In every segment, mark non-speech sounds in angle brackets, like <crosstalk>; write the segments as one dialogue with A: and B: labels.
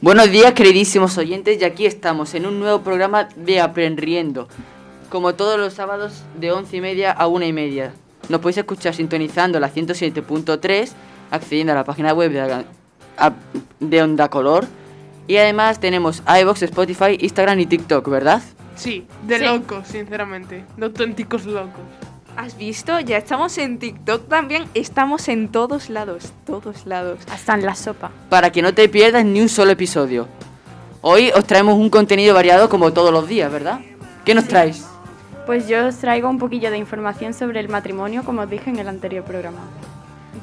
A: Buenos días, queridísimos oyentes, y aquí estamos en un nuevo programa de Aprendiendo, como todos los sábados de 11 y media a 1 y media. Nos podéis escuchar sintonizando la 107.3, accediendo a la página web de, la- a- de Onda Color, y además tenemos iBox, Spotify, Instagram y TikTok, ¿verdad?
B: Sí, de
C: Sí.
B: locos, sinceramente. De auténticos locos.
C: ¿Has visto? Ya estamos en TikTok también. Estamos en todos lados, todos lados. Hasta en la sopa.
A: Para que no te pierdas ni un solo episodio. Hoy os traemos un contenido variado como todos los días, ¿verdad? ¿Qué nos traéis?
D: Pues yo os traigo un poquillo de información sobre el matrimonio, como os dije en el anterior programa.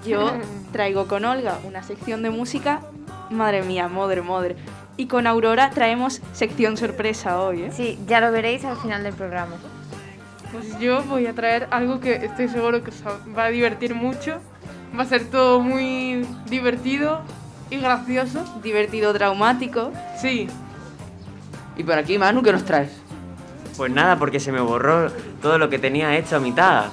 C: Yo
E: Mm.
C: traigo con Olga una sección de música. Madre mía, madre, madre. Y con Aurora traemos sección sorpresa hoy, ¿eh?
E: Sí, ya lo veréis al final del programa.
B: Pues yo voy a traer algo que estoy seguro que os va a divertir mucho. Va a ser todo muy divertido y gracioso.
C: Divertido, traumático.
B: Sí,
A: Y por aquí, Manu, ¿qué nos traes?
F: Pues nada, porque se me borró todo lo que tenía hecho a mitad.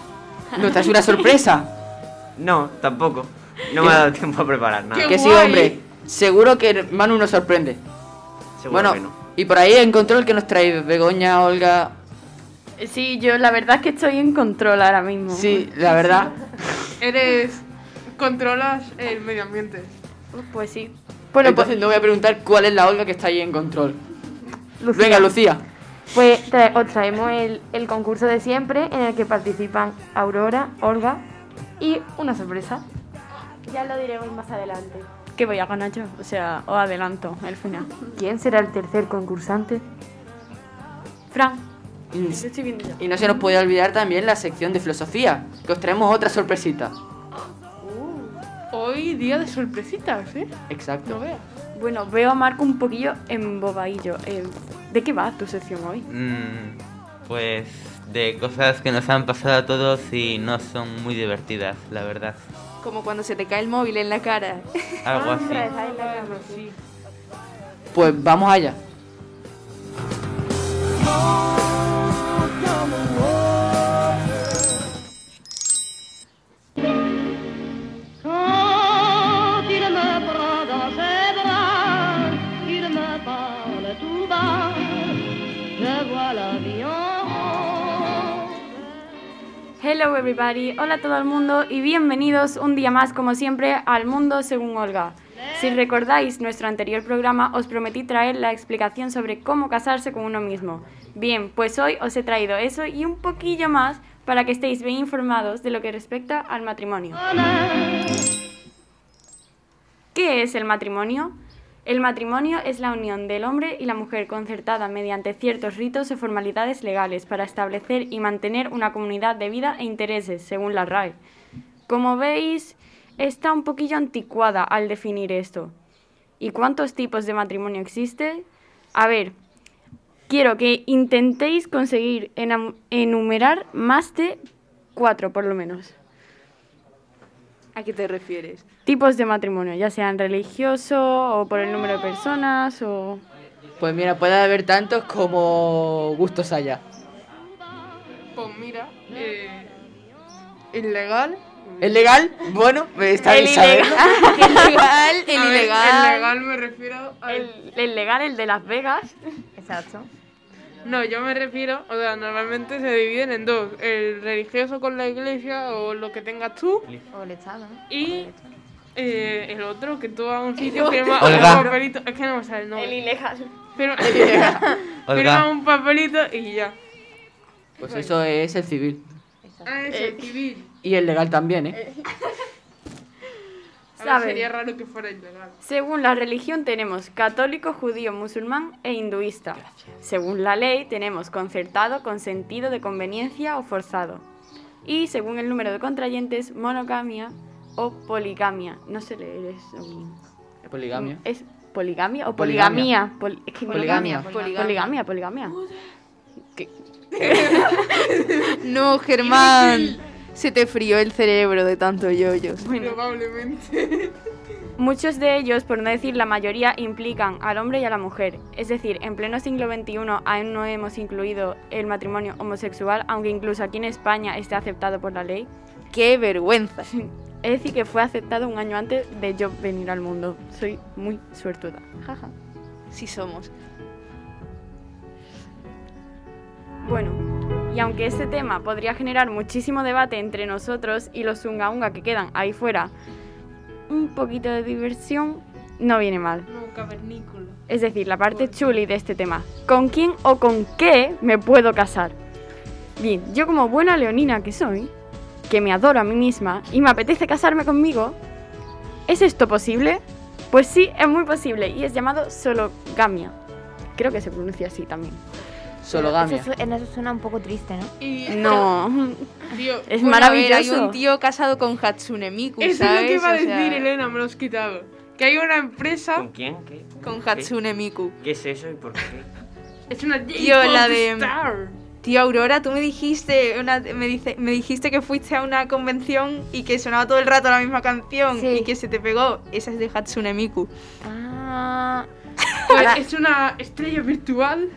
A: ¿Nos traes una sorpresa?
F: No, tampoco. No me ha dado tiempo a preparar nada.
B: Qué
A: Ah, Que sí,
B: guay.
A: hombre. Seguro que Manu nos sorprende.
F: Seguro
A: bueno,
F: que no.
A: y por ahí en control que nos trae Begoña, Olga.
D: <laughs> Sí, yo la verdad es que estoy en control ahora mismo.
A: Sí, la verdad.
B: eres. controlas el medio ambiente.
D: Pues sí.
A: Bueno, Entonces no voy a preguntar cuál es la Olga que está ahí en control. Venga, Lucía.
E: Pues tra- os traemos el, el concurso de siempre en el que participan Aurora, Olga y una sorpresa. Ya lo diremos más adelante.
D: ¿Qué voy a ganar yo? O sea, os adelanto el final.
E: ¿Quién será el tercer concursante?
D: Fran,
A: Y no se nos puede olvidar también la sección de filosofía, que os traemos otra sorpresita.
B: Hoy día de sorpresitas, ¿eh? No
A: Exacto.
B: veas.
D: bueno, veo a Marco un poquillo embobadillo. Eh, ¿De qué va tu sección hoy?
G: Mm, pues de cosas que nos han pasado a todos y no son muy divertidas, la verdad.
C: Como cuando se te cae el móvil en la cara.
G: Algo así.
A: Pues vamos allá.
D: Hello everybody, hola a todo el mundo y bienvenidos un día más como siempre al Mundo según Olga. Si recordáis nuestro anterior programa os prometí traer la explicación sobre cómo casarse con uno mismo. Bien, pues hoy os he traído eso y un poquillo más para que estéis bien informados de lo que respecta al matrimonio. ¿Qué es el matrimonio? El matrimonio es la unión del hombre y la mujer concertada mediante ciertos ritos o formalidades legales para establecer y mantener una comunidad de vida e intereses, según la RAE. Como veis, está un poquillo anticuada al definir esto. ¿Y cuántos tipos de matrimonio existe? A ver, quiero que intentéis conseguir enam- enumerar más de cuatro, por lo menos
C: <laughs> ¿A qué te refieres?
D: tipos de matrimonio, ya sean religioso o por el número de personas o...
A: Pues mira, puede haber tantos como gustos haya.
B: Pues mira, eh, ilegal.
A: ¿Es legal? Bueno, pues está
D: <laughs>
A: bien saberlo. <laughs>
B: <laughs>
C: El legal, el
B: A ver, El
C: ilegal.
B: legal me refiero al.
D: El, el legal, el de Las Vegas.
E: Exacto.
B: No, yo me refiero, o sea, normalmente se dividen en dos, el religioso con la iglesia o lo que tengas tú
E: O el Estado, ¿no?
B: y eh, el otro que tú vas a
D: <laughs>
B: un sitio firma
G: Olga.
B: un papelito, es que no me sale el nombre.
D: ilegal.
B: <laughs> Firma, firma
G: Olga,
B: un papelito y ya.
A: Pues eso es el civil.
B: Ah, es
D: Eh.
B: el civil.
A: Y el legal también, ¿eh?
B: <laughs> A ver,
D: ¿Sabes?
B: sería raro que fuera ilegal.
D: Según la religión tenemos católico, judío, musulmán e hinduista. Según la ley tenemos concertado, consentido, de conveniencia o forzado. Y según el número de contrayentes, monogamia o poligamia. No sé leer eso bien.
A: Poligamia.
D: ¿Es poligamia o
A: Poligamia.
D: poligamia? Pol- es que-
A: Poligamia.
D: Poligamia, poligamia.
C: No,
E: <laughs>
C: Germán. Se te frió el cerebro de tanto yoyos.
D: Bueno,
B: Probablemente.
D: <laughs> Muchos de ellos, por no decir la mayoría, implican al hombre y a la mujer. Es decir, en pleno siglo XXI aún no hemos incluido el matrimonio homosexual, aunque incluso aquí en España esté aceptado por la ley.
C: ¡Qué
D: <laughs>
C: vergüenza!
D: Es decir, que fue aceptado un año antes de yo venir al mundo. Soy muy suertuda. Jaja.
C: sí somos.
D: Bueno, y aunque este tema podría generar muchísimo debate entre nosotros y los unga unga que quedan ahí fuera, un poquito de diversión no viene mal.
B: No, cavernícola.
D: Es decir, la parte chuli de este tema. ¿Con quién o con qué me puedo casar? Bien, yo como buena leonina que soy, que me adoro a mí misma y me apetece casarme conmigo, ¿es esto posible? Pues sí, es muy posible y es llamado sologamia. Creo que se pronuncia así también.
A: Sologamia.
E: Eso, su- en eso suena un poco triste, ¿no?
B: Y,
D: No,
B: Tío,
D: es
C: Bueno, a ver, hay
D: maravilloso.
C: un tío casado con Hatsune Miku,
B: eso es
C: ¿sabes?
B: lo que iba a
C: O
B: decir,
C: sea,
B: Elena, me lo has quitado. Que hay una empresa.
F: ¿Con quién? ¿Qué?
C: Con
F: ¿Qué?
C: Hatsune Miku.
F: ¿Qué es eso y por qué?
B: Es una
C: Tío,
B: J-pop
C: la de-
B: star.
C: Tío Aurora, tú me dijiste, una- me, dice, me dijiste que fuiste a una convención y que sonaba todo el rato la misma canción
E: Sí.
C: y que se te pegó. Esa es de Hatsune Miku.
E: Ah,
B: Pues
E: Ahora-
B: es una estrella virtual.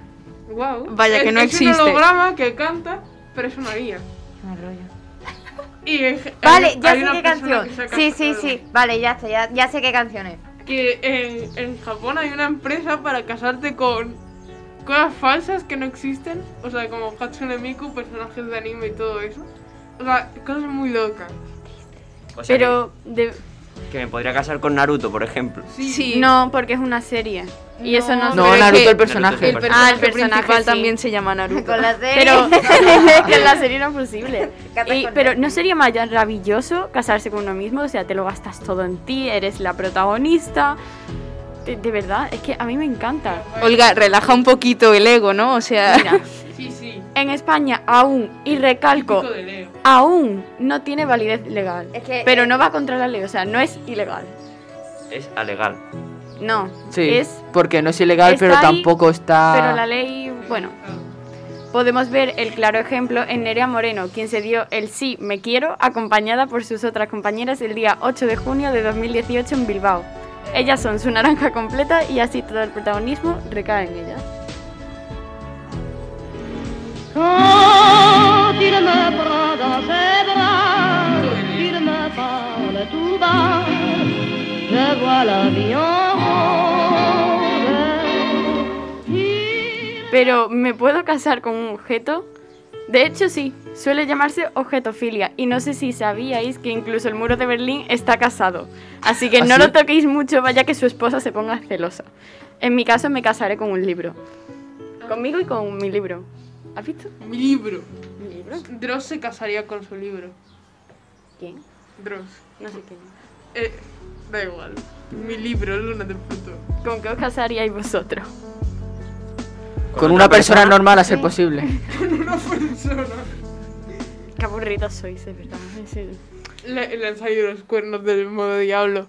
B: Wow.
C: Vaya, que no
B: Es
C: existe.
B: un holograma que canta, pero es una guía.
E: qué mal rollo.
B: Y es-
E: Vale,
B: hay-
E: ya
B: hay
E: sé
B: una persona
E: qué canción.
B: que saca
E: Sí, sí,
B: todo.
E: sí. Vale, ya está, ya, ya sé qué canción es.
B: Que en, en Japón hay una empresa para casarte con cosas falsas que no existen. O sea, como Hatsune Miku, personajes de anime y todo eso. O sea, cosas muy locas.
F: O sea,
D: pero de-
F: que, que me podría casar con Naruto, por ejemplo.
C: Sí.
D: no, porque es una serie y eso
C: No.
D: no, se-
A: No,
C: Pero es
A: Naruto
C: que-
A: el personaje.
F: Naruto es
D: Ah, el
C: El personaje principal
D: sí.
C: también se llama
D: <laughs>
C: Naruto.
E: Con la serie.
D: Pero con la serie no es posible.
E: Casas
D: Y-
E: con
D: pero
E: Naruto.
D: ¿no sería maravilloso casarse con uno mismo? O sea, te lo gastas todo en ti, eres la protagonista. De, de verdad, es que a mí me encanta.
C: Olga, relaja un poquito el ego, ¿no? O sea, <laughs>
D: Mira,
B: Sí, sí.
D: en España aún, y recalco,
B: Típico de Leo.
D: aún no tiene validez legal.
E: Es que-
D: Pero no va contra la ley, o sea, no es ilegal.
F: Es alegal.
D: No,
A: Sí,
D: es...
A: porque no es ilegal, pero
D: está ahí,
A: tampoco está...
D: Pero la ley, bueno, Podemos ver el claro ejemplo en Nerea Moreno, quien se dio el sí me quiero acompañada por sus otras compañeras el día 8 de junio de 2018 en Bilbao. Ellas son su naranja completa y así todo el protagonismo recae en ellas. Pero ¿me puedo casar con un objeto? De hecho sí, suele llamarse objetofilia y no sé si sabíais que incluso el muro de Berlín está casado. Así que
A: ¿Ah,
D: no
A: sí?
D: lo toquéis mucho vaya que su esposa se ponga celosa. En mi caso me casaré con un libro. Conmigo y con mi libro. ¿Has visto?
B: Mi libro.
D: ¿Mi libro?
B: Dross se casaría con su libro.
D: ¿Quién?
B: Dross.
D: No sé quién.
B: Eh, da igual. Mi libro, Luna del Futuro.
D: ¿Con qué os casaríais vosotros?
A: Con una persona normal a ser posible.
B: <laughs> Una persona.
D: Qué aburridos sois, es verdad. Es el-
B: Le, le han salido los cuernos del modo diablo.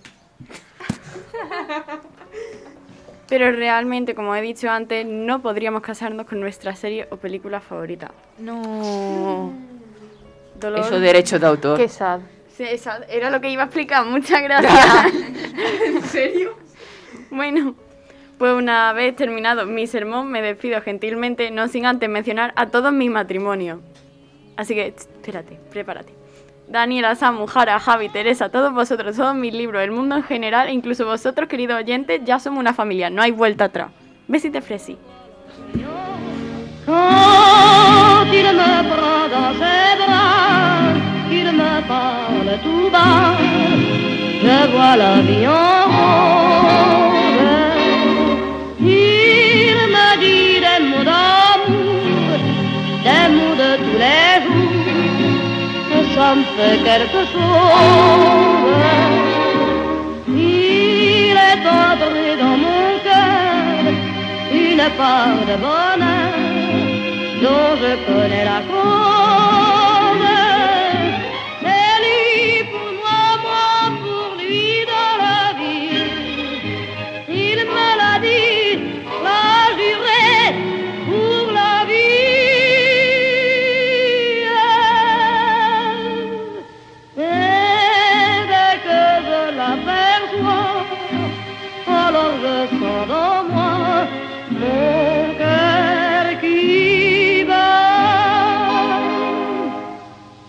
D: Pero realmente, como he dicho antes, no podríamos casarnos con nuestra serie o película favorita.
C: no.
D: Oh. Dolor.
A: Eso derechos de autor.
E: Qué sad. <laughs>
D: Sí, esa- era lo que iba a explicar, <laughs> muchas gracias. <laughs> ¿En serio? Bueno, pues una vez terminado mi sermón, me despido gentilmente, no sin antes mencionar a todos mis matrimonios. Así que, tss, espérate, prepárate. Daniela, Samu, Jara, Javi, Teresa, todos vosotros, todos mis libros, el mundo en general, e incluso vosotros, queridos oyentes, ya somos una familia, no hay vuelta atrás. Besite, Fresi.
H: e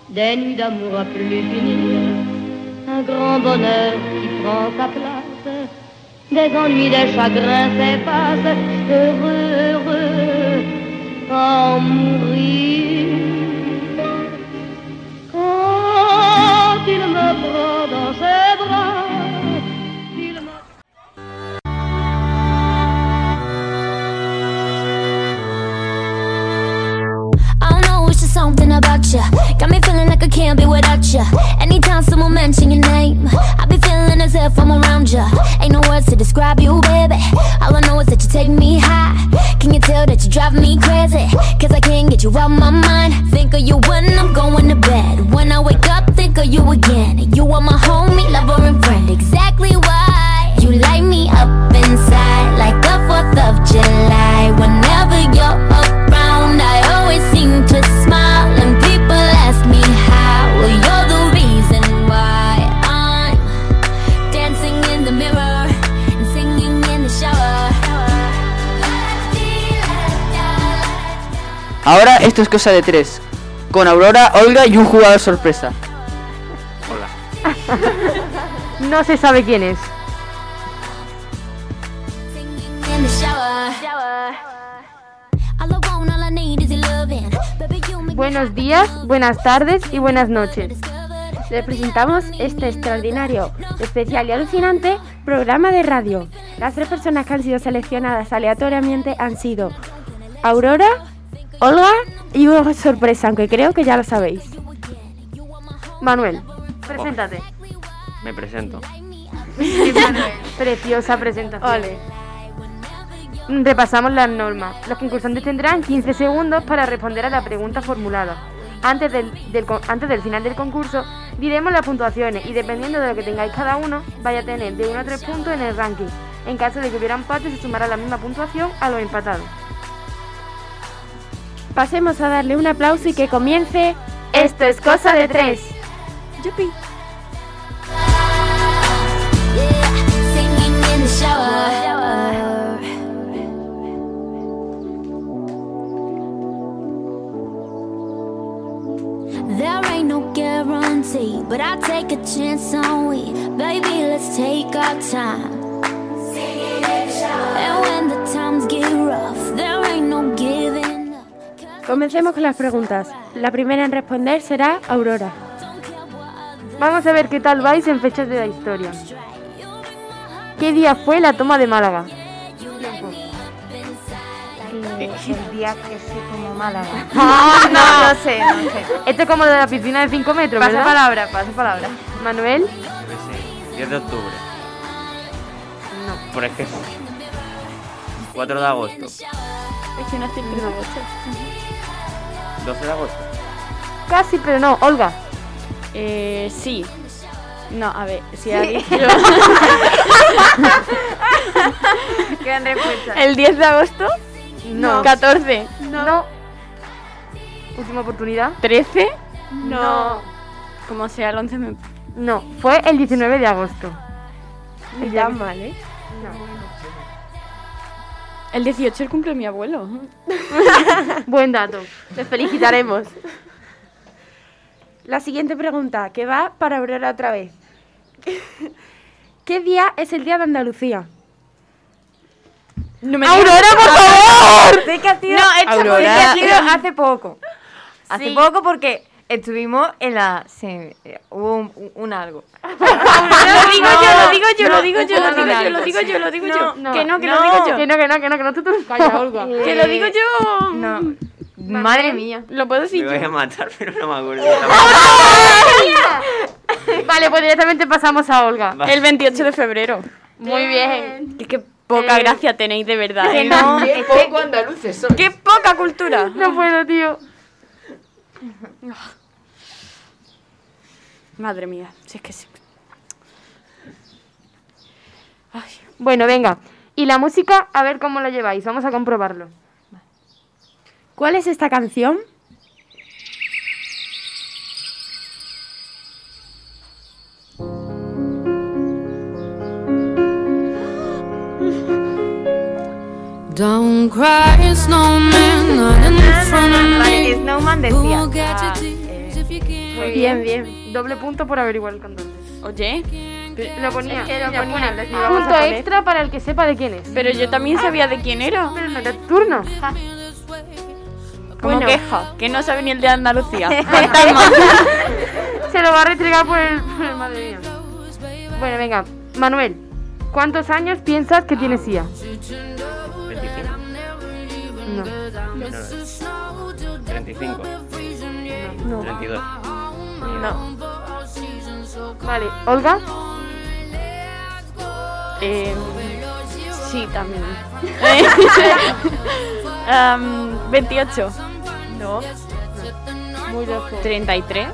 H: Des nuits d'amour à plus finir, un grand bonheur qui prend sa place, Des ennuis, des chagrins s'effacent, heureux, heureux, à en mourir. Quand il me prend dans ses bras, il me...
I: I don't know, it's just something about you. Got me feeling like I can't be without you. Anytime someone mention your name, I be feeling as if I'm around you. Ain't no words to describe you, baby. All I know is that you take me high. Can you tell that you drive me crazy? Cause I can't get you out my mind. Think of you when I'm going to bed. When I wake up, think of you again. You are my homie, lover, and friend. Exactly why you light me up inside like the 4th of July. Whenever you're around, I always seem to smile. And people ask me how. Well, you're the reason why I'm dancing in the mirror and singing in the shower. <laughs>
A: Ahora esto es cosa de tres. Con Aurora, Olga y un jugador sorpresa.
F: Hola.
E: No se sabe quién es.
I: Singing in the shower. All I want, all I need is your loving. Baby, you make me
E: Buenos días, buenas tardes y buenas noches.
I: discover
J: Les presentamos este extraordinario, especial y alucinante programa de radio. Las tres personas que han sido seleccionadas aleatoriamente han sido Aurora, Olga y una sorpresa, aunque creo que ya lo sabéis.
E: Manuel, preséntate.
F: Me presento.
E: eh. Preciosa presentación. Mm, Repasamos las normas. Los concursantes tendrán 15 segundos para responder a la pregunta formulada. Antes del, del con- antes del final del concurso diremos las puntuaciones y dependiendo de lo que tengáis cada uno, vaya a tener de 1 a 3 puntos en el ranking. En caso de que hubiera empate se sumará la misma puntuación a los empatados.
J: Pasemos a darle un aplauso y que comience. Esto es cosa de tres.
C: Yupi.
I: singing in the shower. There ain't no guarantee, but I take a chance on we. Baby, let's take our time. And when the times get rough, there ain't no giving up.
J: Comencemos con las preguntas. La primera en responder será Aurora.
I: Don't care what others
E: Vamos a ver qué tal vais en fechas de la historia.
I: try. You bring my heart
E: ¿Qué día fue la toma de Málaga?
I: you light me up inside.
K: El día que se como <laughs>
E: <laughs>
K: Málaga.
E: Ah,
K: No, no sé, no sé.
E: Esto es como lo de la piscina de 5 metros,
K: Pasa
E: ¿verdad?
K: palabra, pasa palabra.
E: Manuel,
F: Debe ser 10 de octubre. No. Por ejemplo. 4 de agosto.
D: Es que no estoy en agosto.
F: 12 de agosto.
E: casi, pero no. Olga,
D: Eh, sí. No, a ver, si ha dicho
K: Quedan respuestas.
D: el 10 de agosto,
E: no.
D: 14,
E: No. Última oportunidad.
D: 13,
B: No.
D: como sea el 11 me...
E: No, fue el 19 de agosto.
J: Ni tan mal,
D: <laughs>
J: ¿eh?
D: El 18 el cumple de mi abuelo.
E: Buen dato.
J: Te felicitaremos. La siguiente pregunta, que va para Aurora otra vez. ¿Qué día es el Día de Andalucía?
D: No me
E: ¡Aurora, por favor!
K: Sé que ha sido,
D: No, hecha
K: Aurora.
D: por-
K: Sé que ha sido hace poco. Hace
D: Sí.
K: poco porque estuvimos en la... se- hubo un, un algo.
D: Lo digo yo, lo digo yo,
K: no,
D: lo digo
K: un
D: yo, lo
K: poco
D: digo yo,
K: largo,
D: lo digo
K: sí.
D: yo, lo digo yo.
E: No,
D: Que no, que
K: no.
D: lo digo yo.
E: Que no, que no, que no, que no tú, tú. Calla, <laughs> Olga.
D: Que lo digo yo.
K: No. Madre mía.
D: Lo puedo decir
F: Me
D: yo.
F: voy a matar, <laughs> pero no me acuerdo.
E: Vale, pues directamente pasamos a Olga.
F: Va.
D: El 28 de febrero.
E: Muy bien.
D: Que, que poca gracia tenéis de verdad.
K: Que
D: ¿eh?
K: no.
A: Qué poco andaluces son.
D: ¡Qué poca cultura!
E: <laughs> No puedo, tío.
D: Madre mía, si es que sí. Ay,
E: Bueno, venga. Y la música, a ver cómo la lleváis. Vamos a comprobarlo.
J: ¿Cuál es esta canción?
I: Don't cry, snowman, not in front of
K: Vale,
I: me.
K: Snowman decía...
I: Who'll get
K: ah,
I: your tears if you can't?
E: Muy bien, bien. Doble punto por averiguar el cantante.
D: Oye,
E: Lo ponía.
D: Es que lo
E: mira,
D: ponía,
E: pone,
D: les íbamos a
E: Punto
D: poner.
E: extra para el que sepa de quién es.
D: Pero yo también sabía de quién era.
E: Pero no era tu turno.
D: Ah. Como
E: Bueno.
D: queja, que no sabe ni el de Andalucía.
E: <laughs> Se lo va a restregar por el, por el- Madre mía. Bueno, venga. Manuel, ¿cuántos años piensas que tienes IA?
F: 25.
E: No.
F: 35.
E: No.
F: 32.
E: No. Vale, Olga.
D: Eh, sí, también. Am, 28. No.
E: Muy
D: <laughs>
E: loco.
D: 33.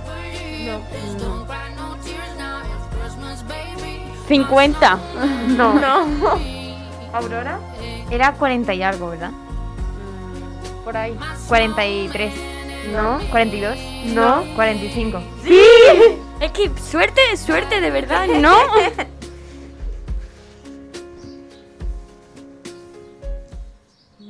E: No.
D: 50.
E: No.
K: <laughs> No.
E: ¿Aurora?
K: Era 40 y algo, ¿verdad?
E: Por ahí.
K: 43.
E: No.
K: 42.
E: No.
K: 45.
D: ¡Sí! Es que suerte, suerte, de verdad, no.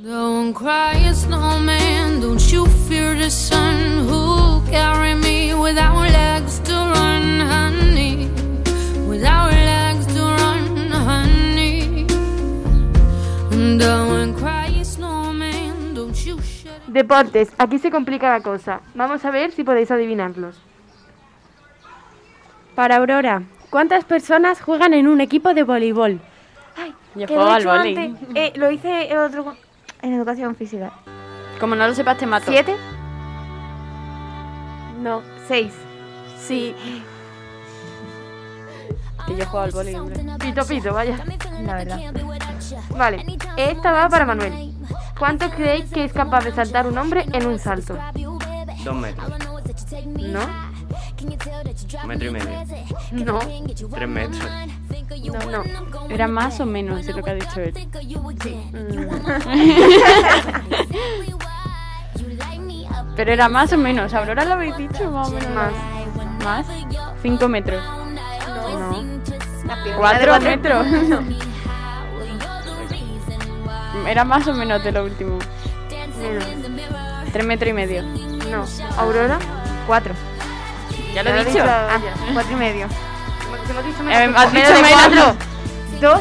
L: Don't cry, a snowman. Don't you fear the sun? Who carry me without legs to run, honey? Without legs to run, honey. Don't cry, a snowman. Don't you shed
E: Deportes, aquí se complica la cosa. Vamos a ver si podéis adivinarlos.
J: Para Aurora, ¿cuántas personas juegan en un equipo de voleibol? Ay,
D: Yo
J: que lo
D: juego
J: he
D: al
J: hecho
D: vóley.
J: antes. Eh, lo hice el otro cu- en educación física.
D: Como no lo sepas, te mato.
K: ¿Siete?
J: No, seis.
D: Sí. Que yo juego al voleibol.
E: Pito, pito, vaya.
K: La verdad.
E: Vale, esta va para Manuel. ¿Cuánto creéis que es capaz de saltar un hombre en un salto?
F: Dos metros.
E: ¿No?
F: Metro y medio.
E: No.
F: Tres metros.
E: No, no.
D: ¿Era más o menos de lo que ha dicho él? <laughs> Pero era más o menos. Aurora lo habéis dicho más o menos. Más. ¿Más? Cinco metros.
E: No.
D: Cuatro metros.
E: <laughs>
D: Era más o menos de lo último. Tres metros y medio.
E: No. ¿Aurora?
K: Cuatro.
D: Ya lo he dicho.
K: Ah, cuatro y medio.
D: Eh, ¿Has dicho menos?
K: Dos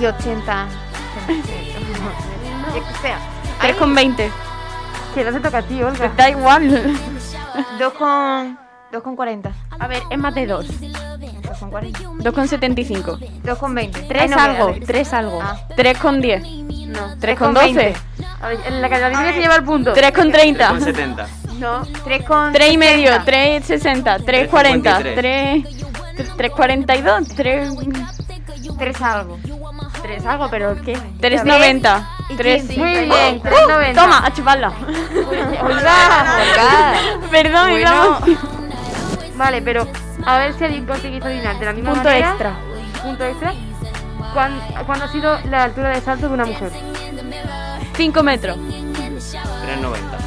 K: y ochenta. o sea,
D: Tres con veinte.
E: Que no te toca a ti, Olga.
D: Da igual.
K: dos con... Dos con cuarenta.
D: A ver, es más de dos.
K: Dos con cuarenta.
D: 2,75.
K: Dos con veinte.
D: Tres algo, tres algo.
K: Ah.
D: Tres con diez.
E: No.
D: Tres
K: con
D: con doce.
K: 20.
E: A ver, en la que la adivine se lleva el punto.
D: Tres con treinta.
F: Con 70.
E: No.
K: Tres con...
D: Tres y medio, tres sesenta, tres cuarenta,
F: 3,53.
D: tres... Tres cuarenta y dos, tres...
K: Tres algo.
E: Tres algo, pero ¿qué?
D: Tres noventa. Tres... Uh,
E: Muy bien, tres noventa.
D: Toma, a chuparla. <laughs> Perdón,
E: Bueno.
D: digamos.
E: Vale, pero a ver si alguien conseguís adivinar de la misma
D: Punto
E: manera.
D: extra.
E: Punto extra. ¿Cuán- ¿Cuándo ha sido la altura de salto de una mujer?
D: Cinco metros.
F: 390.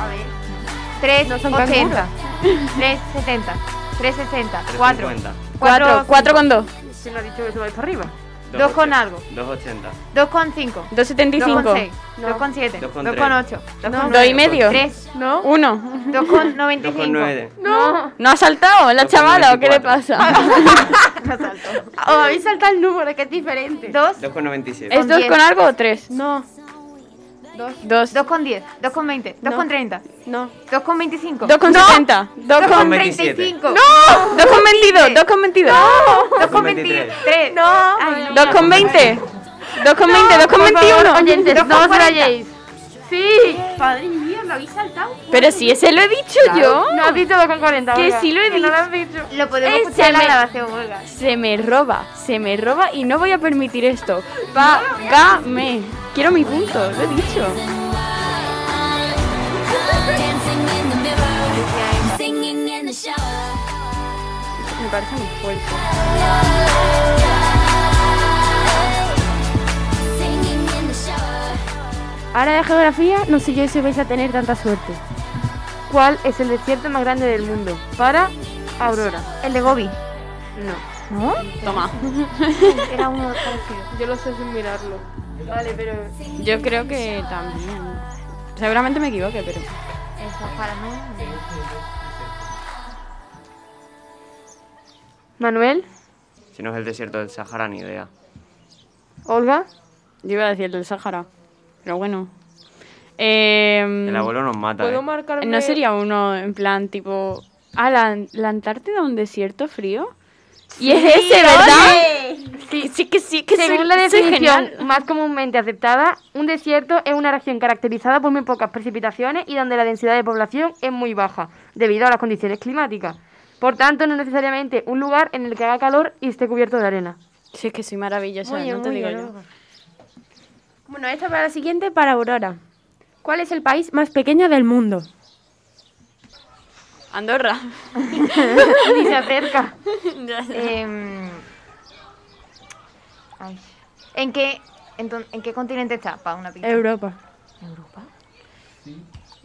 K: Tres
E: No son
K: ochenta.
E: canguras.
K: <laughs> Tres setenta. Tres sesenta. Cuatro.
F: 350.
D: Cuatro, cuatro con dos.
E: Se me ha dicho que subáis para arriba.
K: Dos con algo.
F: 280.
K: Dos con cinco.
D: Dos setenta y
K: Dos con
D: cinco.
K: seis. Dos con siete.
F: Dos
K: Dos
F: con
K: con
F: tres.
K: ocho. Dos con
D: Dos
K: nueve.
D: y medio.
K: Tres.
E: No.
D: Uno.
K: Dos con noventa y
F: Dos con
K: cinco.
D: <laughs>
F: 9.
E: No.
D: ¿No ha saltado la
F: Dos con
D: chavala o qué le pasa?
E: Habéis saltado el número, que es diferente.
K: Dos.
F: 2 con 97.
D: ¿Es dos
K: diez.
D: con algo o tres?
E: No. Dos.
D: Dos.
K: Dos con diez. Dos con veinte. Dos
E: No.
K: con treinta.
E: No.
K: Dos con veinticinco.
D: Dos con sesenta. Dos
K: Dos
D: con...
K: con
F: 27.
K: treinta y cinco.
D: Dos con veintidós, dos con veintidós.
K: Dos
F: con
K: con
F: 23.
K: veintitrés.
E: No.
K: Ay, no.
D: Dos con veinte. Dos con veinte, dos con
E: Por favor,
D: veintiuno.
E: oyentes,
K: Dos con
E: no os
K: cuarenta.
E: rayéis. Sí.
C: Padre mío, lo habéis saltado.
D: Pero si ese lo he dicho yo.
E: No has dicho 2 con 40.
D: Que
E: Olga.
D: sí lo he
E: Que no
D: dicho.
E: has dicho.
K: Lo podemos
D: Eh,
K: escuchar
D: se
K: en la
D: me-
K: grabación, Olga.
D: Se me roba, se me roba y no voy a permitir esto. Págame. Quiero mi punto, lo he dicho.
L: dancing in the mirror, singing in the shower.
D: Me parece muy fuerte.
L: Singing in the shower.
J: Ahora de geografía, no sé yo si vais a tener tanta suerte.
E: ¿Cuál es el desierto más grande del mundo? Para Aurora.
K: El de Gobi.
E: No.
K: ¿No?
D: Toma.
K: Era uno parecido.
B: Yo lo sé sin mirarlo.
E: Vale, pero.
D: Yo creo que también. Seguramente me equivoque, pero.
K: Eso, para mí.
E: Manuel.
F: Sí.
M: Si no es el desierto del Sahara, ni idea.
D: ¿Olga? Yo iba a decir el del Sahara. Pero bueno. Eh,
M: El abuelo nos mata. eh.
D: ¿No sería uno en plan tipo. Ah, la, la Antártida, un desierto frío? y es
E: Sí,
D: ese, ¿verdad?
E: ole.
D: Sí, sí que sí, que
E: Según
D: soy-
E: la
D: soy
E: definición
D: genial.
E: más comúnmente aceptada, un desierto es una región caracterizada por muy pocas precipitaciones y donde la densidad de población es muy baja, debido a las condiciones climáticas. Por tanto, no es necesariamente un lugar en el que haga calor y esté cubierto de arena.
D: Sí, es que soy maravillosa,
J: Muy bien,
D: no te
J: muy
D: digo
J: bien,
D: yo.
J: Olga. Bueno, esta para la siguiente, para Aurora. ¿Cuál es el país más pequeño del mundo?
D: Andorra.
K: Ni
E: se acerca.
K: Em, ay. ¿En qué, enton- ¿En qué continente está? Para una pista.
J: Europa.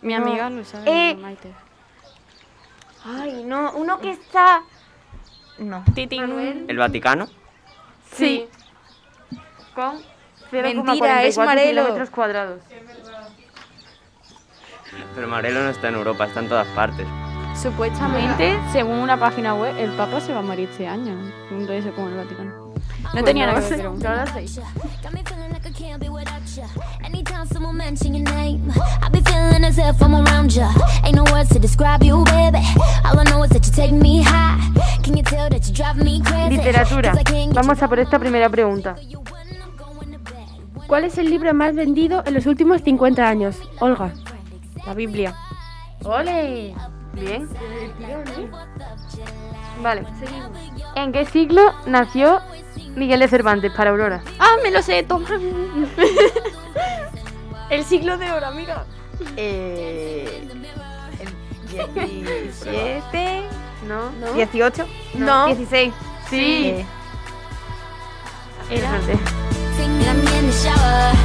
D: Mi
K: No.
D: amiga lo sabe,
K: Eh,
D: Maite.
K: Ay, no, uno que está. No.
M: ¿El Vaticano?
K: Sí.
E: Con
N: Mentira, es
E: 0,44
N: Marelo.
E: kilómetros cuadrados.
M: Pero Marelo no está en Europa, está en todas partes.
D: Supuestamente, según una página web, el Papa se va a morir este año. Un rey como el Vaticano. No tenía nada que ver. pero-
I: Got me feeling like I can't be without ya. Anytime someone mention your name, I be feeling as if I'm around ya. Ain't no words to describe you, baby. All I know is that you take me high. Can you tell that you drive me crazy?
E: Literatura.
I: 'Cause I can't get
E: Vamos a por esta primera pregunta.
J: ¿Cuál es el libro más vendido en los últimos 50 años? Olga.
E: La Biblia. ¡Ole! Bien. Vale. ¿En qué siglo nació Miguel de Cervantes para Aurora?
D: ¡Ah, me lo sé! ¡Toma! <laughs> el siglo de oro, amiga.
K: Eh, el
J: Eh,
D: Este,
K: 17.
E: No, no.
K: 18.
E: No.
K: 16.
E: Sí.
I: Era. Finger me in the shower.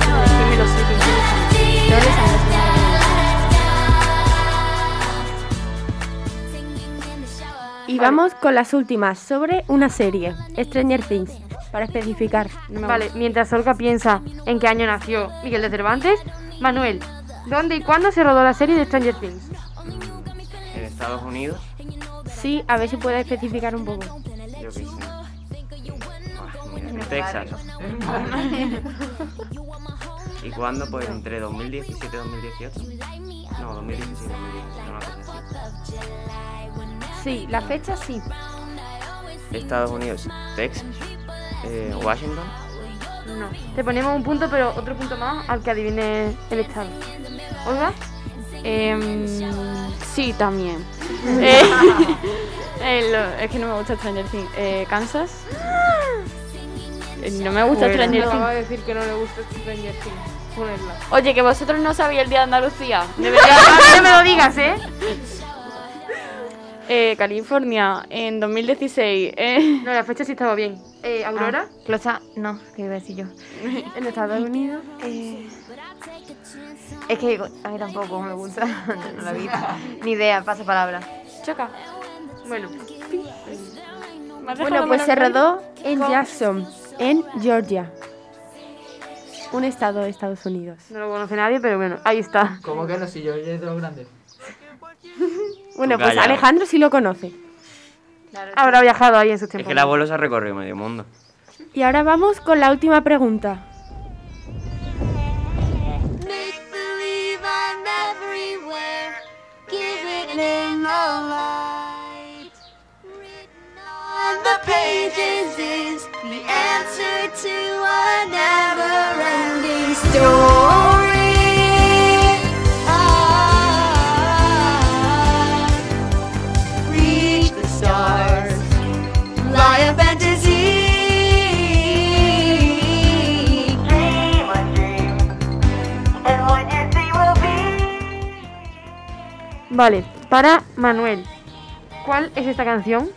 J: Y vamos con las últimas sobre una serie, Stranger Things, para especificar.
E: Vale, mientras Olga piensa en qué año nació Miguel de Cervantes, Manuel, ¿dónde y cuándo se rodó la serie de Stranger Things?
M: ¿En Estados Unidos?
J: Sí, a ver si puedo especificar un poco.
M: Yo qué sé. Ah, mira, En Texas. ¿Y cuándo? Pues entre 2017 y 2018. No, 2017 2018, una cosa así.
J: Sí, la fecha sí.
M: Estados Unidos, Texas, eh, Washington.
E: No. Te ponemos un punto, pero otro punto más al que adivine el estado. ¿Olga?
D: Em, sí, también. Eh, <laughs> eh, lo- es que no me gusta Stranger Things. Eh, ¿Kansas? Eh, No me gusta Stranger
B: va a
D: Things.
B: decir que no le gusta Stranger Things. Ponerla.
D: Oye, que vosotros no sabíais el día de Andalucía. <laughs>
E: no me lo digas, ¿eh?
D: Eh, California, en 2016. Eh. Ah,
E: No, la fecha sí estaba bien. Eh, ¿Aurora?
K: Closa, no, que iba a
D: <laughs>
K: decir yo. En Estados Unidos. eh, es que a mí tampoco me gusta. <laughs> No la vi. Ni idea, pasa palabra.
D: Choca.
E: Bueno.
J: Bueno, pues se rodó en Jackson, en Georgia. Un estado de Estados Unidos.
E: No lo conoce nadie, pero bueno, ahí está.
O: ¿Cómo que no? Si yo ya es de los grandes.
J: Bueno, pues
M: Calla.
J: Alejandro sí lo conoce.
E: Habrá viajado ahí en sus
M: Es
E: tiempos.
M: que el abuelo se ha recorrido medio mundo.
J: Y ahora vamos con la última pregunta.
L: Make believe I'm everywhere. Give it in the light. Written on the pages is the answer to a never ending story. Ah, reach the stars. Fly a fantasy. Dream a dream. And what you see will be.
E: Vale, para Manuel, ¿cuál es esta canción?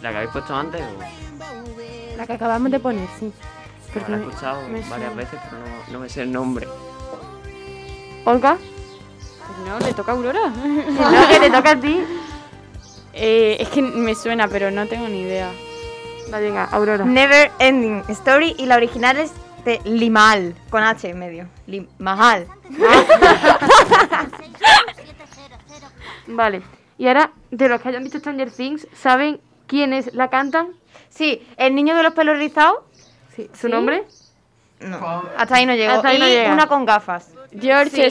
M: ¿La que habéis puesto antes? o?
J: La que acabamos de poner, sí.
M: Porque la he escuchado
J: me
M: varias
J: suena.
M: veces, pero no, no me sé el nombre.
E: ¿Olga?
D: No, le toca a <laughs> Aurora.
E: no, que te toca a ti.
D: Eh, es que me suena, pero no tengo ni idea.
E: Va, venga, Aurora.
K: Never Ending Story y la original es de Limal, con H en medio. Limahal.
E: <laughs> Vale, Y ahora, de los que hayan visto Stranger Things, ¿saben quiénes la cantan?
K: Sí, el niño de los pelos rizados.
E: ¿Su nombre?
K: No. Hasta ahí no llegó.
D: Hasta ahí no
K: Y
D: llega.
K: una con gafas.
D: George,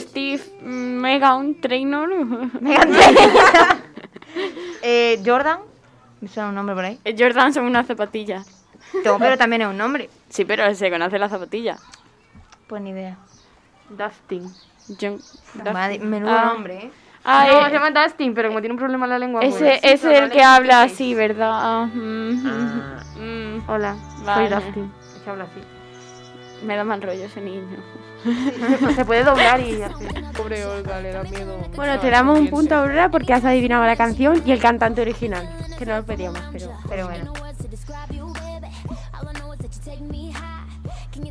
K: Sí.
D: Steve, Megan <laughs> Trainor.
K: Megan
D: <laughs>
K: Trainor. Eh, Jordan. Me suena un nombre por ahí.
D: Eh, Jordan son unas zapatillas.
K: No, pero también es un nombre.
D: Sí, pero se conoce la zapatilla.
K: Pues ni idea.
E: Dustin.
D: John.
K: Madre-
E: Dustin.
K: menudo nombre, ¿eh?
D: Ah,
E: no,
D: eh,
E: se llama Dustin, pero como tiene un problema en la lengua...
D: Ese, ese es el que habla así, ¿verdad? Ah, mm,
E: Ah.
D: mm, mm.
E: Hola,
D: Vale.
E: soy Dustin. Es que habla así.
D: Me da mal rollo ese niño.
E: <laughs> Se puede doblar y así.
B: Pobre Olga, le da miedo.
J: Bueno, te damos un punto, Aurora, porque has adivinado la canción y el cantante original. Que no lo pedíamos, pero,
K: pero bueno.
I: You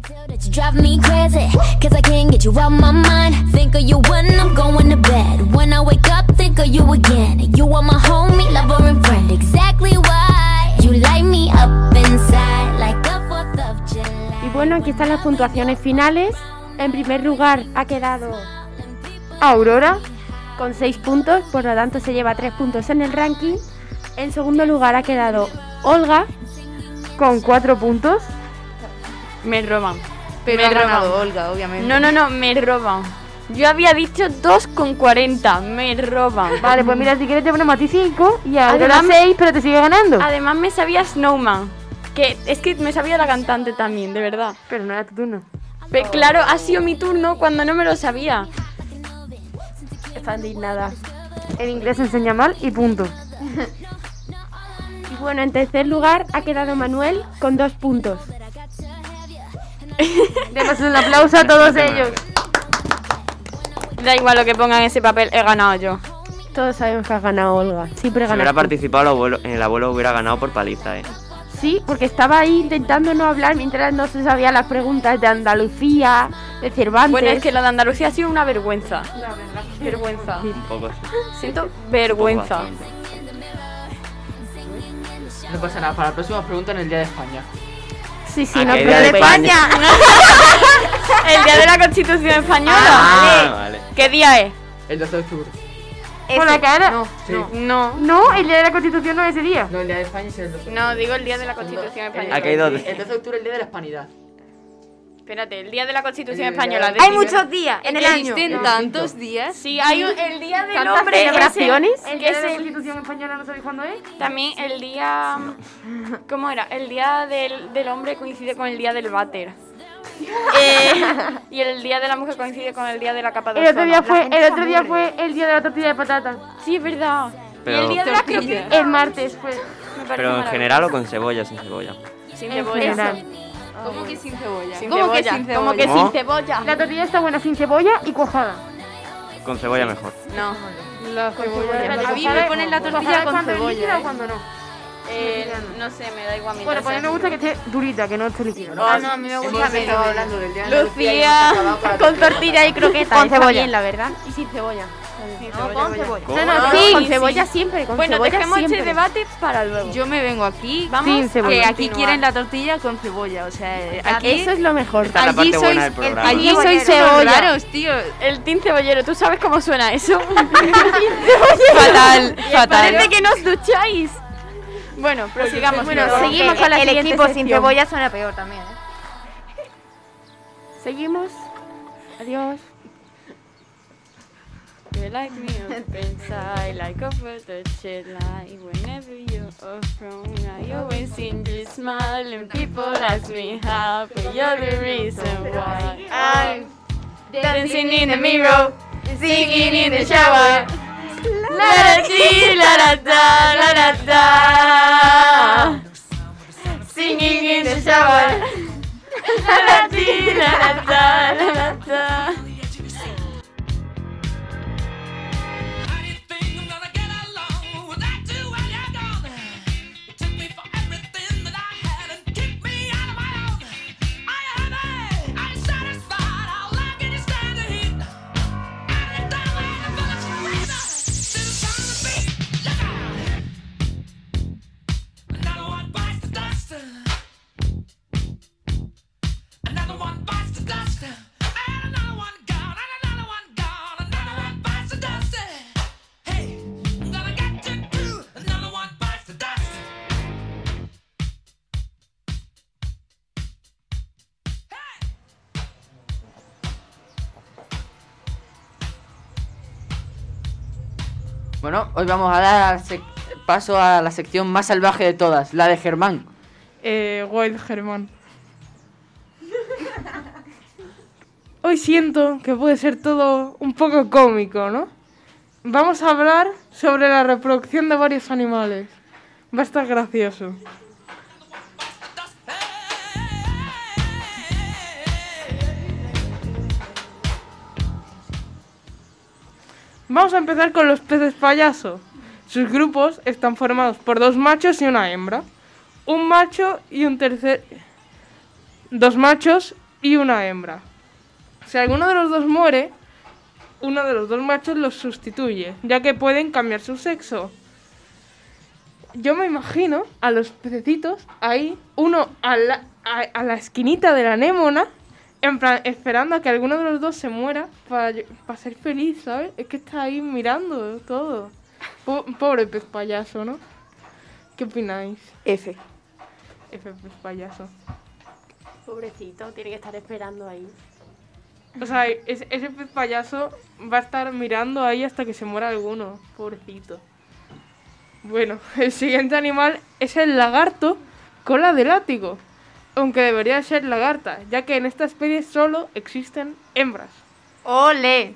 I: drive me crazy, cause I can't get you out my mind. Think of you when I'm going to bed. When I wake up, think of you again. You are my homie, lover, and friend. Exactly why you light me up inside like the 4th of July.
J: Y bueno, aquí están las puntuaciones finales. En primer lugar ha quedado Aurora con 6 puntos, por lo tanto se lleva 3 puntos en el ranking. En segundo lugar ha quedado Olga con 4 puntos.
D: Me roban.
K: Pero
D: me
K: ha ganado
D: roban.
K: Olga, obviamente.
D: No, no, no, me roban. Yo había dicho 2,40. Me roban.
E: <laughs> Vale, pues mira, si quieres te ponemos a ti 5 y a Aurora
D: Además-
E: 6, pero te sigue ganando.
D: Además, me sabía Snowman. Que es que me sabía la cantante también, de verdad.
E: Pero no era tu turno.
D: claro, ha sido mi turno cuando no me lo sabía.
J: Está indignada.
E: En inglés se enseña mal y punto.
J: <laughs> Y bueno, en tercer lugar ha quedado Manuel con 2 puntos.
E: Demos un aplauso a todos ellos.
D: Da igual lo que pongan en ese papel, he ganado yo.
J: Todos sabemos que has ganado Olga. Siempre
F: Si hubiera
J: ganas. tú.
F: participado el abuelo, el abuelo hubiera ganado por paliza, eh.
J: Sí, porque estaba ahí intentando no hablar mientras no se sabía las preguntas de Andalucía, de Cervantes.
D: Bueno, es que lo de Andalucía ha sido una vergüenza. Vergüenza.
F: Un poco así.
D: Siento vergüenza.
P: No pasa nada, para la próxima pregunta en el Día de España.
J: Sí,
P: Ah,
J: sí, no,
P: que
J: pero
P: era
J: de
P: de España.
J: España.
D: <laughs>
A: <laughs>
D: El día de la Constitución Española.
P: Ah,
D: Vale.
P: vale.
D: ¿Qué día es?
P: El 12 de octubre.
E: Por la cara. No,
P: Sí.
D: no.
E: No, el día de la constitución no es ese día.
P: No, el Día de España es el 12 de
D: No, digo el día de la Constitución Española.
P: Aquí
F: hay dos.
P: El 12 de octubre es el Día de la Hispanidad.
D: Espérate, el día de la Constitución
P: El día-
D: Española.
P: Hay
D: decime.
P: muchos días
K: en el año.
D: Existen
K: Existen.
D: tantos días. Sí, hay un- el día del
E: ¿Tantas
D: hombre. ese,
E: celebraciones?
D: que
E: ¿El día de
D: es
E: la
D: el-
E: constitución española no sabéis cuándo es?
D: También el día. <laughs> ¿Cómo era? El día del, del hombre coincide con el día del váter. Eh, <laughs> y el día de la mujer coincide con el día de la capa de
E: El otro
D: ozono.
E: día
D: La
E: fue,
D: gente
E: el
D: se
E: otro día
D: aburre.
E: fue el día de la tortilla de patata.
D: Sí, es verdad.
F: Pero-
D: y el día de las
E: Tortilla.
D: croquetas.
E: El martes fue.
D: Me parece
F: Pero en
D: maravilloso.
F: general o con cebolla, sin cebolla.
D: Sin
E: En
D: cebolla.
E: general.
B: ¿Cómo que sin cebolla?
D: Sin
B: ¿Cómo
D: cebolla,
B: que sin
D: ¿cómo
B: cebolla?
D: que
F: ¿Cómo?
D: sin cebolla?
E: La tortilla está buena sin cebolla y cuajada.
F: Con cebolla mejor.
D: No.
B: La cebolla.
E: Espérate,
B: A mí
E: cuajada-
B: me ponen la
E: cuajada
B: tortilla con
E: cuando es líquida
B: cebolla.
E: o
B: ¿eh?
E: cuando no.
D: Eh, no sé, me da igual.
E: Bueno,
D: mientras
E: pues a mí me
D: sea
E: gusta que esté durita, que no esté líquida.
D: Ah, no, a mí me gusta
B: Hemos estado
D: medio.
B: hablando del Día de Andalucía y hemos
D: Lucía
B: acabado con la
D: con
B: tortilla.
D: tortilla y croquetas.
J: Con
D: está
J: cebolla.
D: bien, la verdad.
J: Y sin cebolla.
K: No, con cebolla.
J: No, no,
D: Ah,
J: sí,
D: sí,
J: con
D: sí.
J: cebolla siempre, con
D: Bueno,
J: cebolla
D: dejemos
J: siempre.
D: este debate para luego.
Q: Yo me vengo aquí,
D: Sin
Q: vamos,
D: cebolla.
Q: que aquí
D: Continuar.
Q: quieren la tortilla con cebolla, o sea, eh, aquí...
J: Eso es lo mejor.
F: Esta es la parte buena del programa.
Q: allí
D: Team
Q: soy
D: cebollero.
Q: cebolla.
D: Raros,
Q: tío.
D: El tin cebollero, ¿tú sabes cómo suena eso?
Q: Fatal, fatal.
D: Parece que no os ducháis. Bueno, prosigamos.
K: Bueno,
D: luego.
E: eh,
K: seguimos
D: Que
K: con la
D: el
K: siguiente
D: equipo
K: sección.
D: sin cebolla
K: suena peor también. ¿eh?
J: Seguimos. Adiós.
D: You like me <laughs> up inside, like over the jet line. Whenever you're off from, I always seem to smile. And people ask me how, but you're the reason why. I'm dancing in the mirror, singing in the shower. La da dee, la da da, la da da. Singing in the shower. La da dee, la da da, la da da.
R: Another one bites the dust.
A: Bueno, hoy vamos a dar sec- paso a la sección más salvaje de todas, la de Germán.
B: Eh, Wild Germán. Hoy siento que puede ser todo un poco cómico, ¿no? Vamos a hablar sobre la reproducción de varios animales. Va a estar gracioso. Vamos a empezar con los peces payaso. Sus grupos están formados por dos machos y una hembra. Un macho y un tercer... Dos machos y una hembra. Si alguno de los dos muere, uno de los dos machos los sustituye, ya que pueden cambiar su sexo. Yo me imagino a los pececitos ahí, uno a la, a- a la esquinita de la anémona, en plan, esperando a que alguno de los dos se muera para, ll- para ser feliz, ¿sabes? Es que está ahí mirando todo. Po- pobre pez payaso, ¿no? ¿Qué opináis?
C: F.
B: F pez payaso.
K: Pobrecito, tiene que estar esperando ahí.
B: O sea, es- ese pez payaso va a estar mirando ahí hasta que se muera alguno. Pobrecito. Bueno, <laughs> el siguiente animal es el lagarto cola de látigo. Aunque debería ser lagarta, ya que en esta especie solo existen hembras. ¡Ole!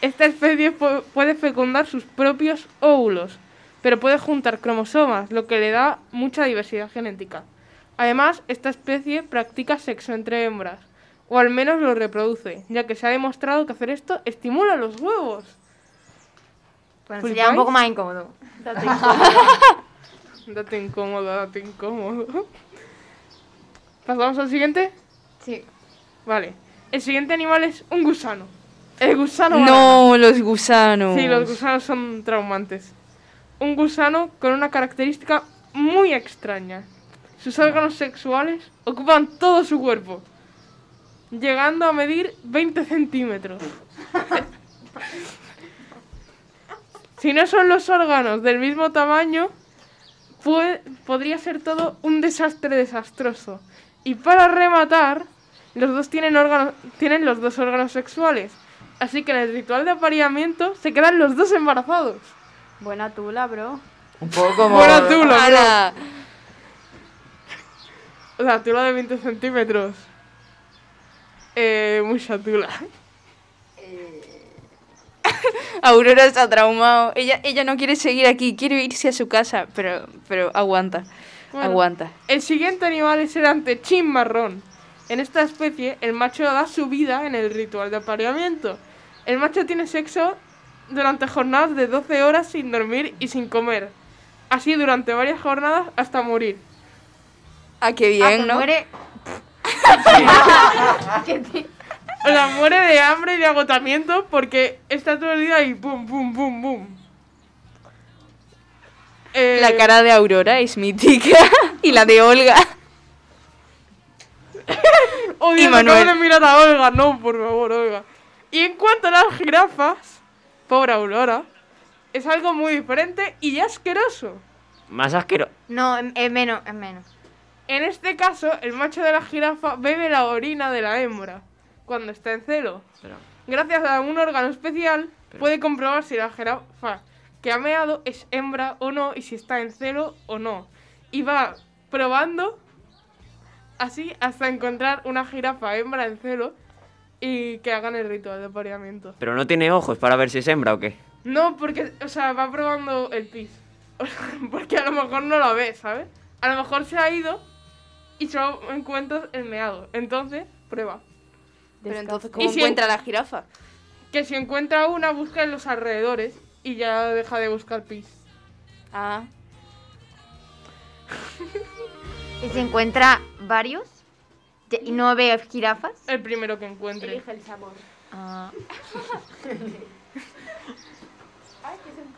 B: Esta especie pu- puede fecundar sus propios óvulos, pero puede juntar cromosomas, lo que le da mucha diversidad genética. Además, esta especie practica sexo entre hembras, o al menos lo reproduce, ya que se ha demostrado que hacer esto estimula los huevos.
K: Bueno, sería un poco más incómodo.
B: Date incómodo. <laughs> date incómodo, date incómodo. ¿Pasamos al siguiente? Sí. Vale. El siguiente animal es un gusano. El gusano
C: No, los gusanos.
B: Sí, los gusanos son traumantes. Un gusano con una característica muy extraña. Sus órganos sexuales ocupan todo su cuerpo, llegando a medir 20 centímetros. si no son los órganos del mismo tamaño, pue- podría ser todo un desastre desastroso. Y para rematar, los dos tienen, órganos, tienen los dos órganos sexuales. Así que en el ritual de apareamiento se quedan los dos embarazados.
D: Buena tula, bro.
A: Un poco como...
B: Buena tula, bro.
A: Ala.
B: O sea, tula de 20 centímetros. Eh, mucha tula.
C: Aurora está traumado. Ella, ella no quiere seguir aquí, quiere irse a su casa, pero, pero aguanta.
B: Bueno,
C: Aguanta.
B: El siguiente animal es el antechín marrón. En esta especie, el macho da su vida en el ritual de apareamiento. El macho tiene sexo durante jornadas de 12 horas sin dormir y sin comer. Así durante varias jornadas hasta morir.
C: Ah, qué
B: bien,
C: ¿no?
B: <laughs> Muere... o sea, muere de hambre y de agotamiento porque está todo el día ahí, boom, boom, boom, boom. Eh,
C: La cara de Aurora es mítica. <laughs> y la de Olga. Y
B: Odio, no acabo
C: Manuel.
B: de mirar a Olga, no, por favor, Olga. Y en cuanto a las jirafas, pobre Aurora, es algo muy diferente y asqueroso.
F: Más asqueroso.
B: No, em, es menos, es menos. En este caso, el macho de la jirafa bebe la orina de la hembra cuando está en celo.
F: Espera.
B: Gracias a un órgano especial, puede comprobar si la jirafa que ha meado es hembra o no y si está en celo o no. Y va probando así hasta encontrar una jirafa hembra en celo y que hagan el ritual de apareamiento.
F: Pero no tiene ojos para ver si es hembra o qué.
B: No, porque, o sea, va probando el pis. <laughs> porque a lo mejor no lo ve, ¿sabes? A lo mejor se ha ido y solo encuentras el meado. Entonces, prueba.
C: Pero entonces,
B: ¿Y
C: ¿cómo
B: si
C: encuentra
B: en-
C: la jirafa?
B: Que si encuentra una, busca en los alrededores y ya deja de buscar pis.
C: Ah.
K: Y si encuentra varios ya- y no ve jirafas.
B: El primero que encuentre.
K: Elige el
B: <laughs>
K: sabor. <laughs> Ah.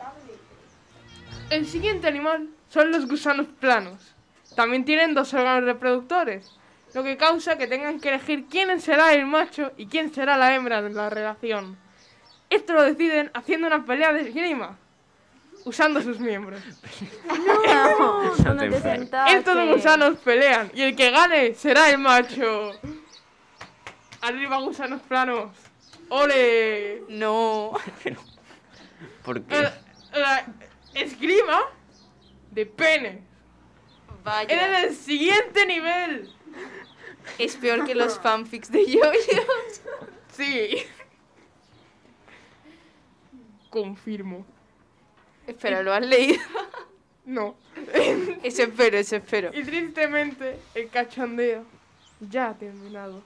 B: El siguiente animal son los gusanos planos. También tienen dos órganos reproductores, lo que causa que tengan que elegir quién será el macho y quién será la hembra de la relación. Esto lo deciden haciendo una pelea de esgrima, usando sus miembros. <laughs>
F: No te enfades.
B: Estos dos gusanos pelean y el que gane será el macho. Arriba gusanos planos. ¡Ole!
C: No.
F: ¿Por qué?
B: la esgrima de pene.
Q: Vaya.
B: Era del siguiente nivel.
Q: Es peor que los fanfics de yoyos.
B: <laughs> Sí. Confirmo.
Q: Espera, ¿lo has leído?
B: <laughs> No.
Q: Eso espero, eso espero.
B: Y tristemente, el cachondeo ya ha terminado.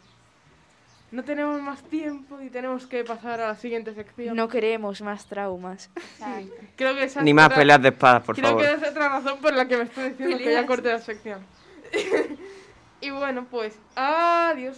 B: No tenemos más tiempo y tenemos que pasar a la siguiente sección.
Q: No queremos más traumas.
B: Creo que esa es
M: Ni más
B: otra-
M: peleas de espadas, por
B: Creo
M: favor.
B: que esa es otra razón por la que me estoy diciendo que
S: Peleas.
B: ya corte la sección. <laughs> y bueno, pues, adiós.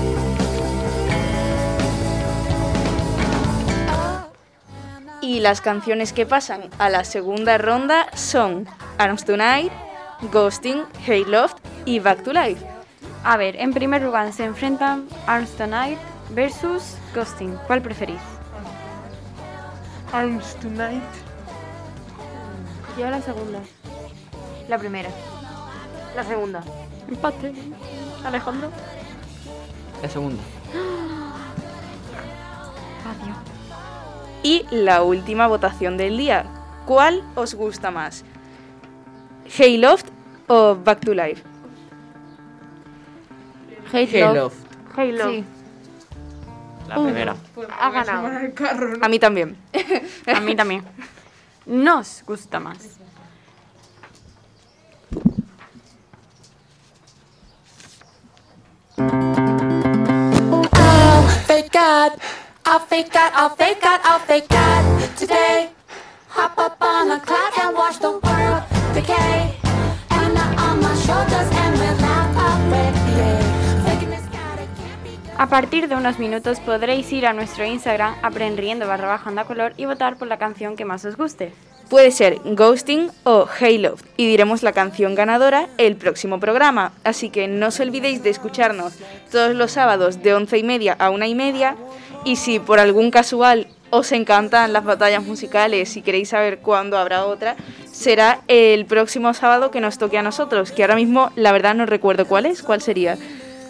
Q: las canciones que pasan a la segunda ronda son Arms Tonight, Ghosting, Hey Loft y Back to Life.
D: A ver, en primer lugar se enfrentan Arms Tonight versus Ghosting. ¿Cuál preferís?
B: Arms Tonight.
E: Yo la segunda.
K: La primera.
E: La segunda.
D: Empate. Alejandro.
T: La segunda.
Q: Y la última votación del día. ¿Cuál os gusta más? Hey Loft o Back to Life?
E: Hey
T: Hey Love. Love.
E: Hey Love.
J: La primera.
E: Ha ganado.
Q: A mí también.
D: <laughs> A mí también. Nos gusta más.
U: I'll fake out. I'll fake out. I'll fake out. I'll fake out today. Hop up on a cloud and watch the world decay. And on my shoulders and we'll laugh
D: A partir de unos minutos podréis ir a nuestro Instagram aprendiendo barra baja onda color y votar por la canción que más os guste.
Q: Puede ser Ghosting o Hey Loft y diremos la canción ganadora el próximo programa. Así que no os olvidéis de escucharnos todos los sábados de once y media a una y media. Y si por algún casual os encantan las batallas musicales y queréis saber cuándo habrá otra, será el próximo sábado que nos toque a nosotros. Que ahora mismo la verdad no recuerdo cuál es, cuál sería.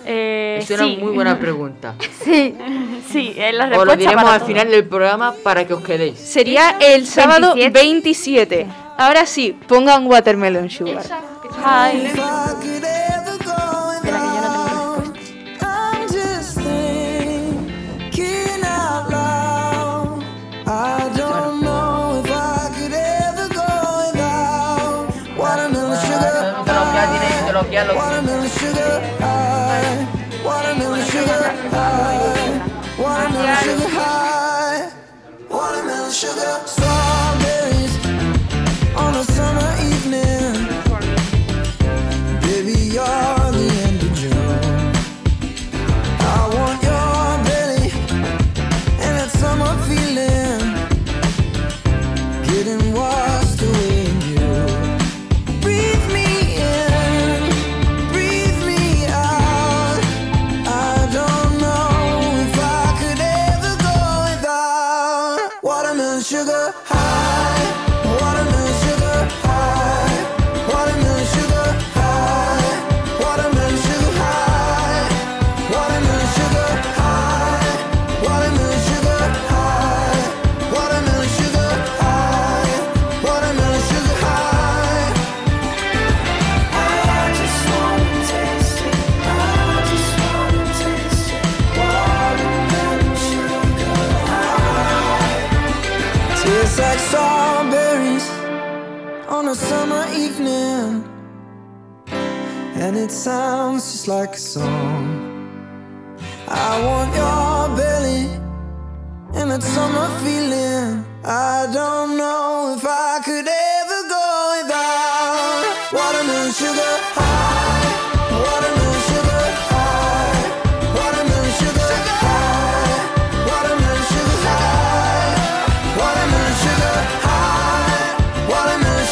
A: Eh,
T: Es una muy
Q: <laughs>
A: <laughs>
T: buena pregunta.
Q: Eh, Sí, eh,
D: sí, es la
T: Os lo diremos al final del programa para que os quedéis.
Q: Sería el sábado 27. Ahora sí, pongan Watermelon Sugar.
U: If I could ever go alone, I'm just thinking out loud. I don't know if I could ever go without watermelon sugar. Watermelon sugar. high. Watermelon sugar. high. Watermelon sugar high. Watermelon sugar. Strawberries on a summer evening. Baby, you're the end of June. I want your belly and that summer feeling. Getting washed away in you. Breathe me in, breathe me out. I don't know if I could ever go without watermelon sugar high, watermelon sugar high. Watermelon sugar high, watermelon sugar high, watermelon sugar high, watermelon sugar high, watermelon sugar high, watermelon sugar high. I just wanna taste it, I just wanna taste it, watermelon sugar high. Tastes like strawberries on a summer evening, and it sounds just like a song. I want your belly and that summer feeling. I don't know if I could ever go without watermelon sugar high, watermelon sugar high, watermelon sugar high, watermelon sugar high, watermelon sugar high. Watermelon sugar high. Watermelon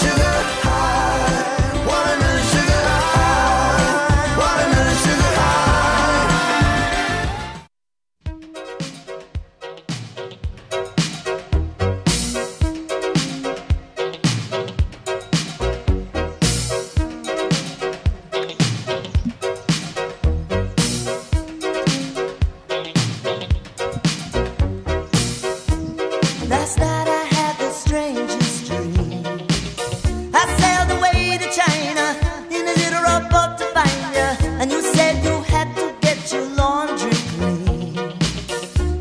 U: sugar high. Watermelon sugar high.
L: Last night I had the strangest dream. I sailed away to China in a little rowboat to find you, and you said you had to get your laundry clean.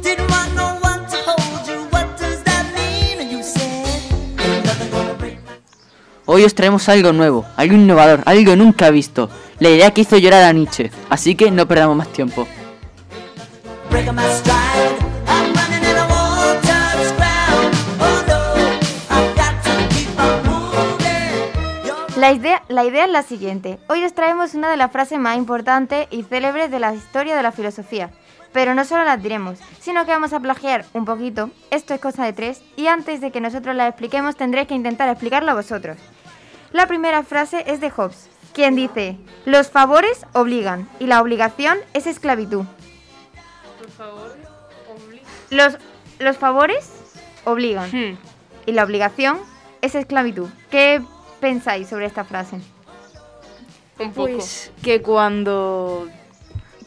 L: Didn't want no one to hold you. What does that mean? And you said "Ain't nothing gonna break
A: Hoy os traemos algo nuevo, algo innovador, algo nunca visto. La idea que hizo llorar a Nietzsche, así que no perdamos más tiempo.
L: breaking my stride. I'm running in a wall-touch ground. Oh no, I've got to keep on moving.
K: La idea, la idea es la siguiente. Hoy os traemos una de las frases más importantes y célebres de la historia de la filosofía. Pero no solo las diremos, sino que vamos a plagiar un poquito. Esto es cosa de tres y antes de que nosotros las expliquemos tendréis que intentar explicarlo vosotros. La primera frase es de Hobbes, quien dice, los favores obligan y la obligación es esclavitud.
B: Por favor,
K: Los, los favores obligan
B: Hmm.
K: y la obligación es esclavitud. ¿Qué pensáis sobre esta frase?
B: Un poco.
Q: Pues que cuando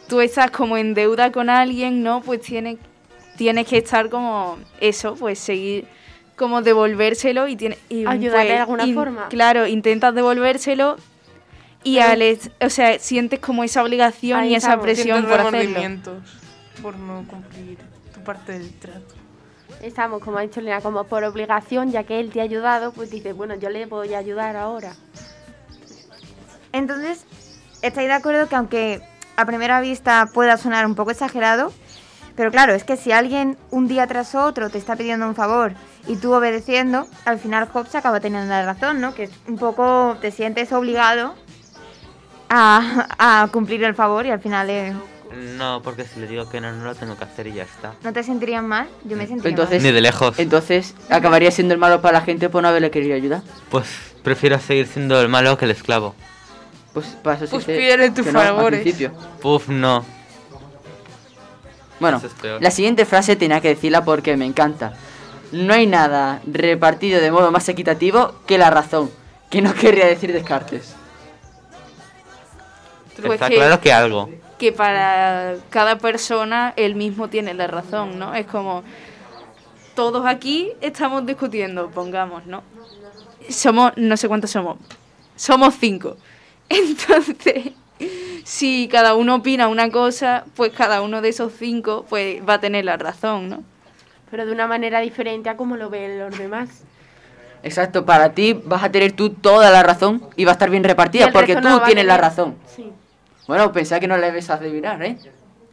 Q: tú estás como en deuda con alguien, ¿no? Pues tiene, tienes que estar como eso, pues seguir como devolvérselo y tiene y,
J: Ayudarle de
Q: pues,
J: alguna
Q: in-
J: forma.
Q: Claro, intentas devolvérselo y
J: Pero-
Q: al es- o sea, sientes como esa obligación y esa presión
B: Sientes
Q: por hacerlo.
B: remordimientos por no cumplir tu parte del trato.
J: Estamos, como ha dicho Elena, como por obligación, ya que él te ha ayudado, pues dice, bueno, yo le voy a ayudar ahora.
K: Entonces, ¿estáis de acuerdo que aunque a primera vista pueda sonar un poco exagerado, pero claro, es que si alguien un día tras otro te está pidiendo un favor y tú obedeciendo, al final Hobbes acaba teniendo la razón, ¿no? Que es un poco te sientes obligado a, a cumplir el favor y al final eh,
G: No, porque si le digo que no, no lo tengo que hacer y ya está.
K: no te sentirías mal. Yo me sentiría
G: Entonces- Ni de lejos.
A: Entonces, acabaría siendo el malo para la gente por no haberle querido ayudar.
G: Pues prefiero seguir siendo el malo que el esclavo.
A: Pues para eso sí
B: Pues
A: se-
B: pídele tus
A: que no, al
B: favores.
A: principio.
G: Puf, no.
A: Bueno,
G: Eso es peor.
A: la siguiente frase tenía que decirla porque me encanta. No hay nada repartido de modo más equitativo que la razón, que no querría decir Descartes.
Q: Pues
G: Está claro que algo.
Q: que para cada persona él mismo tiene la razón, ¿no? Es como todos aquí estamos discutiendo, pongamos,
E: <laughs>
Q: ¿no? Somos, no sé cuántos somos, somos cinco. Entonces, si cada uno opina una cosa, pues cada uno de esos cinco pues va a tener la razón, ¿no?
J: Pero de una manera diferente a como lo ven los demás.
A: Exacto, para ti vas a tener tú toda la razón y va a estar bien
J: Y
A: repartida
J: el
A: porque tú
J: resto no va a
A: tienes la
J: tener.
A: razón.
J: Sí.
A: Bueno, pensaba que no la ibas a adivinar, ¿eh?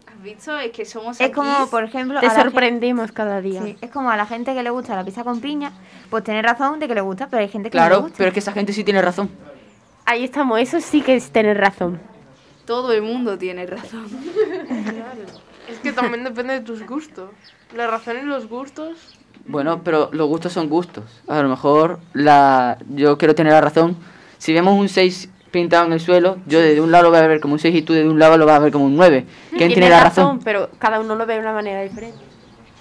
Q: ¿Has visto? Es que somos
K: Es como, por ejemplo,
J: Te
K: a la gen-
J: sorprendemos cada día.
K: Sí, es como a la gente que le gusta la pizza con piña, pues tiene razón de que le gusta, pero hay gente que no le
A: Claro,
K: gusta.
A: pero es que esa gente sí tiene razón.
J: Ahí estamos, eso sí que es tener razón.
Q: Todo el mundo tiene razón. <laughs>
B: Es que también depende de tus gustos. La razón y los gustos.
A: Bueno, pero los gustos son gustos. A lo mejor la yo quiero tener la razón. Si vemos un 6 pintado en el suelo, yo desde un lado lo voy a ver como un 6 y tú desde un lado lo vas a ver como un 9. ¿Quién tiene la razón?
J: Pero cada uno lo ve de una manera diferente.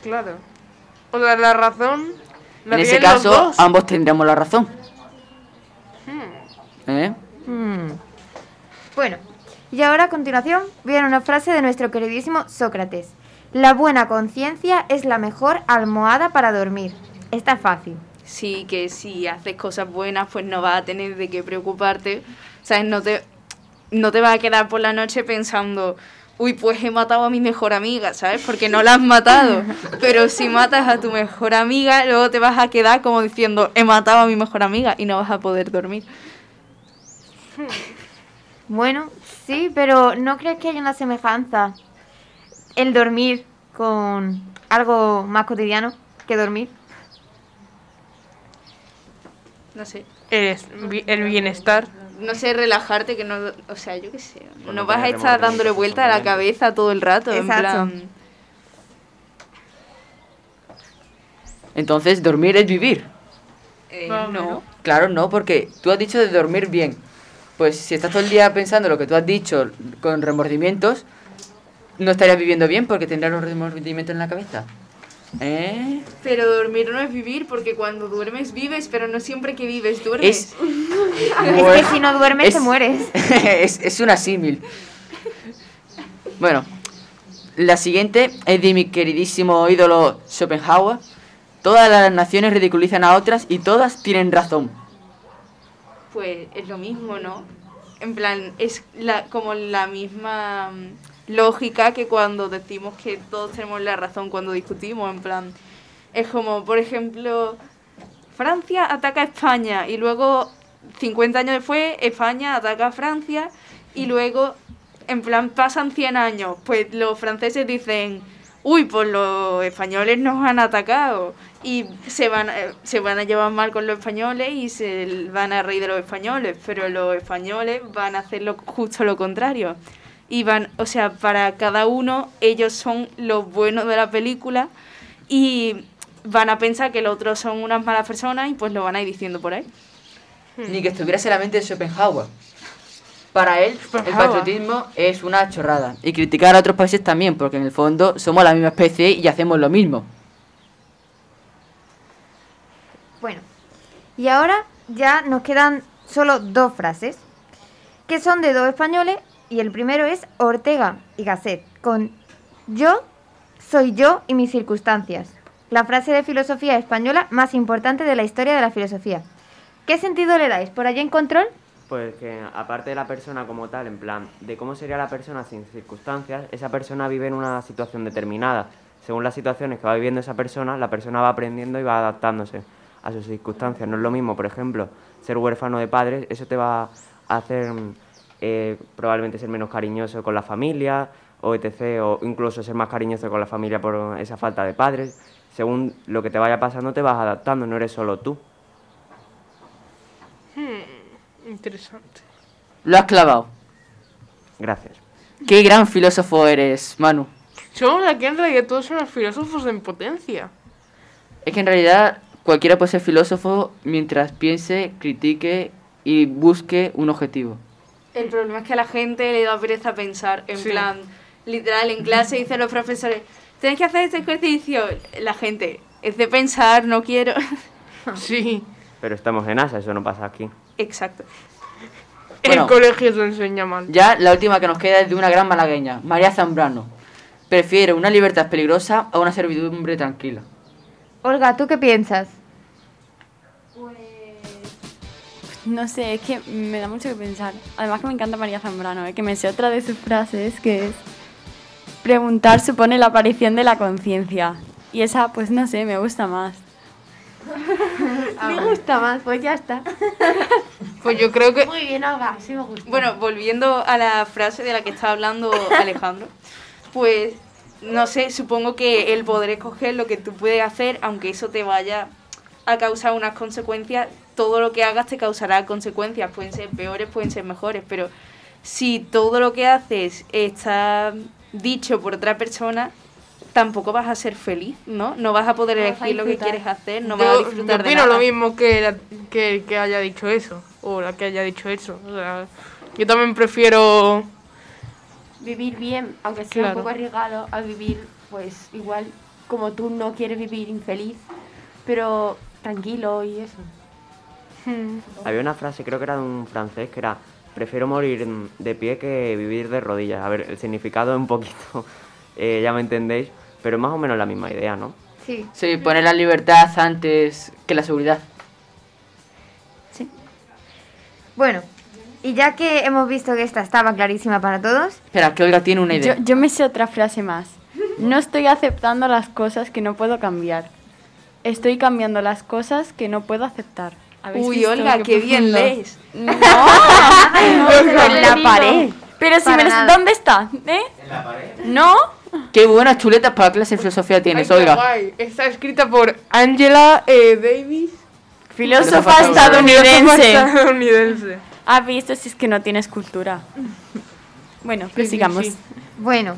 B: Claro. O sea, la razón. La
A: En ese
B: tienen los
A: caso,
B: dos.
A: ambos tendremos la razón.
K: Hmm.
A: ¿Eh?
K: Mm. Bueno, y ahora a continuación viene una frase de nuestro queridísimo Sócrates. La buena conciencia es la mejor almohada para dormir. Está fácil.
Q: Sí, que si haces cosas buenas, pues no vas a tener de qué preocuparte. ¿Sabes? No te, no te vas a quedar por la noche pensando, uy, pues he matado a mi mejor amiga, ¿sabes? Porque no la has
K: <laughs>
Q: matado. Pero si matas a tu mejor amiga, luego te vas a quedar como diciendo, he matado a mi mejor amiga y no vas a poder dormir.
K: Bueno, sí, pero ¿no crees que hay una semejanza el dormir con algo más cotidiano que dormir?
Q: No sé.
B: El, el bienestar.
Q: No sé, relajarte, que no. O sea, yo qué sé.
B: Bueno,
Q: no vas a
B: tener
Q: estar
B: remordimientos
Q: dándole vuelta a la cabeza todo el rato.
K: Exacto.
Q: En plan,
A: Entonces, dormir es vivir.
Q: eh,
B: Más o
Q: no.
A: Claro, no, porque tú has dicho de dormir bien. Pues si estás todo el día pensando lo que tú has dicho con remordimientos, no estarías viviendo bien porque tendrás los remordimientos en la cabeza. ¿Eh?
Q: Pero dormir no es vivir, porque cuando duermes vives, pero no siempre que vives
A: duermes.
Q: <laughs> duermes.
K: es que si no duermes te
A: es-
K: mueres.
A: <laughs> es, es una símil. Bueno, la siguiente es de mi queridísimo ídolo Schopenhauer. Todas las naciones ridiculizan a otras y todas tienen razón.
Q: Pues es lo mismo, ¿no? En plan, es la, como la misma mm, lógica que cuando decimos que todos tenemos la razón cuando discutimos. En plan, es como, por ejemplo, Francia ataca a España y luego, 50 años después, España ataca a Francia y luego, en plan, pasan 100 años. Pues los franceses dicen, uy, pues los españoles nos han atacado y se van, eh, se van a llevar mal con los españoles y se l- van a reír de los españoles, pero los españoles van a hacer lo, justo lo contrario. y van, o sea, para cada uno ellos son los buenos de la película y van a pensar que los otros son unas malas personas y pues lo van a ir diciendo por ahí.
A: Ni que estuviera en la mente de Schopenhauer. Para él, el patriotismo es una chorrada. Y criticar a otros países también, porque en el fondo somos la misma especie y hacemos lo mismo.
K: Bueno, y ahora ya nos quedan solo dos frases, que son de dos españoles, y el primero es Ortega y Gasset, con yo, soy yo y mis circunstancias. La frase de filosofía española más importante de la historia de la filosofía. ¿Qué sentido le dais? ¿Por allá en control?
M: Pues que aparte de la persona como tal, en plan, de cómo sería la persona sin circunstancias, esa persona vive en una situación determinada. Según las situaciones que va viviendo esa persona, la persona va aprendiendo y va adaptándose a sus circunstancias. No es lo mismo, por ejemplo, ser huérfano de padres, eso te va a hacer eh, probablemente ser menos cariñoso con la familia, o etc., o incluso ser más cariñoso con la familia por esa falta de padres. Según lo que te vaya pasando, te vas adaptando, no eres solo tú.
B: Hmm, interesante.
A: Lo has clavado.
M: Gracias.
A: Qué gran filósofo eres, Manu.
B: Somos aquí en realidad todos somos filósofos en potencia.
A: Es que en realidad Cualquiera puede ser filósofo mientras piense, critique y busque un objetivo.
Q: El problema es que a la gente le da pereza pensar, en
B: Sí.
Q: plan, literal, en clase dicen los profesores, tenéis que hacer este ejercicio. La gente, es de pensar, no quiero.
B: Sí.
M: Pero estamos en Asa, eso no pasa aquí.
Q: Exacto.
A: Bueno.
B: el colegio te enseña mal.
A: Ya la última que nos queda es de una gran malagueña, María Zambrano. Prefiero una libertad peligrosa a una servidumbre tranquila.
K: Olga, ¿tú qué piensas?
D: No sé, es que me da mucho que pensar. Además que me encanta María Zambrano, ¿eh? que me sé otra de sus frases, que es preguntar supone la aparición de la conciencia. Y esa, pues no sé, me gusta más.
Q: Me
J: gusta más, pues ya está.
Q: <laughs> Pues yo creo que...
J: Muy bien, Olga, sí me gusta.
Q: Bueno, volviendo a la frase de la que estaba hablando Alejandro, pues no sé, supongo que el poder escoger lo que tú puedes hacer, aunque eso te vaya a causar unas consecuencias, todo lo que hagas te causará consecuencias, pueden ser peores, pueden ser mejores, pero si todo lo que haces está dicho por otra persona, tampoco vas a ser feliz, ¿no? No vas a poder
D: No vas a
Q: elegir lo que
D: disfrutar.
Q: quieres hacer, no
B: Yo-
Q: vas a disfrutar
B: yo
Q: de
B: opino
Q: nada.
B: lo mismo que, la- que el que haya dicho eso, o la que haya dicho eso. O sea, yo también prefiero...
J: Vivir bien, aunque sea un
B: Claro.
J: poco arriesgado, a vivir, pues igual como tú no quieres vivir infeliz, pero tranquilo y eso. Hmm.
M: Había una frase, creo que era de un francés, que era, prefiero morir mm, de pie que vivir de rodillas. A ver, el significado es un poquito, <laughs> eh, ya me entendéis, pero es más o menos la misma idea, ¿no?
K: Sí.
A: Sí, poner la libertad antes que la seguridad.
K: Bueno, y ya que hemos visto que esta estaba clarísima para todos,
A: Espera, que Olga tiene una
D: Yo,
A: idea.
D: yo me sé otra frase más. No estoy aceptando las cosas que no puedo cambiar. Estoy cambiando las cosas que no puedo aceptar. ¿Habéis
Q: Uy,
D: visto?
Q: Olga, qué bien
D: profundo. <laughs>
Q: lees.
D: No,
Q: Con la
A: pared.
D: Pero si
Q: Para
D: me lo-
Q: nada.
D: ¿Dónde está? ¿Eh? ¿En la pared? No.
A: Qué buenas chuletas para clase de filosofía tienes,
B: Ay, qué
A: Olga.
B: guay. Está escrita por Angela eh, Davis.
D: Filósofa estadounidense.
B: Filósofa estadounidense.
D: ¿Has visto si es que no tienes cultura? Bueno, prosigamos.
K: sí. bueno,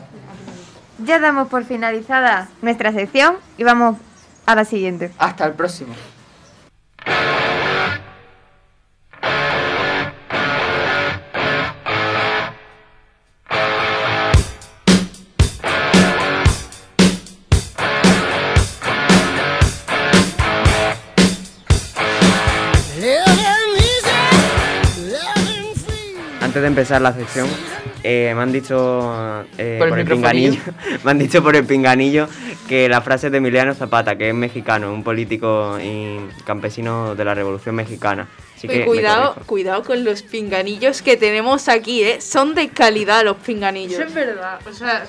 K: ya damos por finalizada nuestra sección y vamos a la siguiente.
A: Hasta el próximo.
M: Antes de empezar la sección, eh, me han dicho eh,
A: Por el
M: pinganillo, <laughs> me han dicho por el pinganillo que la frase es de Emiliano Zapata, que es mexicano, un político y campesino de la Revolución Mexicana. Así
Q: Oye,
M: que me
Q: Pues cuidado,
M: corrijo.
Q: cuidado con los pinganillos que tenemos aquí, ¿eh? Son de calidad los pinganillos.
B: Eso es verdad. O sea,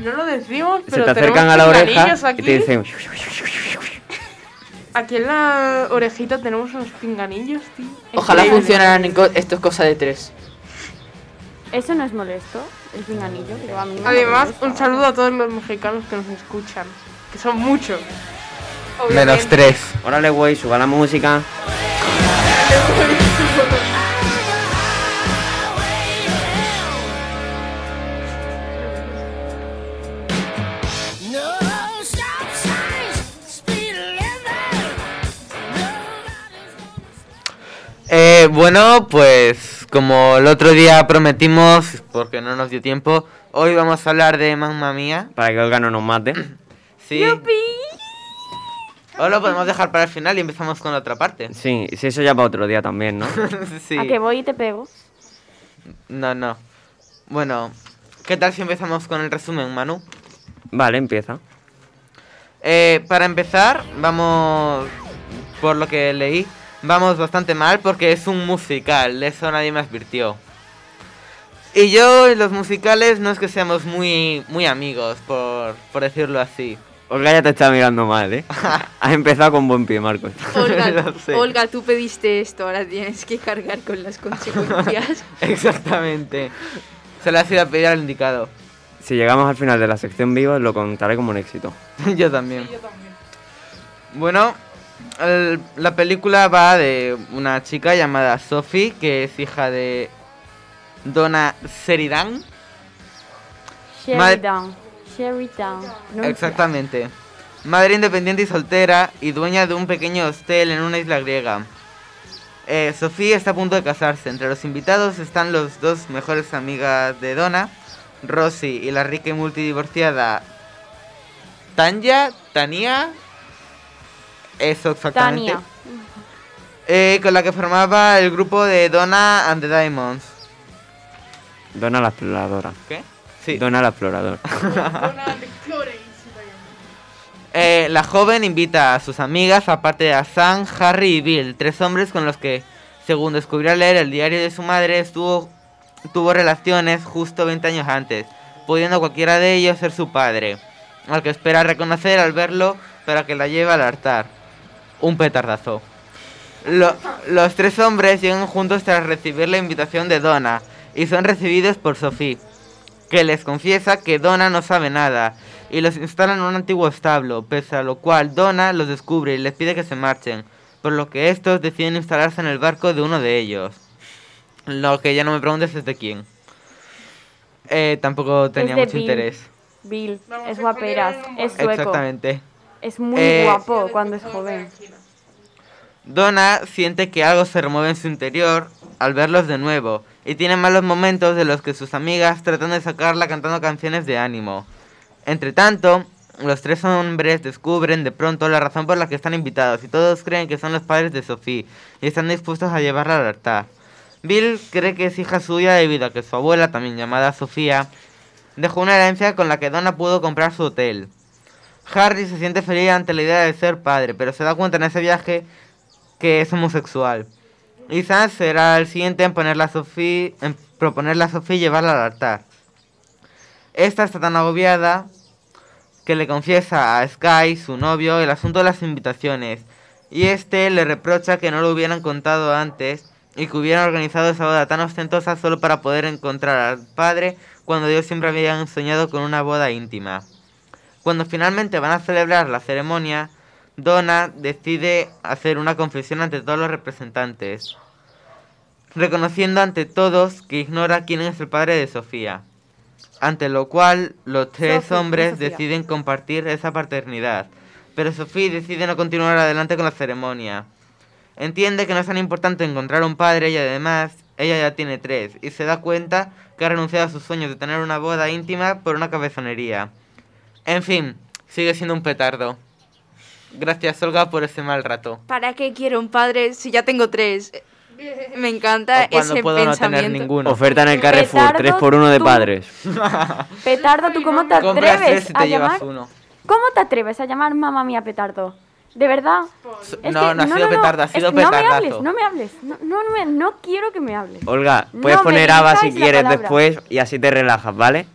B: no lo decimos,
M: Se
B: pero
M: te acercan
B: tenemos
M: a la oreja
B: pinganillos aquí.
M: y te dicen,
B: Aquí en la orejita tenemos unos pinganillos, tío.
A: Ojalá
B: Increíble.
A: funcionaran en co- estos cosas de tres.
D: Eso no es molesto, el pinganillo, pero a mí no me
B: Además,
D: molesta.
B: un saludo a todos los mexicanos que nos escuchan, que son muchos.
M: menos tres. Órale, güey, suba la música.
G: <laughs> Eh, bueno, pues como el otro día prometimos, porque no nos dio tiempo, hoy vamos a hablar de Mamma Mía.
M: Para que Olga no nos mate.
G: Sí. O lo podemos dejar para el final y empezamos con la otra parte. <laughs>
M: Sí, sí, eso ya para otro día también, ¿no?
G: sí.
D: A que voy y te pego.
G: No, no. Bueno, ¿qué tal si empezamos con el resumen, Manu?
M: Vale, empieza.
G: Eh, para empezar, vamos, por lo que leí, vamos bastante mal porque es un musical, de eso nadie me advirtió. Y yo y los musicales no es que seamos muy, muy amigos, por, por decirlo así.
M: Olga ya te está mirando
G: <laughs>
M: mal, ¿eh? Has empezado con buen pie, Marcos.
G: Pues
Q: Olga,
G: Lo sé.
Q: Olga, tú pediste esto, ahora tienes que cargar con
G: <laughs>
Q: las consecuencias.
G: Exactamente. Se le ha sido a pedir al indicado.
M: Si llegamos al final de la sección viva, lo contaré como un éxito.
G: <laughs> yo también. Bueno, el- la película va de una chica llamada Sophie, que es hija de Donna Sheridan.
D: Sherry
G: Madre-
D: Down. Sherry Down. No,
G: Exactamente. Madre independiente y soltera y dueña de un pequeño hostel en una isla griega. Eh, Sofía está a punto de casarse. Entre los invitados están los dos mejores amigas de Donna, Rosy y la rica y multidivorciada Tanya, Tania. Eso exactamente.
D: Tania.
G: Eh, con la que formaba el grupo de Donna and the Diamonds.
M: Dona la exploradora.
G: ¿Qué? Sí.
M: Dona la exploradora.
G: <laughs> Eh, la joven invita a sus amigas, aparte de a Sam, Harry y Bill, tres hombres con los que, según descubrió al leer el diario de su madre, estuvo, tuvo relaciones justo 20 años antes, pudiendo cualquiera de ellos ser su padre, al que espera reconocer al verlo, pero que la lleva al altar. Un petardazo. Lo- los tres hombres llegan juntos tras recibir la invitación de Donna, y son recibidos por Sophie que les confiesa que Donna no sabe nada y los instala en un antiguo establo, pese a lo cual Donna los descubre y les pide que se marchen, por lo que estos deciden instalarse en el barco de uno de ellos. Lo que ya no me preguntes es de quién. Eh, tampoco tenía
D: es de
G: mucho
D: Bill.
G: interés.
D: Bill. Es guaperas. Es sueco.
G: Exactamente.
D: Es muy
G: Eh,
D: guapo cuando es joven.
G: Donna siente que algo se remueve en su interior al verlos de nuevo y tiene malos momentos de los que sus amigas tratan de sacarla cantando canciones de ánimo. Entre tanto, los tres hombres descubren de pronto la razón por la que están invitados y todos creen que son los padres de Sophie y están dispuestos a llevarla al altar. Bill cree que es hija suya debido a que su abuela, también llamada Sofía, dejó una herencia con la que Donna pudo comprar su hotel. Harry se siente feliz ante la idea de ser padre, pero se da cuenta en ese viaje que es homosexual. Y Sam será el siguiente en, ponerla a Sophie, en proponerle a Sophie llevarla al altar. Esta está tan agobiada que le confiesa a Sky, su novio, el asunto de las invitaciones. Y este le reprocha que no lo hubieran contado antes y que hubieran organizado esa boda tan ostentosa solo para poder encontrar al padre cuando ellos siempre habían soñado con una boda íntima. Cuando finalmente van a celebrar la ceremonia, Donna decide hacer una confesión ante todos los representantes, reconociendo ante todos que ignora quién es el padre de Sofía, ante lo cual los tres
A: Sophie, no
G: hombres
A: Sofía.
G: deciden compartir esa paternidad, pero Sofía decide no continuar adelante con la ceremonia. Entiende que no es tan importante encontrar un padre y además ella ya tiene tres y se da cuenta que ha renunciado a sus sueños de tener una boda íntima por una cabezonería. En fin, sigue siendo un petardo. Gracias Olga por ese mal rato.
Q: ¿Para qué quiero un padre si ya tengo tres? Me encanta
G: O cuando
Q: ese
G: puedo no tener
Q: pensamiento.
G: ninguno.
M: Oferta en el Carrefour,
D: Petardo,
M: 3x1 de
D: tú.
M: padres.
D: Petardo, ¿tú cómo te
G: Compras tres
D: atreves
G: y
D: a
G: te llevas
D: llamar?
G: uno.
D: ¿Cómo te atreves a llamar mamá mía petardo? ¿De verdad?
G: No, no, ha sido petardo, ha
D: Es-
G: sido
D: No me
G: petardazo.
D: hables, no me hables. No, no, no, me- no quiero que me hables.
M: Olga,
D: No
M: puedes
D: me
M: poner Ava si
D: digáis la
M: quieres
D: palabra.
M: después y así te relajas, ¿vale?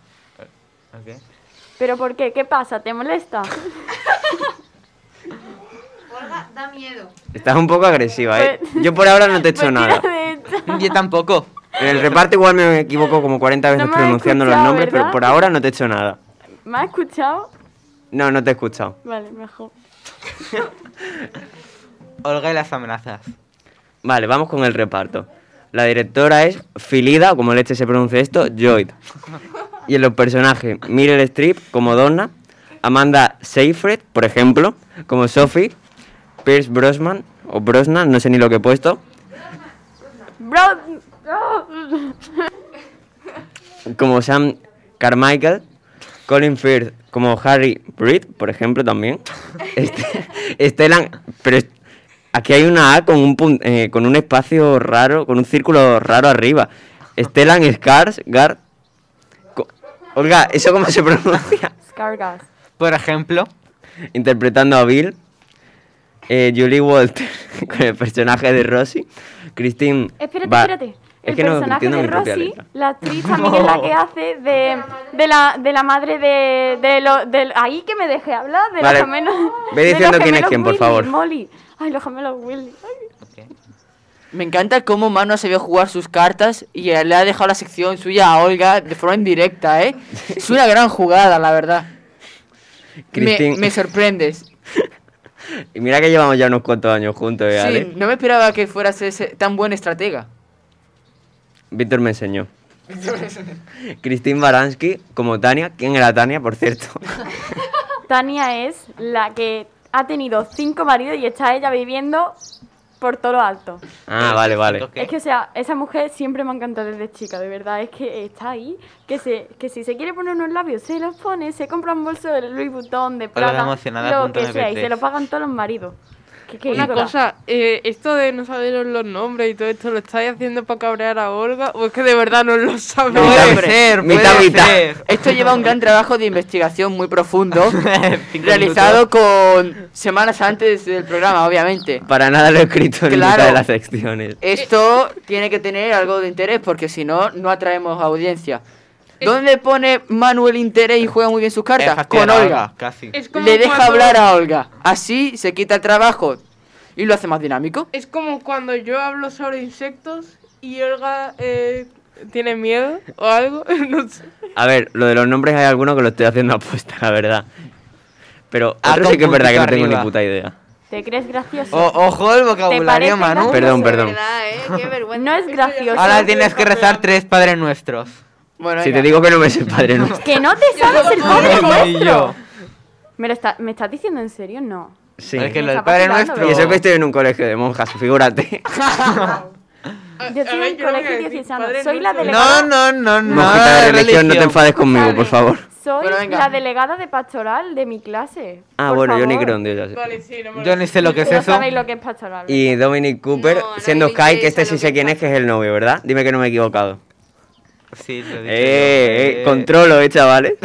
D: ¿Pero por qué? ¿Qué pasa? ¿Te molesta?
V: Olga, da miedo.
M: Estás un poco agresiva, ¿eh?
D: Pues
M: Yo por ahora no te he
D: <laughs>
M: hecho nada.
G: Yo tampoco.
M: En el reparto igual me equivoco como 40 veces
D: No me has
M: pronunciando los
D: escuchado,
M: nombres, pero
D: ¿verdad?
M: por ahora no te he hecho nada.
D: ¿Me has escuchado?
M: No, no te he escuchado.
D: Vale, mejor.
G: Olga y las amenazas.
M: Vale, vamos con el reparto. La directora es Filida, o como leche se pronuncia esto, Joyd. Y en los personajes, Meryl Streep como Donna, Amanda Seyfried, por ejemplo, como Sophie, Pierce Brosnan, o Brosnan, no sé ni lo que he puesto,
E: Brown.
L: <laughs>
M: como Sam Carmichael, Colin Firth, como Harry Britt, por ejemplo,
D: <laughs>
M: también. Este- Stellan, pero es- aquí hay una A con un, pun- eh, con un espacio raro, con un círculo raro arriba. Stellan Skarsgård. Co- Olga, ¿eso cómo se pronuncia?
E: Cargas.
M: <laughs> Por ejemplo. Interpretando a Bill. Eh, Julie Walter <laughs> con el personaje de Rosie. Christine...
D: Espérate,
M: Ba-
D: espérate.
M: Es
D: El
M: que no
D: personaje
M: entiendo
D: de
M: mi propia
D: Rosy,
M: letra.
D: la actriz también es la que hace de, de, la, de la madre de, de, lo, del- ahí que me deje hablar, de
M: Vale,
D: los gemelos.
M: ve
D: de los
M: diciendo quién es
D: gemelos
M: quién, por
D: Willy,
M: favor.
D: Molly. Ay, los gemelos Willy. Ay.
A: Me encanta cómo Manu se vio jugar sus cartas y eh, le ha dejado la sección suya a Olga de forma indirecta, ¿eh? Es una gran jugada, la verdad. Me,
M: Christine-
A: me sorprendes.
M: Y mira que llevamos ya unos cuantos años juntos, eh, Ale.
A: Sí, no me esperaba que fueras ese- tan buen estratega.
M: Víctor me enseñó. Christine Baranski como Tania. ¿Quién era Tania, por cierto?
D: Tania es la que ha tenido cinco maridos y está ella viviendo por todo lo alto.
M: Ah, vale, vale.
D: Es que, o sea, esa mujer siempre me ha encantado desde chica, de verdad. Es que está ahí, que se, que si se quiere poner unos labios, se los pone, se compra un bolso de Louis Vuitton, de plata,
G: emocionada
D: lo
G: punto
D: que sea, y
G: MP3.
D: se lo pagan todos los maridos. Que, que
B: Una
D: ídola.
B: cosa, eh, esto de no saberos los nombres y todo esto, ¿lo estáis haciendo para cabrear a Olga? ¿O es que de verdad no lo sabéis?
A: ser,
M: <laughs> mitad, mitad.
A: Esto lleva un gran trabajo de investigación muy profundo,
M: <laughs> minutos.
A: realizado con semanas antes del programa, obviamente.
M: Para nada lo he escrito en
A: Claro.
M: ninguna de las secciones.
A: Esto tiene que tener algo de interés porque si no, no atraemos audiencia. ¿Dónde pone Manuel interés y juega muy bien sus
G: Es
A: cartas?
G: fastidiar
A: Con
G: a
A: Olga.
G: Casi.
A: Le deja hablar a Olga. Así se quita el trabajo y lo hace más dinámico.
B: Es como cuando yo hablo sobre insectos y Olga eh, tiene miedo o algo, <laughs> no sé.
M: A ver, lo de los nombres hay alguno que lo estoy haciendo apuesta, la verdad. Pero
G: Ah,
M: otro
G: con
M: sí que es verdad que no
G: puntito
M: tengo ni
G: arriba.
M: puta idea.
D: ¿Te crees gracioso?
G: O- Oh, ojo el vocabulario,
D: ¿Te parece
G: Manu.
D: gracioso?
M: Perdón, perdón.
D: No es gracioso.
G: Ahora tienes que rezar tres Padres Nuestros.
A: Bueno,
M: Si te digo que no me sé padre nuestro.
Q: <laughs>
D: Que <laughs> no te sabes el padre
M: Y
D: nuestro.
M: yo.
D: ¿Me, lo está- ¿Me estás diciendo en serio? No.
M: Sí.
D: Es que lo del Padre Está pasando, Nuestro-
M: Y eso que estoy en un colegio de monjas, figúrate.
D: Yo estoy en colegio 16 años. Soy la
G: No,
D: delegada.
G: no, no, no.
M: Monjita de
G: de
M: religión, no te
G: religión.
M: enfades conmigo, por favor.
D: Soy
G: Bueno, venga.
D: la delegada de pastoral de mi clase.
M: Ah,
D: Por
M: bueno, yo ni
D: favor.
M: creo en Dios. ya sé.
G: Yo ni sé lo que es
D: No
G: eso.
D: sabéis lo que es pastoral.
M: Y Dominic Cooper, siendo Sky, que este sí sé quién es, que es el novio, ¿verdad? Dime que no me he equivocado.
G: Sí, lo dije
M: Eh, eh,
G: yo.
M: controlo,
G: <laughs>
M: eh, chavales.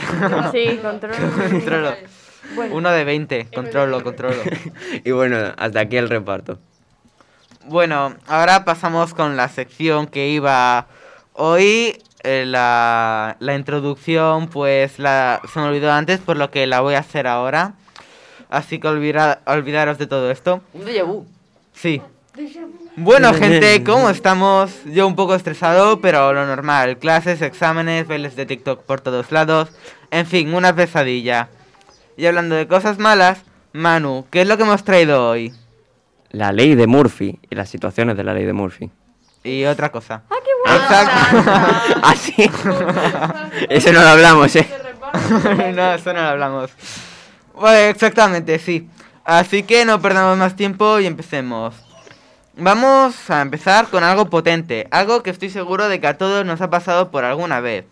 D: Sí, controlo.
G: Controlo.
D: Bueno.
G: Uno de 20. Controlo, controlo.
M: <laughs> y bueno, hasta aquí el reparto.
G: Bueno, ahora pasamos con la sección que iba hoy. eh, la, la introducción, pues la, se me olvidó antes, por lo que la voy a hacer ahora. Así que olvida- olvidaros de todo esto.
A: Un déjà vu.
G: Sí. Bueno, gente, ¿cómo estamos? Yo un poco estresado, pero lo normal. Clases, exámenes, bailes de TikTok por todos lados. En fin, una pesadilla. Y hablando de cosas malas, Manu, ¿qué es lo que hemos traído hoy?
M: La ley de Murphy y las situaciones de la ley de Murphy.
G: Y otra cosa. ¡Ah,
M: Exacto. Así. Eso no lo hablamos, eh.
G: <laughs> no, eso no lo hablamos. Bueno, exactamente, sí. Así que no perdamos más tiempo y empecemos. Vamos a empezar con algo potente, algo que estoy seguro de que a todos nos ha pasado por alguna vez.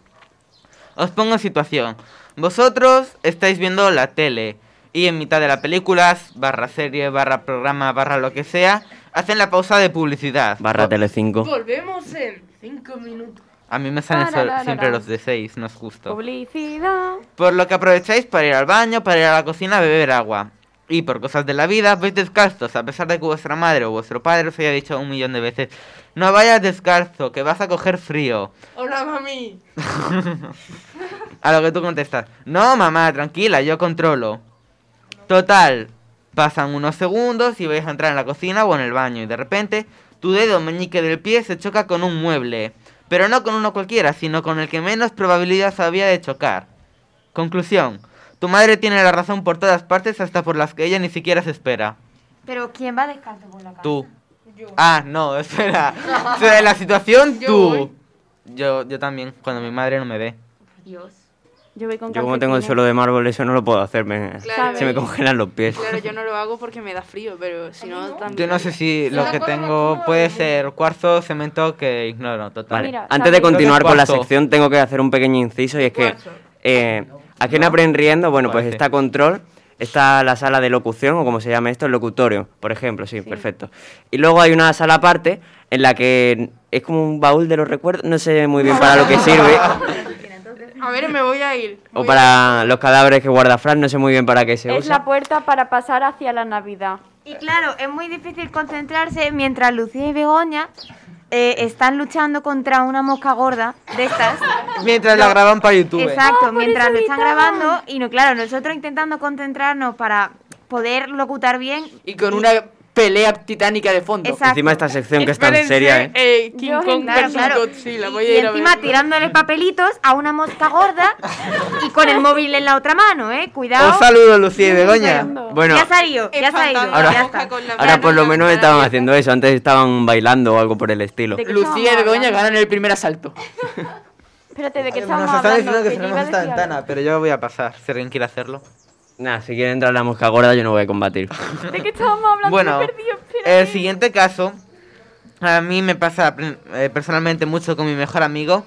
G: Os pongo en situación. Vosotros estáis viendo la tele y en mitad de la película, barra serie, barra programa, barra lo que sea, hacen la pausa de publicidad.
M: Barra Telecinco.
B: Volvemos en cinco minutos.
G: A mí me salen sol- siempre los de 6, no es justo.
D: Publicidad.
G: Por lo que aprovecháis para ir al baño, para ir a la cocina a beber agua. Y por cosas de la vida, vais descalzos, a pesar de que vuestra madre o vuestro padre os haya dicho un millón de veces, no vayas descalzo, que vas a coger frío.
B: Hola, mami.
G: <laughs> A lo que tú contestas, no mamá, tranquila, yo controlo. Total, pasan unos segundos y vais a entrar en la cocina o en el baño y de repente tu dedo meñique del pie se choca con un mueble. Pero no con uno cualquiera, sino con el que menos probabilidad había de chocar. Conclusión, tu madre tiene la razón por todas partes hasta por las que ella ni siquiera se espera.
K: Pero ¿quién va descalzo por la calle?
G: Tú. Ah, no, <laughs> espera. O sea, en la situación, tú. Yo, yo también, cuando mi madre no me ve.
K: Dios.
C: Yo voy con
M: Yo como tengo el
C: calcetines.
M: suelo de mármol, eso no lo puedo hacer, me-
Q: Claro.
M: se me congelan los pies.
Q: Claro, yo no lo hago porque me da frío, pero si no también.
G: Yo no sé si lo que tengo puede ser cuarzo, cemento, que ignoro
M: Vale,
G: total.
M: antes de continuar con la
G: Cuarzo.
M: sección tengo que hacer un pequeño inciso y es que eh, ¿a quién aprendiendo? Bueno, pues está control, está la sala de locución o como se llama esto, el locutorio, por ejemplo, sí, perfecto. Y luego hay una sala aparte en la que es como un baúl de los recuerdos, no sé muy bien para lo que sirve
Q: A ver, me voy a ir.
M: o para los cadáveres que guarda Fran, no sé muy bien para qué se
D: Es
M: usa.
D: la puerta para pasar hacia la Navidad.
K: Y claro, es muy difícil concentrarse mientras Lucía y Begoña eh, están luchando contra una mosca gorda de estas.
G: Mientras la graban para YouTube.
D: Ah,
K: Exacto, mientras lo están grabando y no, claro, nosotros intentando concentrarnos para poder locutar bien.
A: Y con una pelea titánica de fondo.
K: Exacto.
M: Encima esta sección que es tan seria, ¿eh?
Q: King
K: Yo,
Q: Kong
K: claro,
Q: versus
K: claro.
Q: Godzilla. Voy
K: Y
Q: a ir a
K: encima
Q: verlo.
K: tirándole papelitos a una mosca gorda y con el móvil en la otra mano, ¿eh? Cuidado.
M: Un saludo, Lucía y Begoña. Bueno,
K: ya salió, ya salió.
M: Ahora-
K: ya está.
M: ahora por lo menos estaban haciendo eso, antes estaban bailando o algo por el estilo.
A: Lucía y Begoña ganan el primer asalto.
D: Espérate, ¿de qué
G: Nos
D: estamos
G: están
D: hablando?
G: diciendo que
D: Que yo iba
G: cerremos
D: a
G: esta
D: decir
G: ventana, pero yo voy a pasar, si alguien quiere hacerlo.
M: Nada, si quiere entrar la mosca gorda yo no voy a
D: <laughs>
M: combatir.
D: algo. ¿De qué estábamos hablando?
G: Bueno,
D: Me he perdido.
G: el siguiente caso, a mí me pasa pre- eh, personalmente mucho con mi mejor amigo.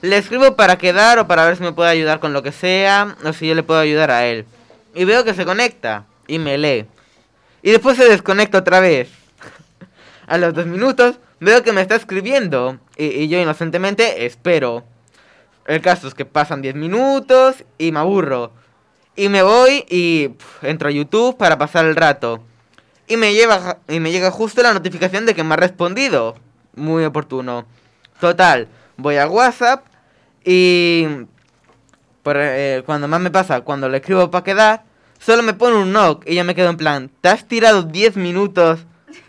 G: Le escribo para quedar o para ver si me puede ayudar con lo que sea o si yo le puedo ayudar a él. Y veo que se conecta y me lee. Y después se desconecta otra vez. <laughs> A los dos minutos veo que me está escribiendo y, y yo inocentemente espero. El caso es que pasan 10 minutos y me aburro. Y me voy y pf, entro a YouTube para pasar el rato. Y me, lleva, y me llega justo la notificación de que me ha respondido. Muy oportuno. Total, voy a WhatsApp y... por, eh, cuando más me pasa, cuando le escribo para quedar, solo me pone un knock y yo me quedo en plan, ¿te has tirado 10 minutos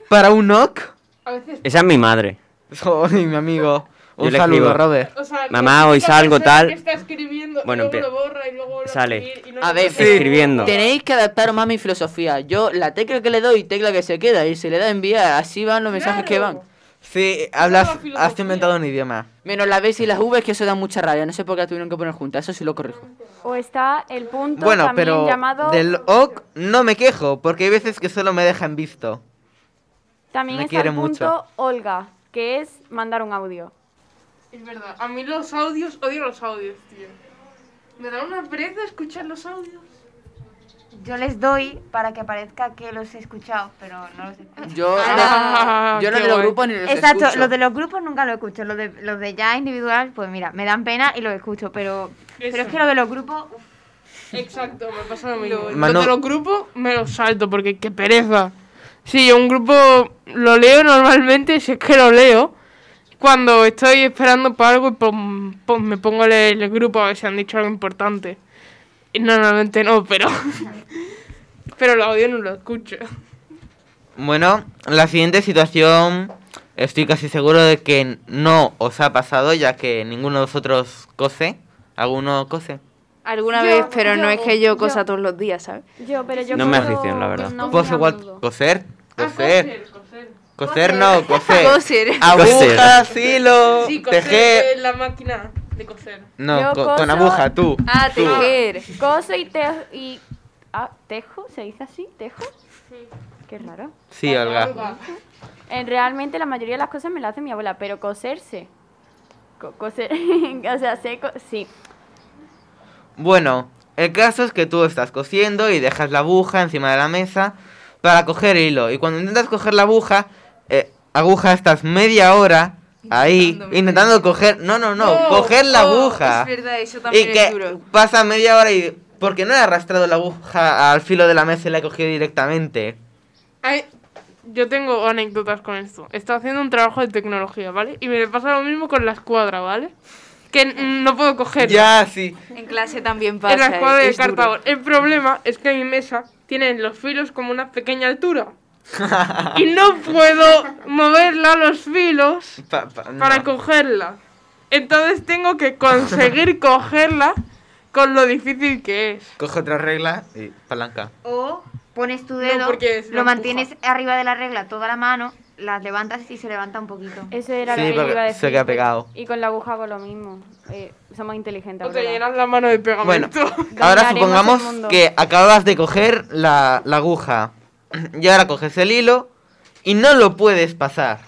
G: para un knock? <laughs>
Q: A veces-
M: Esa es mi madre.
G: Soy mi amigo.
M: Yo
G: Un
M: le
G: saludo,
M: escribo,
G: Robert.
Q: O sea,
M: Mamá,
Q: que
M: hoy
Q: esa
M: salgo
Q: persona
M: tal.
Q: que Está escribiendo,
M: Bueno,
Q: bueno,
M: empie-
Q: luego lo borra y luego lo
M: Sale.
A: A ver,
M: Escribiendo.
A: tenéis que adaptaros más a mi filosofía. Yo la tecla que le doy, tecla que se queda y se le da a enviar, así van los mensajes que van.
G: Sí, hablas, has inventado un idioma.
A: Menos las Bs y las Vs, que eso da mucha rabia. No sé por qué las tuvieron que poner juntas, eso sí lo corrijo.
D: O está el punto
G: Bueno,
D: también
G: pero
D: llamado...
G: del OK no me quejo, porque hay veces que solo me dejan visto.
D: También
G: me
D: está
G: quiere
D: el punto
G: mucho.
D: Olga, que es mandar un audio.
Q: Es verdad. A mí los audios, odio los audios, tío. Me da una pereza escuchar los audios.
K: Yo les doy para que aparezca que los he escuchado, pero no los he escuchado.
A: Yo,
Q: Ah,
A: no, yo no
Q: qué
A: de los
Q: guay.
A: grupos ni los
K: Exacto,
A: escucho.
K: los de los grupos nunca los escucho, los de, los de ya individual, pues mira, me dan pena y los escucho, pero, pero es que los de los grupos...
Q: Exacto, me pasa lo mismo.
B: Yo
Q: Manu-
B: de los grupos me los salto porque qué pereza. Sí, un grupo lo leo normalmente, si es que lo leo, cuando estoy esperando para algo y pon- pon- me pongo a leer el grupo a ver si han dicho algo importante. Y normalmente no, pero... <laughs> pero el audio no lo escucho.
G: Bueno, la siguiente situación estoy casi seguro de que no os ha pasado, ya que ninguno de vosotros cose. ¿Alguno cose?
Q: Alguna
C: Yo-
Q: vez, pero no
C: yo-
Q: es que yo
C: yo-
Q: cosa todos los días, ¿sabes?
D: Yo, pero yo
G: No me
D: creo-
G: aficiono,
M: la verdad.
D: no,
G: Pues
D: muy a
G: igual,
D: menudo.
G: coser, coser. Coser no, coser.
Q: Coser.
G: Aguja, hilo,
Q: Sí, coser
G: tejer.
Q: eh, la máquina de coser.
G: No,
D: Yo
G: co- con
D: coso-
G: aguja, tú.
Q: Ah,
G: tú.
D: Coso y tejo y... ah, ¿Tejo? ¿Se dice así? ¿Tejo? Qué raro.
G: Sí, Olga.
D: Eh, realmente la mayoría de las cosas me las hace mi abuela, pero coserse. co- coser. <laughs> o sea, seco, sí.
G: Bueno, el caso es que tú estás cosiendo y dejas la aguja encima de la mesa para coger hilo. Y cuando intentas coger la aguja, eh, aguja estás media hora ahí intentando coger... No, no, no,
Q: Oh,
G: coger la
Q: oh,
G: aguja.
Q: Es verdad, eso
G: Y
Q: también es
G: que
Q: duro.
G: pasa media hora y... Porque no he arrastrado la aguja al filo de la mesa y la he cogido directamente.
B: Ay, yo tengo anécdotas con esto. Estoy haciendo un trabajo de tecnología, ¿vale? Y me pasa lo mismo con la escuadra, ¿vale? Que n- no puedo coger.
G: Ya, sí.
Q: Ah. En clase también pasa. eh,
B: En la escuadra de
Q: es duro.
B: Cartago. El problema es que mi mesa tiene los filos como una
G: <laughs>
B: pequeña altura. y no puedo moverla los filos
G: Pa- pa- no.
B: para cogerla. Entonces tengo que conseguir cogerla con lo difícil que es.
G: Coge otra regla y palanca.
K: O pones tu dedo,
B: porque es una
K: lo mantienes arriba de la regla toda la mano las levantas y se levanta un poquito.
D: Eso era
G: Sí,
D: lo que yo
G: porque
D: iba a decir.
G: se queda pegado.
D: Y con la aguja hago lo mismo. Eh, somos inteligentes.
B: O te
D: Aurora.
B: llenas la mano de pegamento.
G: Ahora
D: Ganaremos
G: supongamos
D: el mundo.
G: que acabas de coger la, la aguja y ahora coges el hilo y no lo puedes pasar.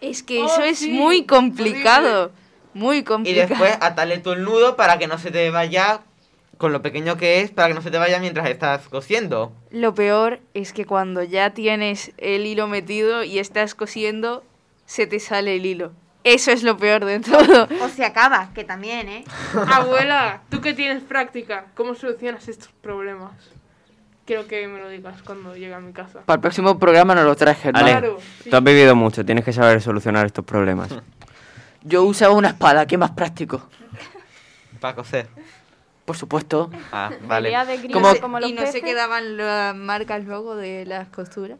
Q: Es que
K: Oh,
Q: eso es muy complicado. Muy
G: Y
Q: complicado.
G: después ah atale tú el nudo para que no se te vaya, con lo pequeño que es, para que no se te vaya mientras estás cosiendo.
Q: Lo peor es que cuando ya tienes el hilo metido y estás cosiendo, se te sale el hilo. Eso es lo peor de todo.
K: O se acaba, que también, ¿eh?
B: <laughs> Abuela, tú que tienes práctica, ¿cómo solucionas estos problemas? Quiero que me lo digas cuando llegue a mi casa.
A: Para el próximo programa nos lo traje, hermano.
B: Claro.
M: Tú has vivido mucho, tienes que saber solucionar estos problemas.
A: <laughs> Yo usaba una espada, ¿qué más práctico?
G: Para coser.
A: Por supuesto.
G: Ah,
Q: Pelea de grillos
A: Como...
Q: y no se quedaban las marcas luego de las costuras.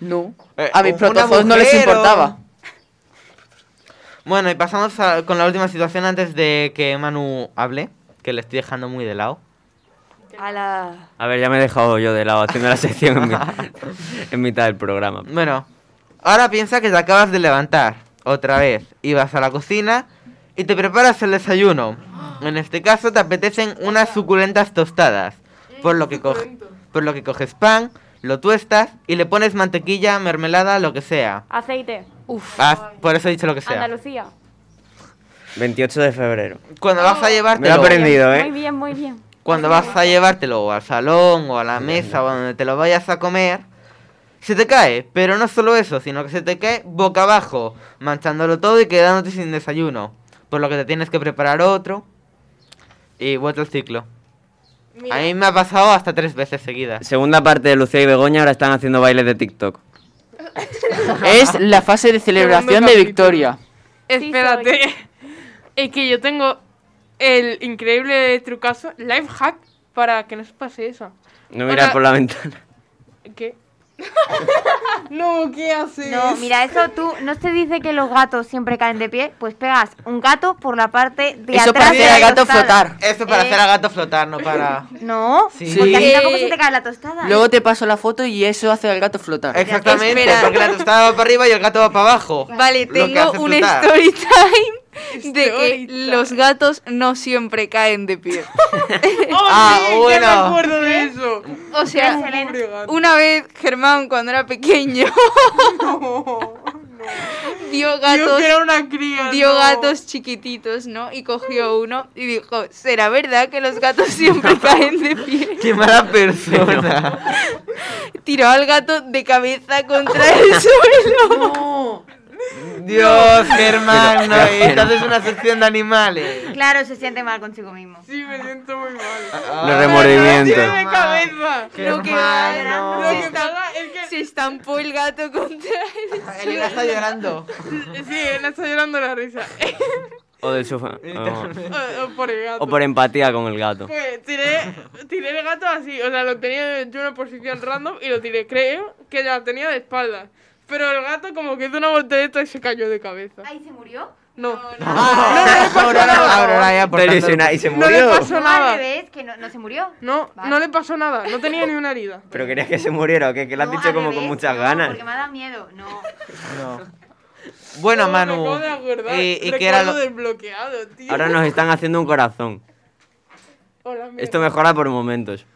A: No.
G: Eh,
A: a mis
G: un
A: protozoos no les
G: agujero.
A: importaba.
G: Bueno, y pasamos a- con la última situación antes de que Manu hable, que le estoy dejando muy de lado.
Q: A la...
M: A ver, ya me he dejado yo de lado haciendo la sección en,
A: <laughs>
M: mi- en mitad del programa.
G: Bueno, ahora piensa que te acabas de levantar otra vez y vas a la cocina y te preparas el desayuno. En este caso te apetecen unas suculentas tostadas, por lo que, coge- por lo que coges pan, lo tuestas y le pones mantequilla, mermelada, lo que sea.
D: Aceite. Uf.
G: Ah, por eso he dicho lo que sea.
D: Andalucía.
M: 28 de febrero.
G: Cuando vas a
M: Me lo he
G: llevártelo,
M: aprendido,
D: Muy
M: ¿eh?
D: bien, muy bien.
G: cuando vas a llevártelo o al salón o a la mesa o a donde te lo vayas a comer, se te cae, pero no solo eso, sino que se te cae boca abajo, manchándolo todo y quedándote sin desayuno. Por lo que te tienes que preparar otro y vuelta al ciclo. A mí me ha pasado hasta tres veces seguidas.
M: Segunda parte de Lucía y Begoña ahora están haciendo bailes de TikTok.
A: Es la fase de celebración de victoria.
B: Espérate. <laughs> es que yo tengo el increíble trucazo, life hack, para que no se pase eso.
M: No mirar por la
A: <laughs>
M: ventana.
B: ¿Qué? <laughs> no, ¿qué haces?
K: No, mira, eso tú, ¿no te dice que los gatos siempre caen de pie? Pues pegas un gato por la parte de atrás. de la tostada.
G: Eso para
K: Eh,
G: hacer al gato flotar, no
K: <laughs>
G: para...
K: No,
G: Sí.
K: porque así
A: Sí.
K: tampoco se te cae la tostada.
A: Luego te paso la foto y eso hace al gato flotar.
G: Exactamente, porque la tostada va para arriba y el gato va para
B: <laughs>
G: abajo.
Q: Vale,
G: Lo que
Q: tengo
G: hace
Q: un
G: flotar.
Q: story time de que los gatos no siempre caen de pie.
G: <laughs>
B: ¡Oh,
K: Oh,
G: Ah, sí, ya me bueno. acuerdo
B: de eso.
Q: O sea,
B: Pobre gato.
Q: una vez Germán cuando era
B: <laughs>
Q: pequeño vio
B: Yo
Q: gatos
B: que era una cría.
Q: vio
B: no.
Q: gatos chiquititos, ¿no? Y cogió uno y dijo, "¿Será verdad que los gatos
B: <laughs>
Q: siempre caen de pie?"
G: <laughs> ¡Qué mala persona!
Q: Tiró al gato de cabeza contra
B: <laughs>
Q: el suelo.
G: Dios, Germán, no,
M: Pero- pero-
G: estás en una sección de animales.
K: Claro, se siente mal consigo mismo.
B: Sí, me siento muy
G: Ah,
B: mal.
M: Los remordimientos.
B: De cabeza.
Q: Lo que
G: malo.
Q: se, estaba- se estampó el gato contra el suelo.
G: <laughs> Elena está llorando.
B: Sí, él está llorando la risa. <laughs>
M: O del sofá.
B: o, o por el gato.
M: O por empatía con el gato.
B: Pues tiré, tiré el gato así, o sea, lo tenía yo en una posición random y lo tiré, creo que ya lo tenía de espalda. Pero el gato como que hizo una voltereta y se cayó de cabeza.
K: ¿Ahí se murió?
B: No. No,
M: Ah.
G: no le pasó nada. Aurora ya aportando-
M: Desilusiona- y se
B: No le
M: murió.
B: pasó
K: Al
B: nada.
K: revés, que no, no se murió.
B: No, no le pasó nada. No tenía ni una herida.
M: Pero querías que se muriera, ¿o qué? Que lo has
K: No,
M: dicho
K: al
M: como con
B: ¿eh?
K: revés,
M: muchas
K: no,
M: ganas.
K: Porque me ha dado miedo, no.
B: <laughs>
G: Bueno,
B: Me
G: Ah, Manu.
B: acabo de acordar.
G: ¿Y, y qué
B: Recuerdo
G: era lo-
B: desbloqueado, tío.
M: Ahora nos están haciendo un
B: <laughs>
M: corazón.
B: Hola, mierda.
M: Esto mejora por momentos.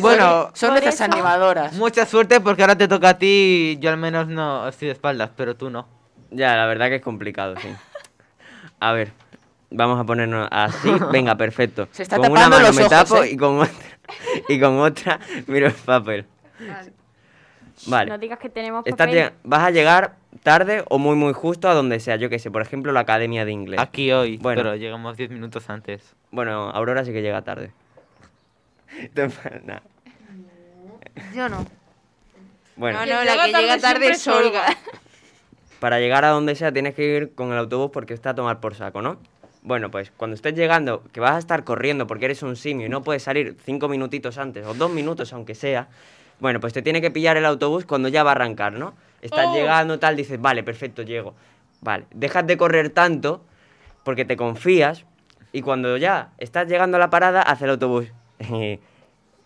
G: Bueno,
A: Son de esas animadoras.
G: mucha suerte porque ahora te toca a ti. Yo al menos no estoy de espaldas, pero tú
Q: <laughs>
G: no.
M: Ya, la verdad que es complicado, sí. A ver, vamos a ponernos así. Venga, perfecto.
A: Se está
M: con una
A: tapando
M: mano
A: los
M: me
A: ojos,
M: tapo
A: ¿eh?
M: y con otra <laughs> y con otra miro el papel. Vale.
D: No digas que tenemos
M: Estás
D: papel.
M: lleg- vas a llegar tarde o muy muy justo a donde sea, yo que sé, por ejemplo, la academia de inglés.
G: Aquí hoy,
M: Bueno.
G: pero llegamos 10 minutos antes.
M: Bueno, Aurora sí que llega tarde. <laughs> Te enfada.
K: Yo no.
M: bueno,
Q: No, no, la que llega tarde es
K: siempre es
Q: Olga.
M: para llegar a donde sea tienes que ir con el autobús porque está a tomar por saco, ¿no? Bueno, pues cuando estés llegando, que vas a estar corriendo porque eres un simio y no puedes salir cinco minutitos antes o dos minutos aunque sea, bueno, pues te tiene que pillar el autobús cuando ya va a arrancar, ¿no? Estás
B: Oh.
M: llegando, tal, dices, vale, perfecto, llego. Vale, dejas de correr tanto porque te confías y <laughs> cuando ya estás llegando a la parada, hace el autobús.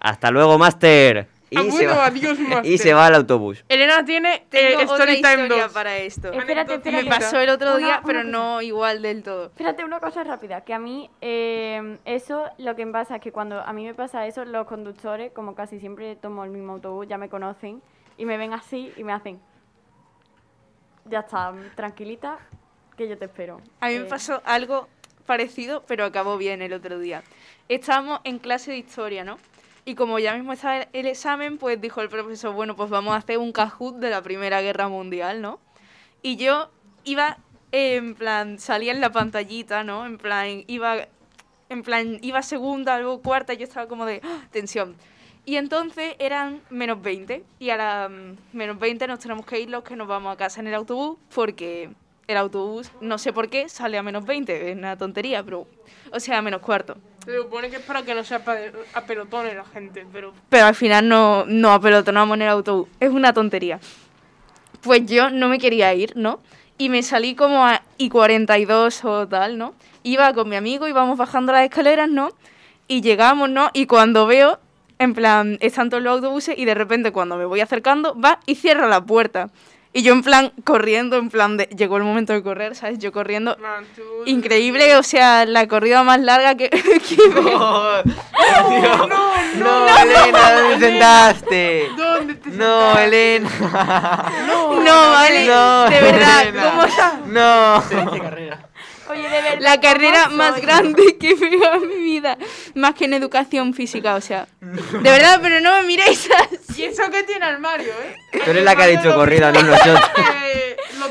M: Hasta luego, máster. Y
B: Ah,
M: se
B: bueno,
M: va, <laughs>
B: adiós,
M: y
B: máster.
M: se va al autobús.
B: Elena tiene eh,
Q: Tengo otra
B: Story Time
Q: historia
B: 2.
Q: para esto.
D: Espérate, espérate.
Q: Me pasó el otro
D: Una-
Q: día,
D: una
Q: pero
D: cosa.
Q: no igual del todo.
D: Espérate, una cosa rápida, que a mí eh, eso, lo que me pasa es que cuando a mí me pasa eso, los conductores, como casi siempre tomo el mismo autobús, ya me conocen, y me ven así y me hacen, ya está, tranquilita, que yo te espero.
Q: A mí me
D: Eh,
Q: pasó algo parecido, pero acabó bien el otro día. Estábamos en clase de historia, ¿no? Y como ya mismo estaba el- el examen, pues dijo el profesor, bueno, pues vamos a hacer un cajut de la Primera Guerra Mundial, ¿no? Y yo iba, eh, en plan, salía en la pantallita, ¿no? En plan, iba, en plan, iba segunda, luego cuarta, y yo estaba como de ¡ah! tensión. Y entonces eran menos 20, y a las mm, menos 20 nos tenemos que ir los que nos vamos a casa en el autobús, porque el autobús, no sé por qué, sale a menos 20, es una tontería, pero, o sea, a menos cuarto.
B: Se supone que es para que no sea pa- a pelotones la gente, pero
Q: pero al final no, no apelotonamos en el autobús. Es una tontería. Pues yo no me quería ir, ¿no? Y me salí como a I42 o tal, ¿no? Iba con mi amigo, íbamos bajando las escaleras, ¿no? Y llegamos, ¿no? Y cuando veo, en plan, están todos los autobuses y de repente cuando me voy acercando, va y cierra la puerta. Y yo en plan, corriendo, en plan de... Llegó el momento de correr, ¿sabes? Yo corriendo... Increíble, o sea, la corrida más larga que... <laughs> que me-
G: No,
Q: no,
G: Elena, ¿dónde te
Q: Elena.
G: sentaste?
B: ¿Dónde
G: No, Elena.
Q: No, vale,
G: No,
Q: de verdad,
G: Elena.
Q: ¿cómo sa-
G: No.
D: Oye, de verdad.
Q: La carrera
D: ¿cómo
Q: más
D: soy?
Q: grande <laughs> que me va en mi vida, más que en educación física, o sea. De verdad, pero no me miréis así.
B: ¿Y eso qué tiene armario, eh?
M: Tú eres la que ha dicho corrida, no
B: <laughs>
M: nosotros.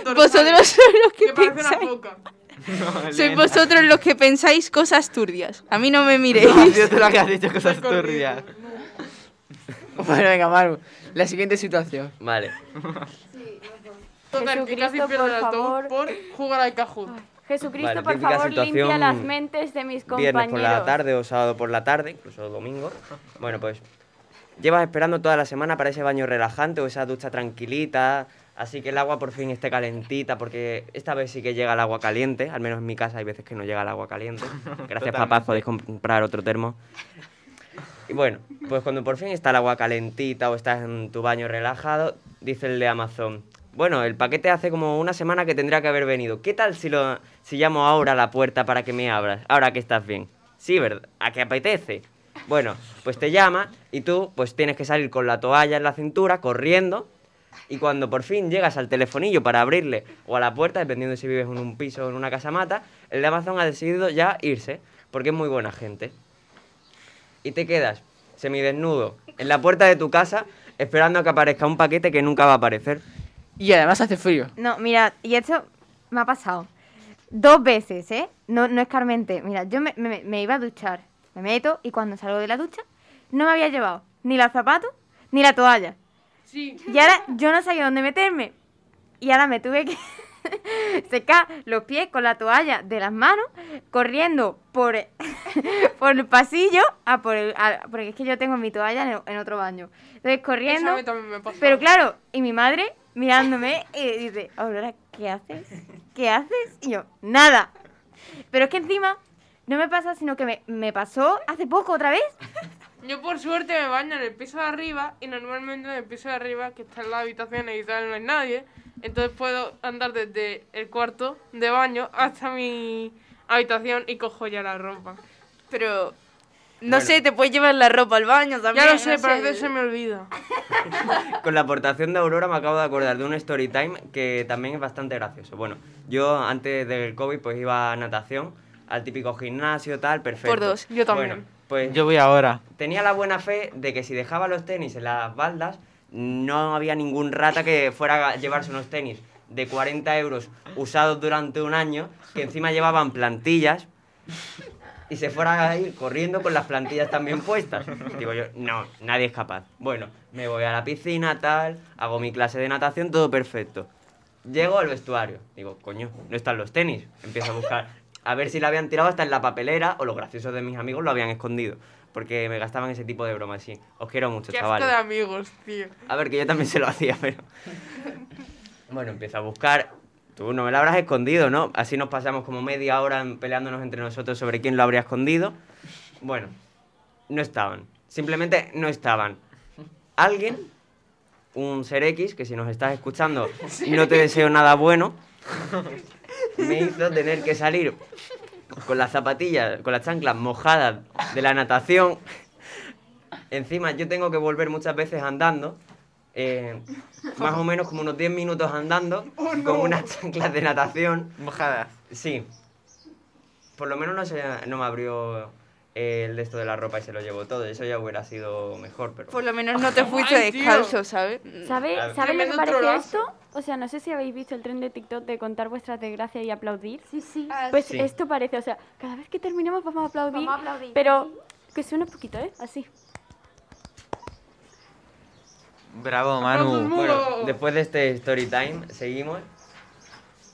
M: <laughs>
Q: Vosotros sois los que
B: Que parece una
Q: pensáis.
B: foca.
Q: Sois vosotros los que pensáis cosas turbias. A mí no me miréis.
G: No, yo
B: <laughs>
G: te lo que has dicho cosas turbias.
P: Bueno, venga, Maru. La siguiente situación.
M: Vale.
B: Total, que casi
D: Jesucristo,
B: pierdo
D: por
B: el autobús por jugar al cajón.
D: Jesucristo,
M: Vale,
D: por
M: típica
D: favor, limpia
M: situación
D: las mentes de mis
M: Viernes por la
D: compañeros.
M: tarde o sábado por la tarde, incluso domingo. Bueno, pues llevas esperando toda la semana para ese baño relajante o esa ducha tranquilita, así que el agua por fin esté calentita, porque esta vez sí que llega el agua caliente, al menos en mi casa hay veces que no llega el agua caliente. Gracias,
G: Totalmente.
M: papá, podéis comprar otro termo. Y bueno, pues cuando por fin está el agua calentita o estás en tu baño relajado, dice el de Amazon. Bueno, el paquete hace como una semana que tendría que haber venido. ¿Qué tal si, lo, si llamo ahora a la puerta para que me abras? Ahora que estás bien. Sí, ¿verdad? ¿A qué apetece? Bueno, pues te llama y tú pues tienes que salir con la toalla en la cintura, corriendo. Y cuando por fin llegas al telefonillo para abrirle o a la puerta, dependiendo de si vives en un piso o en una casamata, el de Amazon ha decidido ya irse, porque es muy buena gente y te quedas semidesnudo en la puerta de tu casa esperando a que aparezca un paquete que nunca va a aparecer.
P: Y además hace frío.
K: No, mira, y esto me ha pasado dos veces, ¿eh? No, no es Carmente. Mira, yo me, me- me iba a duchar, me meto y cuando salgo de la ducha no me había llevado ni los zapatos ni la toalla.
B: Sí.
K: Y ahora yo no sabía dónde meterme. Y ahora me tuve que <laughs> secar los pies con la toalla de las manos, corriendo por, <laughs> por el pasillo, a por el- a- porque es que yo tengo mi toalla en, el- en otro baño. Entonces corriendo.
B: Eso a mí también me pasa.
K: Pero claro, y mi madre mirándome y dice, Aurora, ¿qué haces? ¿Qué haces? Y yo, nada. Pero es que encima no me pasa, sino que me, me pasó hace poco otra vez.
B: Yo por suerte me baño en el piso de arriba y normalmente en el piso de arriba, que está en las habitaciones y tal, no hay nadie. Entonces puedo andar desde el cuarto de baño hasta mi habitación y cojo ya la ropa.
Q: Pero No sé, te puedes llevar la ropa al baño también.
B: Ya lo sé,
Q: no
B: pero a veces se me olvida.
M: Con la aportación de Aurora me acabo de acordar de un story time que también es bastante gracioso. Bueno, yo antes del COVID pues iba a natación, al típico gimnasio, tal, perfecto.
Q: Por dos, yo también.
M: Bueno, pues
G: Yo voy ahora.
M: tenía la buena fe de que si dejaba los tenis en las baldas, no había ningún rata que fuera a llevarse unos tenis de 40 euros usados durante un año, que encima llevaban plantillas, y se fuera a ir corriendo con las plantillas también puestas. <laughs> Digo yo, no, nadie es capaz. Bueno, me voy a la piscina, tal, hago mi clase de natación, todo perfecto. Llego al vestuario, digo, coño, no están los tenis. Empiezo a buscar, a ver si la habían tirado hasta en la papelera o los graciosos de mis amigos lo habían escondido. Porque me gastaban ese tipo de bromas, sí. Os quiero mucho,
B: Qué asco
M: chavales.
B: de amigos, tío.
M: A ver, que yo también se lo hacía, <laughs> pero. Bueno, empiezo a buscar. Tú no me lo habrás escondido, ¿no? Así nos pasamos como media hora en- peleándonos entre nosotros sobre quién lo habría escondido. Bueno, no estaban. Simplemente no estaban. alguien, un ser X, que si nos estás escuchando y no te deseo nada bueno, me hizo tener que salir con las zapatillas, con las chanclas mojadas de la natación. Encima yo tengo que volver muchas veces andando, eh, más o menos como unos 10 minutos andando,
H: <laughs> Oh, no.
M: con unas chanclas de natación.
G: Mojadas.
M: Sí. Por lo menos no, se, no me abrió eh, el de esto de la ropa y se lo llevó todo. Eso ya hubiera sido mejor, pero...
Q: Por lo menos Ah, no te fuiste
M: Ay, tío.
Q: descalzo, ¿sabes?
D: ¿Sabe,
M: Claro.
D: ¿sabe lo que
Q: Tremendo
D: parece
Q: trolazo.
D: esto? O sea, no sé si habéis visto el tren de TikTok de contar vuestras desgracias y aplaudir. Sí, sí.
E: Ah,
D: Pues
E: sí.
D: esto parece, o sea, cada vez que terminamos vamos a aplaudir,
E: Vamos a aplaudir.
D: pero que suena un poquito, ¿eh? Así.
G: Bravo, Manu.
M: Bueno, después de este story time, seguimos.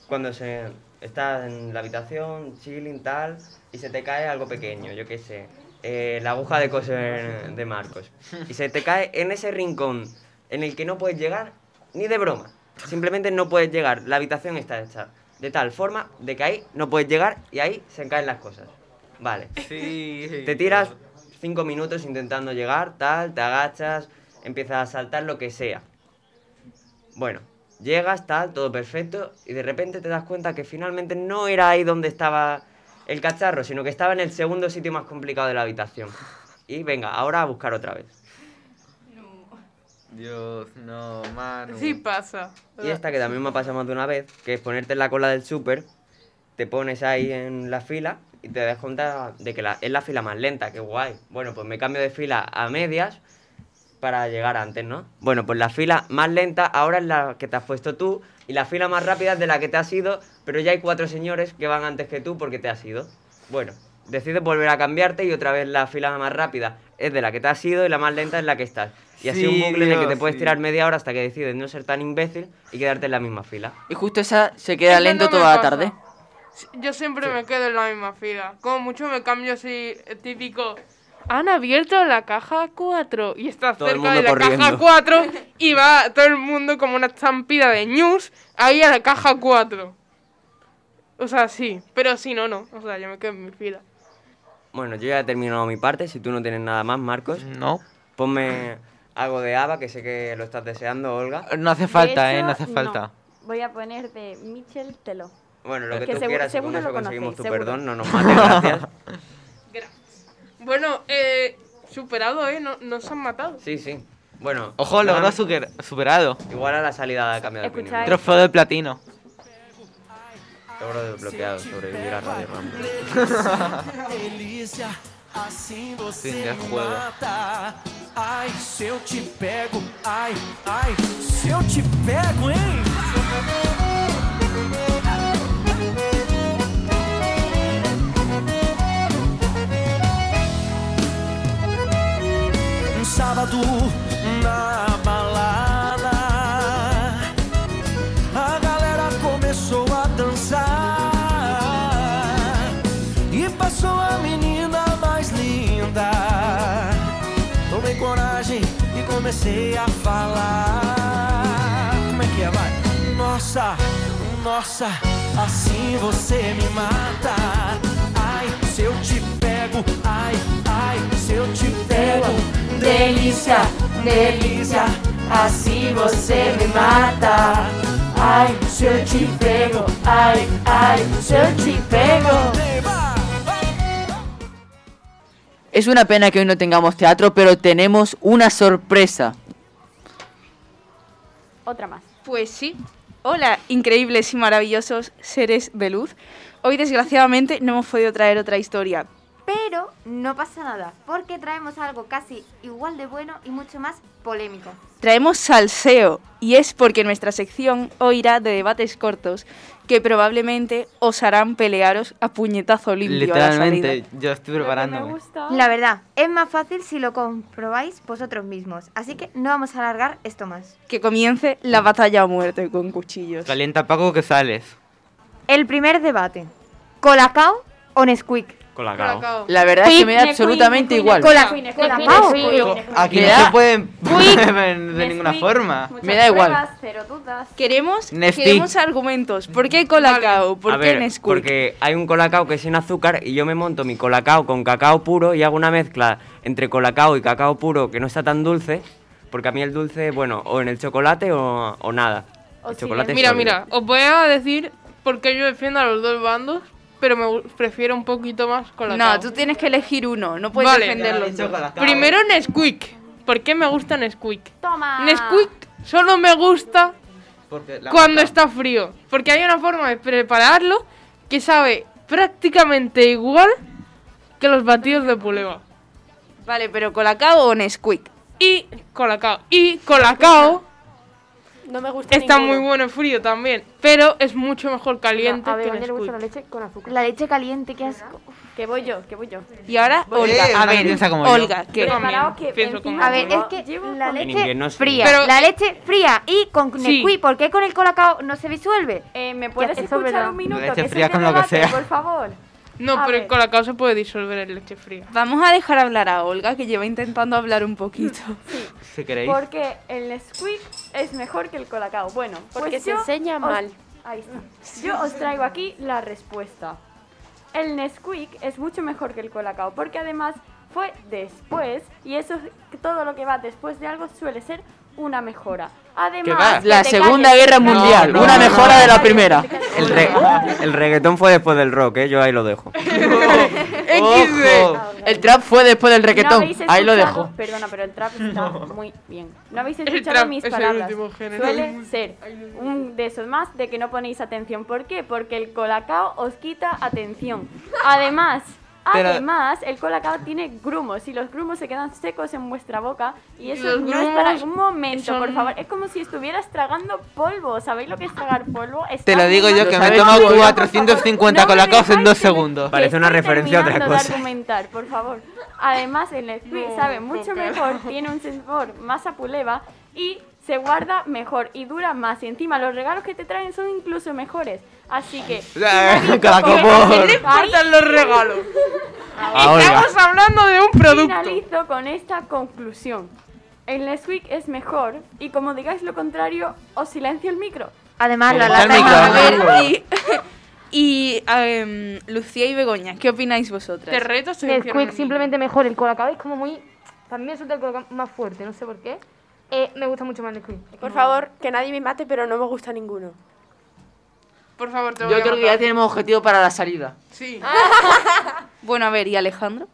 M: Cuando se estás en la habitación, chilling, tal, y se te cae algo pequeño, yo qué sé, eh, la aguja de coser de Marcos. Y se te cae en ese rincón en el que no puedes llegar ni de broma. Simplemente no puedes llegar. La habitación está hecha de tal forma de que ahí no puedes llegar y ahí se caen las cosas. Vale.
G: Sí.
M: Te tiras cinco minutos intentando llegar, tal, te agachas, empiezas a saltar lo que sea. Bueno, llegas, tal, todo perfecto, y de repente te das cuenta que finalmente no era ahí donde estaba el cacharro, sino que estaba en el segundo sitio más complicado de la habitación. Y venga, ahora a buscar otra vez.
G: Dios, no, Manu.
B: Sí pasa.
M: Y esta que también me ha pasado más de una vez, que es ponerte en la cola del súper, te pones ahí en la fila y te das cuenta de que la- es la fila más lenta, qué guay. Bueno, pues me cambio de fila a medias para llegar antes, ¿no? Bueno, pues la fila más lenta ahora es la que te has puesto tú y la fila más rápida es de la que te has ido, pero ya hay cuatro señores que van antes que tú porque te has ido. Bueno, decides volver a cambiarte y otra vez la fila más rápida es de la que te has ido y la más lenta es la que estás. Y así
A: Sí,
M: un bucle en el que te
A: Dios,
M: puedes
A: sí.
M: tirar media hora hasta que decides no ser tan imbécil y quedarte en la misma fila.
A: Y justo esa se queda
B: Eso
A: lento
B: no me
A: toda la
B: pasa.
A: tarde.
B: Yo siempre me quedo en la misma fila. Como mucho me cambio así, eh, típico. Han abierto la caja 4 y está
M: Todo el
B: cerca de la
M: mundo
B: caja
M: corriendo.
B: 4 y va todo el mundo como una estampida de news ahí a la caja 4. O sea, sí, pero si no, no. O sea, yo me quedo en mi fila.
M: Bueno, yo ya he terminado mi parte. Si tú no tienes nada más, Marcos.
G: No.
M: Ponme algo de Ava, que sé que lo estás deseando, Olga.
G: No hace falta, ¿eh? No hace falta.
D: Voy a poner de Michel Teló.
M: Bueno, lo que,
D: Que
M: tú
D: seguro-
M: quieras,
D: seguro
M: seguro
D: lo
M: conseguimos
D: conocéis,
M: tu
D: seguro.
M: perdón. No nos mates, gracias.
D: <laughs>
B: Bueno, eh, superado, ¿eh? No, no se han matado.
M: Sí, sí. Bueno.
G: Ojo, logró
M: nada,
G: suquer- superado.
M: Igual a la salida ha cambiado de opinión.
B: Escucháis.
G: Trofeo de platino.
M: Logro desbloqueado, sobrevivir a Radio Rambo.
A: <laughs>
H: <laughs> Delícia, assim você
M: Sim, já
H: me
M: foi, né?
H: mata. Ai, se eu te pego, ai, ai, se eu te pego, hein? Um sábado na balada, a galera começou a dançar. E passou a menina mais linda. Tomei coragem e comecei a falar. Como é que é, vai? Nossa, nossa, assim você me mata. Ai, se eu te pego, ai, ai, se eu te pego.
U: Delícia, delícia, assim você me mata. Ai, se eu te pego, ai, ai, se eu te pego.
A: Es una pena que hoy no tengamos teatro, pero tenemos una sorpresa.
D: Otra más.
Q: Pues sí. Hola, increíbles y maravillosos seres de luz. Hoy, desgraciadamente, no hemos podido traer otra historia.
K: Pero no pasa nada, porque traemos algo casi igual de bueno y mucho más polémico.
Q: Traemos salseo, y es porque nuestra sección hoy irá de debates cortos que probablemente os harán pelearos a puñetazo limpio a la
G: Literalmente,
Q: salida.
G: yo estoy preparándome.
K: La verdad, es más fácil si lo comprobáis vosotros mismos, así que no vamos a alargar esto más.
Q: Que comience la batalla a muerte con cuchillos.
G: Calienta Paco que sales.
K: El primer debate. ¿Colacao o Nesquik?
G: Con
A: La verdad es que me da
K: Nesquik,
A: absolutamente
K: Nesquik,
A: igual.
K: Nesquik, Nesquik, Nesquik, Colacao.
G: Aquí
A: Me
G: no
A: da-
G: se pueden beber <laughs> de ninguna forma.
A: Me da igual.
Q: Queremos,
M: Nesquik.
Q: queremos argumentos. ¿Por qué Colacao? ¿Por
M: a
Q: qué
M: ver,
Q: Nesquik?
M: porque hay un colacao que es sin azúcar y yo me monto mi colacao con cacao puro y hago una mezcla entre colacao y cacao puro que no está tan dulce
W: Porque a mí el dulce, bueno, o en el chocolate o, o nada. el chocolate es
B: eh, mira,
W: sólido.
B: mira, os voy a decir por qué yo defiendo a los dos bandos, pero me gu- prefiero un poquito más con la
Q: No, tú tienes que elegir uno, no puedes defenderlo.
B: Primero Nesquik. ¿Por qué me gusta Nesquik?
D: Toma.
B: Nesquik solo me gusta
G: Porque la
B: cuando
G: mata.
B: está frío. Porque hay una forma de prepararlo que sabe prácticamente igual que los batidos de puleva.
Q: Vale, pero Colacao o Nesquik.
B: Y Colacao. Y Colacao
E: No me gusta
B: está
E: ninguno.
B: muy bueno en frío también. Pero es mucho mejor caliente
E: No, a ver,
B: que
E: ¿dónde le gusta
B: Nesquik.
E: la leche con azúcar?
K: La leche caliente, qué asco.
E: Que voy yo, que voy yo.
Q: Y ahora
E: Voy
Q: Olga,
E: yo.
Q: a ver, Olga, que
E: Preparaos que encima
K: A ver, es
E: llevo-
K: que
E: llevo
K: la
E: con-
K: leche
W: invierno sí.
K: fría,
W: Pero-
K: la leche fría y con
W: Sí.
K: Nesquik, ¿por qué con el colacao no se disuelve?
E: Eh, ¿Me
K: puedes escuchar un
G: minuto? leche Que es fría este con lo que debate, sea. por
E: favor.
B: No,
Q: A
B: pero
Q: ver.
B: el Colacao se puede disolver en leche fría.
Q: Vamos a dejar hablar a Olga, que lleva intentando hablar un poquito.
G: Si queréis.
D: Porque el Nesquik es mejor que el Colacao. Bueno, porque
E: Pues se
D: yo
E: enseña
D: os-
E: mal.
D: Ahí está. Yo os traigo aquí la respuesta. El Nesquik es mucho mejor que el Colacao porque además fue después y eso es- todo lo que va después de algo suele ser una mejora. Además, que
A: La
D: te
A: Segunda
D: calles.
A: Guerra Mundial. Una mejora de la primera.
W: El, re- el reggaetón fue después del rock, ¿eh? Yo ahí lo
B: <laughs>
W: dejo.
A: Ojo. El trap fue después del
D: No
A: reggaetón.
D: habéis
A: Ahí lo
D: escuchado-
A: dejo.
D: Perdona, pero el trap está muy bien. No habéis
A: El
D: escuchado
A: trap
D: mis
A: es el
D: palabras.
A: último género.
D: Suele ser un de esos más de que no ponéis atención. ¿Por qué? Porque el colacao os quita atención. Además,
E: Pero-
D: además, el colacao tiene grumos y los grumos se quedan secos en vuestra boca y eso
E: los
D: no es para
E: grumos
D: un momento, por
E: son-
D: favor. Es como si estuvieras tragando polvo. ¿Sabéis lo que es tragar polvo? Está
G: Te lo digo
D: muy
G: yo
D: mal.
G: que me he tomado 450 colacaos en dos segundos.
D: Parece
G: una
D: Terminando de argumentar, por favor. Además, el Nesquik
E: No,
D: sabe
E: no
D: mucho
E: puedo.
D: mejor, tiene un sabor más a puleva y se guarda mejor y dura más. Y encima, los regalos que te traen son incluso mejores. Así que.
L: <laughs>
G: Colacopor.
B: importan los regalos?
D: Ah,
G: Ahora.
B: Estamos hablando de un producto.
D: Finalizo con esta conclusión. El Nesquik es mejor y como digáis lo contrario, os silencio el micro.
K: Además, la
Q: Está el
K: lata es
Q: micro.
K: más
Q: A ver, y- <laughs> Y em, Lucía y Begoña, ¿qué opináis vosotras?
E: Nesquik simplemente mejor. El colacao es como muy... También me resulta el colacao más fuerte, no sé por qué. Eh, me gusta mucho más Nesquik.
D: Por
E: favor, que nadie me mate, pero no me gusta ninguno.
B: Por favor, te
A: Yo
B: voy a
A: creo que ya tenemos objetivo para la salida.
B: Sí.
Q: <laughs> Bueno, a ver, ¿y Alejandro?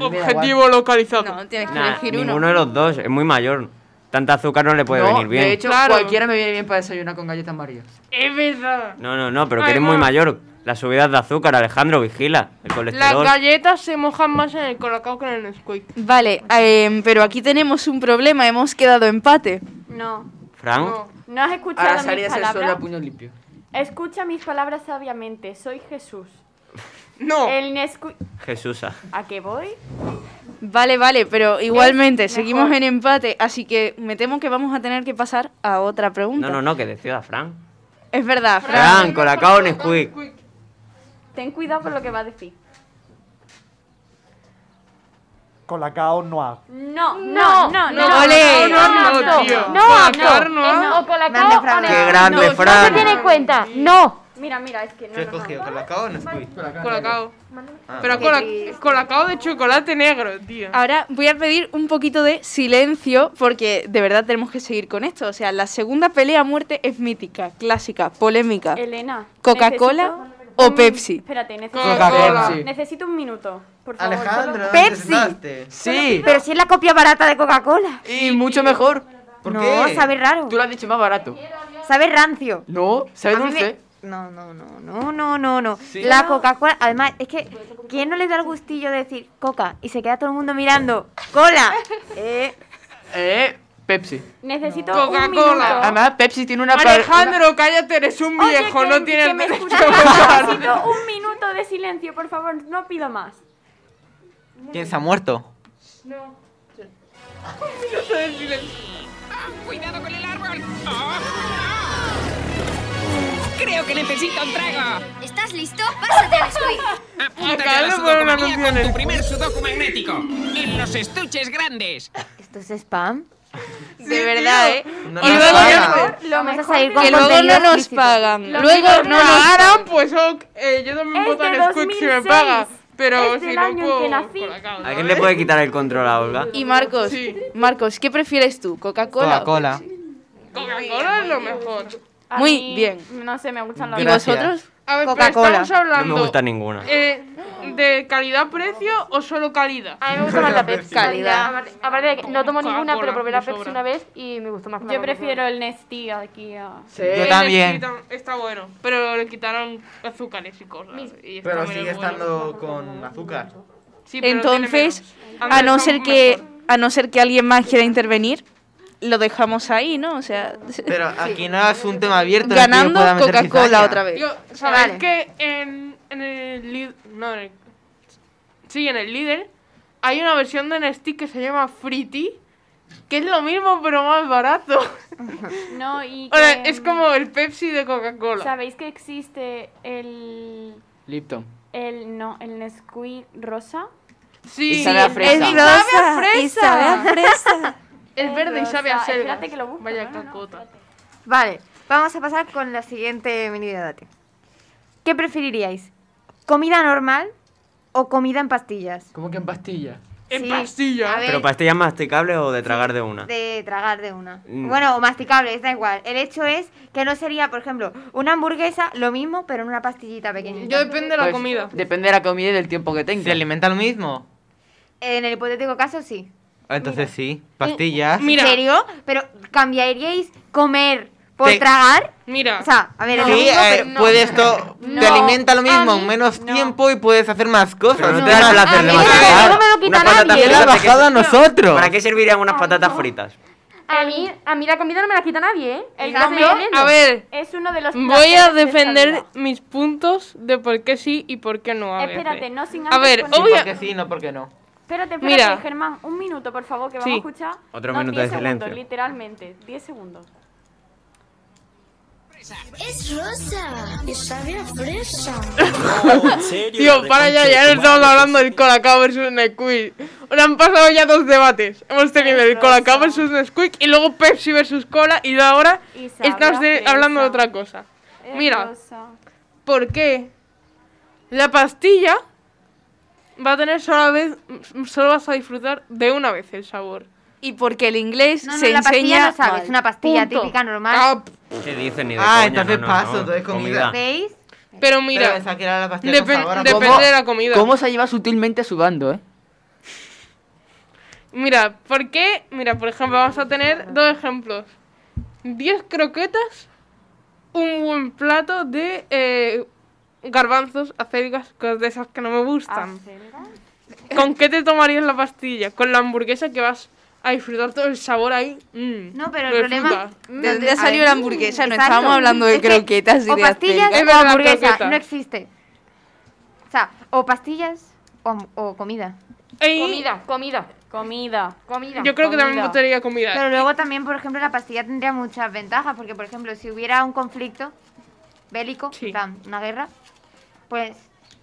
B: Objetivo localizado.
Q: No, tienes que
W: Nah,
Q: elegir uno.
W: ninguno de los dos, es muy mayor. Tanta azúcar no le puede
A: No,
W: venir bien.
A: De hecho, cualquiera me viene bien para desayunar con galletas marías.
B: Es verdad.
W: No, no, no, pero que
B: Ay,
W: eres
B: no.
W: muy mayor. Las subidas de azúcar, Alejandro, vigila. El
B: Las
W: colesterol.
B: galletas se mojan más en el colacao que en el Nesquik.
Q: Vale, em, pero aquí tenemos un problema, hemos quedado empate.
D: No.
W: Fran.
D: No has escuchado
A: Ahora
D: mis
A: salías el sol a
D: palabras.
A: puño limpio.
D: Escucha mis palabras sabiamente. Soy Jesús.
B: No.
D: El Nesquik.
W: Jesusa.
D: ¿A qué voy?
Q: Vale, vale, pero igualmente seguimos
D: mejor.
Q: en empate, así que me temo que vamos a tener que pasar a otra pregunta.
W: No, no, no, que decida Fran.
Q: Es verdad,
W: Fran, colacao o Nesquik.
D: Ten cuidado con lo que va a decir.
U: Colacao no ha.
D: No,
E: No,
D: no, no, no,
E: no,
D: no,
E: Ole.
D: no, no,
E: no,
D: tío.
E: no,
D: Colacao,
E: no,
D: eh,
E: no.
D: no,
E: O colacao
D: Grande
E: o
D: Fran.
E: no.
D: Qué grande,
E: no,
D: Fran.
E: No se tiene en cuenta, no.
D: Mira, mira, es que no.
G: ¿Qué has cogido? ¿Colacao o Nesquik?
B: Colacao.
G: Ah.
B: Pero
G: Qué
B: cola- colacao de chocolate negro, tío.
Q: Ahora voy a pedir un poquito de silencio porque de verdad tenemos que seguir con esto. O sea, la segunda pelea a muerte es mítica, clásica, polémica.
D: Elena.
Q: ¿Coca-Cola o Pepsi?
D: Espérate,
Q: Coca-Cola.
D: necesito, necesito un minuto, por favor.
K: Alejandro,
D: solo-
A: Sí.
K: Pero si es la copia barata de Coca-Cola.
A: Y mucho mejor. ¿Por
K: no,
A: qué?
K: sabe raro.
A: Tú lo has dicho más barato.
K: Sabe rancio.
A: No, sabe
K: A mí me-
A: dulce.
K: No, no, no, no, no, no, no.
A: Sí.
K: La
A: No.
K: Coca-Cola, además, es que ¿quién no le da el gustillo de decir Coca? Y se queda todo el mundo mirando.
D: <laughs>
K: ¡Cola! Eh,
A: Eh, Pepsi.
D: Necesito un minuto.
B: Coca-Cola.
A: Además, Pepsi tiene una... par-
B: Alejandro, cállate, eres un
D: Oye,
B: viejo,
D: que-
B: no tienes
D: que me <laughs>
B: derecho <laughs>
D: escuchas.
B: a hablar.
D: Necesito un minuto de silencio, por favor, no pido más.
G: ¿Quién se ha muerto?
D: No.
J: Cuidado con el árbol. Creo que necesito un trago.
X: ¿Estás listo? Pásate a Nesquik.
W: <laughs>
J: Apúntate a
B: Acá
J: la
B: le ponen una
J: sudokumanía
B: canción
J: con tu
B: en-
J: primer sudoku magnético. En los estuches grandes.
K: ¿Esto es spam?
Q: de verdad, ¿eh?
K: No
Q: y
K: nos
Q: luego
K: pagan.
Q: no-
K: Vamos a salir con
Q: que luego
K: contenido
Q: no nos
K: explícito.
Q: pagan.
K: Lo
Q: Luego
K: que
Q: no nos
B: pagaran,
Q: pagan.
B: pues ok, eh, yo también voto a Nesquik si me paga. Pero
Q: Es
B: si
Q: del
B: no
Q: año en
B: puedo
Q: que nací.
B: con la cama.
M: ¿Alguien le puede quitar el control a Olga?
Q: Y Marcos, Marcos, ¿qué prefieres tú? ¿Coca-Cola?
G: Coca-Cola.
B: Coca-Cola es lo mejor.
D: A
Q: Muy
D: mí,
Q: bien.
D: No sé, me gustan los
Q: ¿Y vosotros?
B: A ver, pero
Q: Coca-Cola.
B: estamos hablando.
M: No me gusta ninguna.
B: eh, ¿De calidad-precio o solo calidad?
E: A mí me gusta más la Pepsi. Aparte- Aparte de que no tomo ninguna, pero probé la Pepsi una vez y me gustó más.
D: Yo prefiero el Nestí aquí a...
B: El
G: también.
B: Nesquik tam- Eh, Está bueno, pero le quitaron azúcares y cosas. y está
G: Pero
B: menos
G: sigue
B: bueno.
G: estando con azúcar.
B: Sí, pero tiene
Q: Entonces,
B: menos.
Q: a no ser que a no ser que alguien más quiera intervenir, lo dejamos ahí, ¿no? O sea,
G: Pero aquí no es un tema abierto. en el que yo
Q: ganando
G: pueda meter
Q: Coca-Cola
G: cizaña.
Q: otra vez.
B: Yo, ¿sabéis
Q: Vale.
B: que en, en el Lid- no, en el- sí, en el líder hay una versión de Nestí que se llama Friti, que es lo mismo pero más barato.
D: No, <laughs> y
B: O sea,
D: que, mm,
B: es como el Pepsi de Coca-Cola.
D: ¿Sabéis que existe el...
A: Lipton.
D: el no, el Nesquik rosa?
B: Sí,
A: Y sabe a fresa.
B: Y sabe a
D: rosa,
B: fresa.
D: y sabe a <laughs> fresa. Eh,
B: Es verde y sabe a
D: rosa.
B: selva.
D: Espérate que lo busco.
B: Vaya cacota.
K: <laughs> Vale, vamos a pasar con la siguiente mini debate. ¿Qué preferiríais? ¿Comida normal o comida en pastillas?
A: ¿Cómo que en pastillas?
K: En pastillas.
M: ¿Pero
W: este
M: pastillas masticables o de tragar de una?
K: De tragar de una.
M: Mm.
K: Bueno, o masticables, da igual. El hecho es que no sería, por ejemplo, una hamburguesa lo mismo, pero en una pastillita pequeñita.
A: Pues, <laughs> Depende de la comida y del tiempo que tenga. ¿Se
G: alimenta lo mismo?
K: En el hipotético caso, sí.
G: Ah, Entonces sí, pastillas.
K: ¿En serio? ¿Pero cambiaríais comer por
G: Te-
K: tragar?
B: Mira.
K: O sea, a ver, es
G: sí,
K: lo mismo,
G: eh,
K: pero no.
G: puedes to-
K: No.
G: te alimenta lo mismo en menos tiempo y puedes hacer más cosas.
M: Pero no te da el placer de masticar. Unas patatas
G: ¿Quién la ha
M: fritas, ¿de qué
G: bajado a
M: sirven?
G: nosotros?
M: ¿Para qué servirían unas patatas fritas?
E: A mí, a mí la comida no me la quita nadie, ¿eh?
B: El
E: Yo estoy
B: cambio,
E: bebiendo.
B: a ver,
D: Es uno de los
B: Voy
D: placeres
B: a
D: de esta
B: defender
D: vida.
B: mis puntos de por qué sí y por qué no. A veces.
D: Espérate, no sin
B: A
D: antes
B: ver,
D: poner-
B: obvio.
D: Sí, porque
G: sí, no porque no.
D: Espérate, espérate,
B: Mira.
D: Germán, un minuto, por favor, que
B: Sí.
D: vamos a escuchar.
M: Otro
D: No,
M: minuto
D: 10
M: de
D: segundos,
M: silencio.
D: literalmente, 10 segundos.
I: Es rosa y sabe a fresa.
G: Oh,
B: <laughs> Tío, para ya, ya no estamos hablando del Colacao versus Nesquik. Ahora han pasado ya dos debates. Hemos tenido el Colacao versus Nesquik y luego Pepsi versus Cola y ahora
D: Y sabe
B: estamos
D: a
B: de-
D: fresa.
B: hablando de otra cosa.
Q: Eh,
D: Es
B: Mira,
D: rosa.
B: ¿por qué la pastilla va a tener solo, a vez, solo vas a disfrutar de una vez el sabor?
Q: Y porque el inglés
K: No, no,
Q: se
K: la pastilla
Q: enseña
K: no sabes,
Q: mal.
K: una pastilla típica normal. Ah,
M: ¿Qué dicen? Ni de
G: Ah,
M: coña,
G: entonces
M: no, no,
G: paso,
M: no,
G: entonces comida.
K: ¿Veis?
B: Pero
G: Pero
B: mira,
G: pensaba que era la pastilla con
B: depen-
G: sabor a
B: depende
G: coco.
B: de la comida.
A: ¿Cómo se lleva sutilmente sudando, eh?
B: Mira, ¿por qué? Mira, por ejemplo, vamos a tener dos ejemplos. 10 croquetas, un buen plato de eh, garbanzos, acelgas, cosas de esas que no me gustan. ¿Con qué te tomarías la pastilla? Con la hamburguesa que vas a disfrutar todo el sabor ahí. Mm,
K: No, pero el
B: de
K: problema-
B: fruta.
Q: ¿De dónde
K: A
Q: ha salido
K: ver,
Q: la hamburguesa? No
K: exacto.
Q: estábamos hablando de
K: Es que
Q: croquetas y
K: o
Q: de
K: pastillas
Q: acelgas.
K: o hamburguesa, no existe. O sea, o pastillas o, ham- o comida.
E: Comida, comida.
D: Comida.
E: Comida.
B: Yo creo que también votaría comida.
K: Pero luego también, por ejemplo, la pastilla tendría muchas ventajas, porque, por ejemplo, si hubiera un conflicto bélico, en plan, una guerra, pues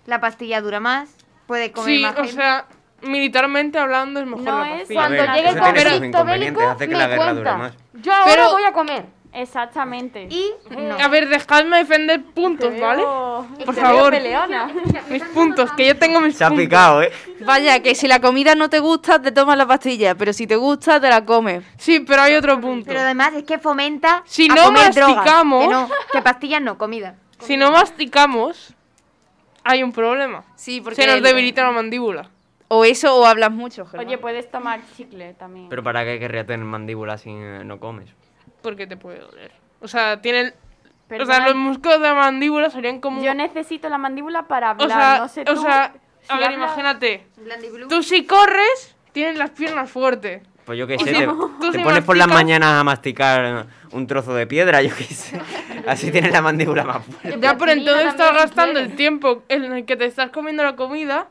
K: la pastilla dura más, puede comer
B: Sí,
K: más
B: o
K: gente.
B: sea, militarmente hablando es mejor
K: No
B: la
K: es
B: pastilla.
K: cuando A ver, llegue el
M: eso tiene sus conflicto inconvenientes, bélico, hace que me la guerra dure cuenta. más.
E: Yo ahora
B: Pero-
E: voy a comer.
D: Exactamente.
K: Y
B: A ver, dejadme defender puntos, ¿vale? Por
D: te
B: favor.
D: veo peleona.
B: <laughs> Mis puntos, que yo tengo mis
M: Se ha picado, ¿eh?
Q: Vaya, que si la comida no te gusta, te tomas la pastilla, pero si te gusta, te la comes.
B: Sí, pero hay otro punto.
K: Pero además es que fomenta
B: Si
K: a
B: no
K: comer drogas,
B: masticamos-
K: que no, que pastillas no, comida.
B: Si no masticamos, hay un problema.
Q: Sí, porque
B: se nos
Q: el-
B: debilita la mandíbula.
Q: O eso, o hablas mucho, Germán.
D: Oye, puedes tomar chicle también.
M: ¿Pero para qué querría tener mandíbula si eh, no comes?
B: Porque te puede doler. O sea, tienen. O sea,
D: Perdona.
B: los músculos de la mandíbula serían como.
D: Yo necesito la mandíbula para hablar,
B: o sea,
D: no sé
B: o
D: tú,
B: sea,
D: si
B: a ver,
D: hablas-
B: imagínate. Tú si corres, tienes las piernas fuertes.
M: Pues yo qué
B: Y
M: sé,
B: si-
M: te,
B: tú
M: te
B: si
M: pones por las
B: masticas-
M: mañanas a masticar un trozo de piedra, yo
G: <laughs>
M: qué sé. Así tienes la mandíbula más fuerte.
B: Ya, pero entonces estás gastando el tiempo en el que te estás comiendo la comida.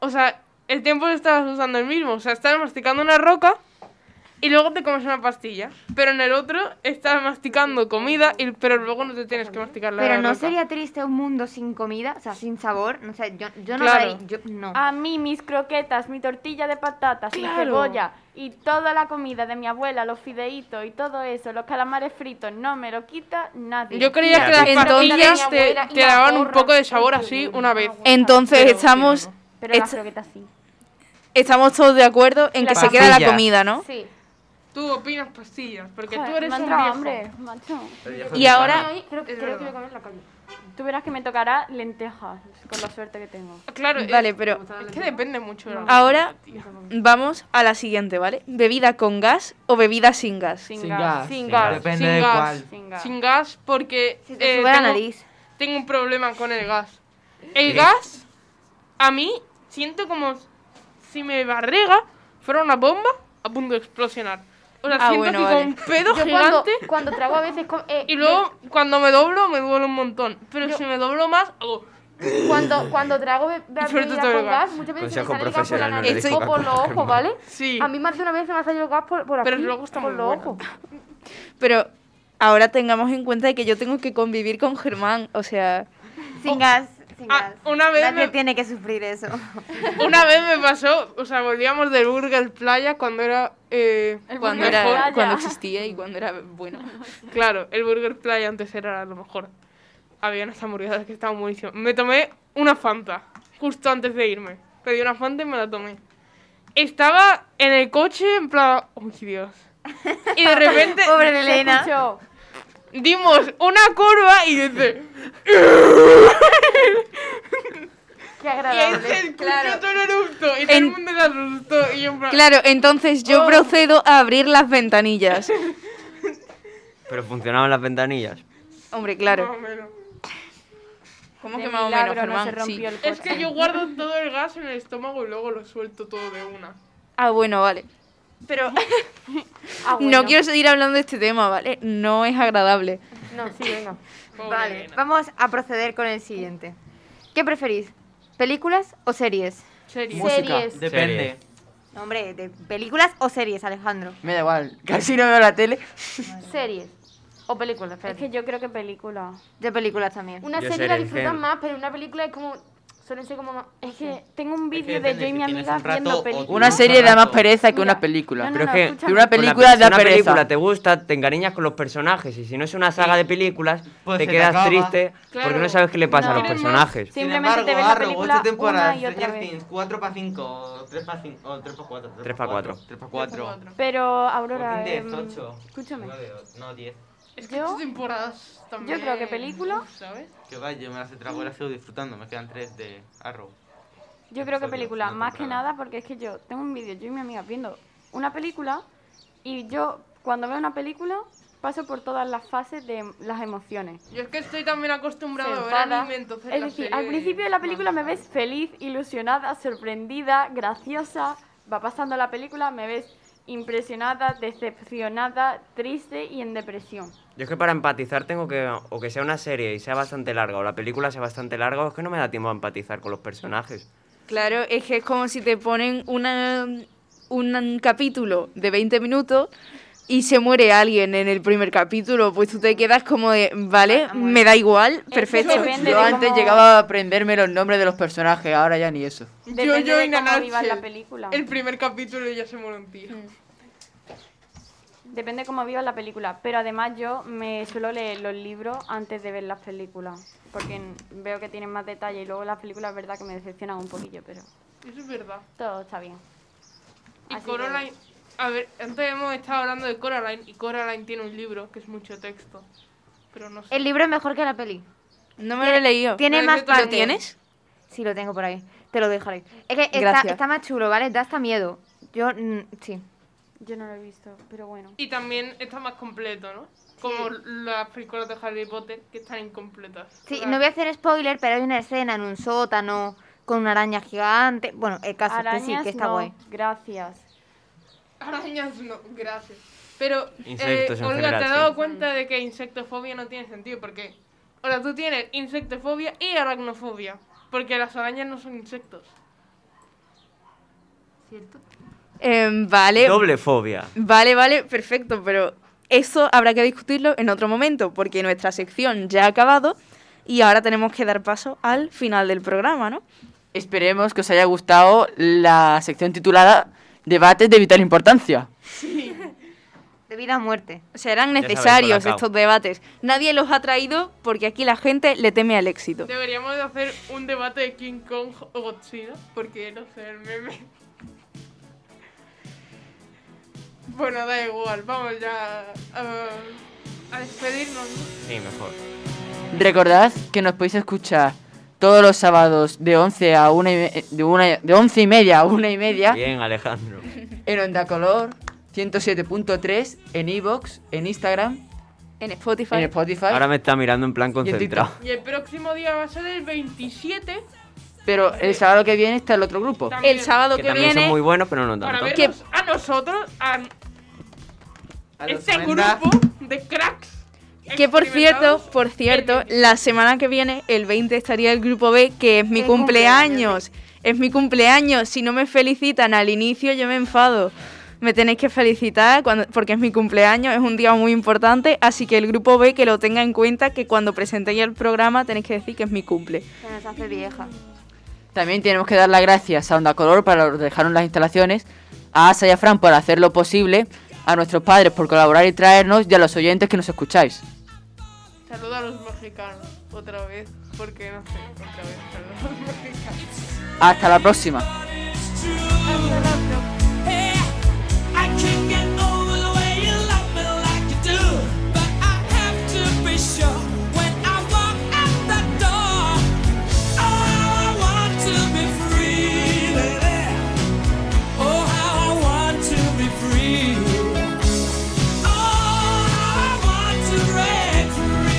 B: O sea, el tiempo que estabas usando el mismo. O sea, estás masticando una roca y luego te comes una pastilla. Pero en el otro estás masticando comida, y, pero luego no te tienes que masticar la
K: Pero no
B: garrafa.
K: sería triste un mundo sin comida, o sea, sin sabor. No sé, yo, yo no lo
B: Claro.
K: haría- yo- no.
D: A mí mis croquetas, mi tortilla de patatas, mi
K: Claro.
D: cebolla y toda la comida de mi abuela, los fideitos y todo eso, los calamares fritos, no me lo quita nadie.
B: Yo creía que las pastillas te, te daban un poco de sabor así una vez.
Q: Entonces estamos,
D: Eh, Pero las
Q: est-
D: croquetas sí.
Q: estamos todos de acuerdo en que
B: Las
Q: se queda la
B: pastillas.
Q: comida, ¿no?
D: Sí.
B: Tú opinas pastillas, porque
D: Joder,
B: tú eres
D: me ha
B: un
D: entrado
B: viejo.
D: hambre, macho.
Q: Y ahora-
D: Hoy Creo, creo
B: verdad.
D: que voy a comer en la calle. Tú verás que me tocará lentejas, con la suerte que tengo.
B: Claro, es-
Q: Vale, pero-
B: Es que depende mucho. de la-
Q: Ahora vamos a la siguiente, ¿vale? ¿Bebida con gas o bebida sin gas?
B: Sin gas,
Q: Sin
B: sin
Q: gas.
B: gas.
G: Depende
B: sin
G: de
B: gas,
G: cuál.
B: Sin gas. porque eh,
K: te sube la
B: tengo-
K: nariz.
B: Tengo un problema con el gas. El
G: ¿Qué?
B: gas a mí siento como si mi barriga fuera una bomba a punto de explosionar. O sea,
E: Ah,
B: siento
E: bueno,
B: que
E: vale.
B: con un pedo
E: Yo cuando-
B: gigante.
E: cuando trago a veces co- eh,
B: y luego cuando me doblo me duele un montón, pero si me doblo más hago
E: Cuando, cuando trago be-
B: <laughs> Sobre
E: bebidas
B: todo el
E: con
B: gas.
E: gas, muchas veces se me
B: Consejo
E: sale el gas por la
B: profesional, no le
E: nariz
B: dijo
E: o por
B: a
E: los
B: Carmen.
E: ojos, ¿vale?
B: Sí.
E: A mí más de una vez se me ha salido el gas por, por aquí,
B: Pero luego está
E: por
B: muy
E: los
B: bueno.
E: ojos.
Q: Pero ahora tengamos en cuenta de que yo tengo que convivir con Germán, o sea...
K: Sin gas, sin
B: Ah,
K: gas.
B: una vez
K: Nadie
B: me-
K: tiene que sufrir eso.
B: <laughs> Una vez me pasó, o sea, volvíamos del Burger Playa cuando era. eh,
Q: Cuando
B: mejor.
Q: era, cuando existía y cuando era bueno.
B: Claro, el Burger Playa antes era lo mejor. Había unas hamburguesas que estaban buenísimas. Me tomé una Fanta, justo antes de irme. Pedí una Fanta y me la tomé. Estaba en el coche en plan. ¡Uy, Dios! Y de repente.
K: Pobre Elena. Se
B: Dimos una curva y dice. Y
E: Qué
B: ahí se escuchó todo el eructo y todo el
Q: En-
B: mundo se asustó. Y yo en plan,
Q: Claro, entonces
B: Oh.
Q: yo procedo a abrir las ventanillas.
M: Pero funcionaban las ventanillas.
Q: Hombre,
B: Más o
Q: claro.
B: menos.
Q: ¿Cómo que más o menos, Germán? Sí.
B: Es que yo guardo todo el gas en el estómago y luego lo suelto todo de una.
Q: Ah, bueno, vale. <laughs> Pero Ah,
B: Ah,
Q: no quiero seguir hablando de este tema, ¿vale? No es agradable.
E: No, sí,
K: <laughs>
E: venga.
K: Vale, vamos a proceder con el siguiente. ¿Qué preferís? ¿Películas o series?
B: Series.
G: Depende.
K: No, hombre, de películas o series, Alejandro.
P: Me da igual, casi no veo la tele.
E: Series o películas. Es que
D: yo creo que películas.
K: De películas también.
E: Una
D: Yo
E: serie la
D: seré
E: disfrutan
D: ingenuo.
E: más, pero una película es como... Suelen ser como más...
D: Es que tengo un vídeo de
P: depende
D: yo
P: si
D: y mi
P: tienes
D: amiga
P: un rato
D: viendo
P: o-
D: películas.
P: Una serie da más pereza que una película.
D: no,
M: Pero
D: no,
M: es que
D: escúchame.
P: Una
M: con la
P: película
M: pe- si
P: da
M: una
P: pereza.
M: película te gusta, te encariñas con los personajes y si no es una saga de películas,
G: Pues
M: te
G: se te
M: quedas
G: acaba.
M: triste porque no
G: Claro.
M: sabes qué le pasa a
G: No.
M: los
G: Quieres
M: personajes.
G: Sin
D: Simplemente te ves la
G: embargo,
D: película
G: ocho temporadas,
D: una y otra
G: Stranger
D: vez.
G: Things, 4 para 5, 3 para 5, 3 para 4, 3 para 4, 3 para 4.
D: Pero, Aurora, em,
G: 8.
D: escúchame.
G: No, 10.
B: Es que estas temporadas también.
D: yo creo que película.
B: ¿Sabes?
G: Que vaya, yo me las he tragado y las sigo disfrutando. Me quedan 3 de Arrow.
D: Yo creo que
G: Episodios,
D: película,
G: no
D: más que
G: temporadas.
D: nada, porque es que yo tengo un vídeo, yo y mi amiga viendo una película y yo cuando veo una película paso por todas las fases de las emociones.
B: Yo es que estoy también acostumbrado
D: Se
B: a ver
D: enfada.
B: anime, entonces
D: Es
B: la
D: decir,
B: serie-
D: al principio de la película me ves feliz, ilusionada, sorprendida, graciosa. Va pasando la película, me ves impresionada, decepcionada, triste y en depresión.
M: Yo es que para empatizar tengo que, o que sea una serie y sea bastante larga, o la película sea bastante larga, o es que no me da tiempo a empatizar con los personajes.
Q: Claro, es que es como si te ponen una, un capítulo de 20 minutos y se muere alguien en el primer capítulo, pues tú te quedas como de, vale, me da igual, perfecto.
P: Yo antes llegaba a aprenderme los nombres de los personajes, ahora ya ni eso.
B: Yo, yo
D: de
B: y
D: cómo
B: Nanatsu.
D: vivas la película.
B: El primer capítulo ya se muere un tío.
D: Depende cómo vivas la película, pero además yo me suelo leer los libros antes de ver las películas, porque n- veo que tienen más detalle y luego las películas es verdad que me decepcionan un poquillo, pero
B: Eso es verdad.
D: todo está bien.
B: Y
D: Así que-
B: Coraline. A ver, antes hemos estado hablando de Coraline y Coraline tiene un libro que es mucho texto. Pero no sé.
K: El libro es mejor que la peli.
Q: No me lo he leído.
K: Tiene
B: ¿Lo
K: más
B: tienes?
K: partes.
B: ¿Lo tienes?
K: Sí, lo tengo por ahí. Te lo dejaré. Es que está,
Q: Gracias.
K: está más chulo, ¿vale? Da hasta miedo. Yo, mm, sí.
D: Yo no lo he visto, pero bueno.
B: Y también está más completo, ¿no? Como las películas de Harry Potter que están incompletas.
K: Sí,
B: O sea,
K: no voy a hacer spoiler, pero hay una escena en un sótano con una araña gigante. Bueno, el caso es que sí,
D: Arañas
K: que está
D: no,
K: guay.
D: gracias.
B: Arañas no, gracias. Pero, eh,
M: Insectos en
B: Olga,
M: general,
B: ¿te has
M: sí.
B: dado cuenta de que insectofobia no tiene sentido? Porque, ahora tú tienes insectofobia y aracnofobia. Porque las arañas no son insectos.
E: ¿cierto?
Q: Em, vale.
M: Doble fobia.
Q: Vale, vale, perfecto, pero eso habrá que discutirlo en otro momento, porque nuestra sección ya ha acabado y ahora tenemos que dar paso al final del programa, ¿no?
A: Esperemos que os haya gustado la sección titulada Debates de vital importancia.
K: De vida a muerte.
Q: Serán
A: sabéis,
Q: necesarios
A: colacao.
Q: estos debates. Nadie los ha traído porque aquí la gente le teme al éxito.
B: Deberíamos de hacer un debate de King Kong o Godzilla, porque no sé, el meme. Bueno, da igual, vamos ya a, a despedirnos. ¿no?
M: Sí, mejor.
A: Recordad que nos podéis escuchar todos los sábados de 11 a una y me- de, una- de 11 y media a 1 y media
M: Bien, Alejandro.
A: en Onda Color 107.3 en Evox, en Instagram,
Q: en Spotify,
A: en Spotify.
M: Ahora me está mirando en plan concentrado.
B: Y el próximo día va a ser el 27
A: Pero el sábado que viene está el otro grupo.
Q: El sábado
M: Que
Q: que,
M: también
Q: viene.
M: son muy buenos, pero no
B: para
M: tanto.
B: vernos a nosotros, Ah, a, este grupo de cracks.
Q: Que por cierto, por cierto, la semana que viene, el 20, estaría el grupo B, que es mi
B: El
Q: cumpleaños. Es mi cumpleaños. Si no me felicitan al inicio, yo me enfado. Me tenéis que felicitar cuando, porque es mi cumpleaños, es un día muy importante. Así que el grupo B, que lo tenga en cuenta, que cuando presentéis el programa tenéis que decir que es mi cumple.
K: Se nos hace vieja.
A: También tenemos que dar las gracias a Onda Color para dejarnos las instalaciones, a Asa y a Fran por hacer lo posible, a nuestros padres por colaborar y traernos y a los oyentes que nos escucháis.
B: Saludo a los mexicanos, otra vez, porque no sé, otra vez, saludo a <laughs> los mexicanos.
A: Hasta la próxima.
L: I can't get over the way you love me like you do, but I have to be sure when I walk out the door. Oh, how I want to be free, baby. Oh, how I want to be free. Oh, how I want to break free.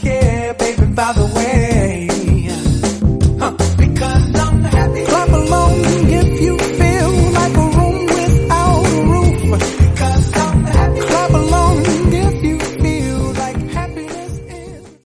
Y: care, baby, by the way.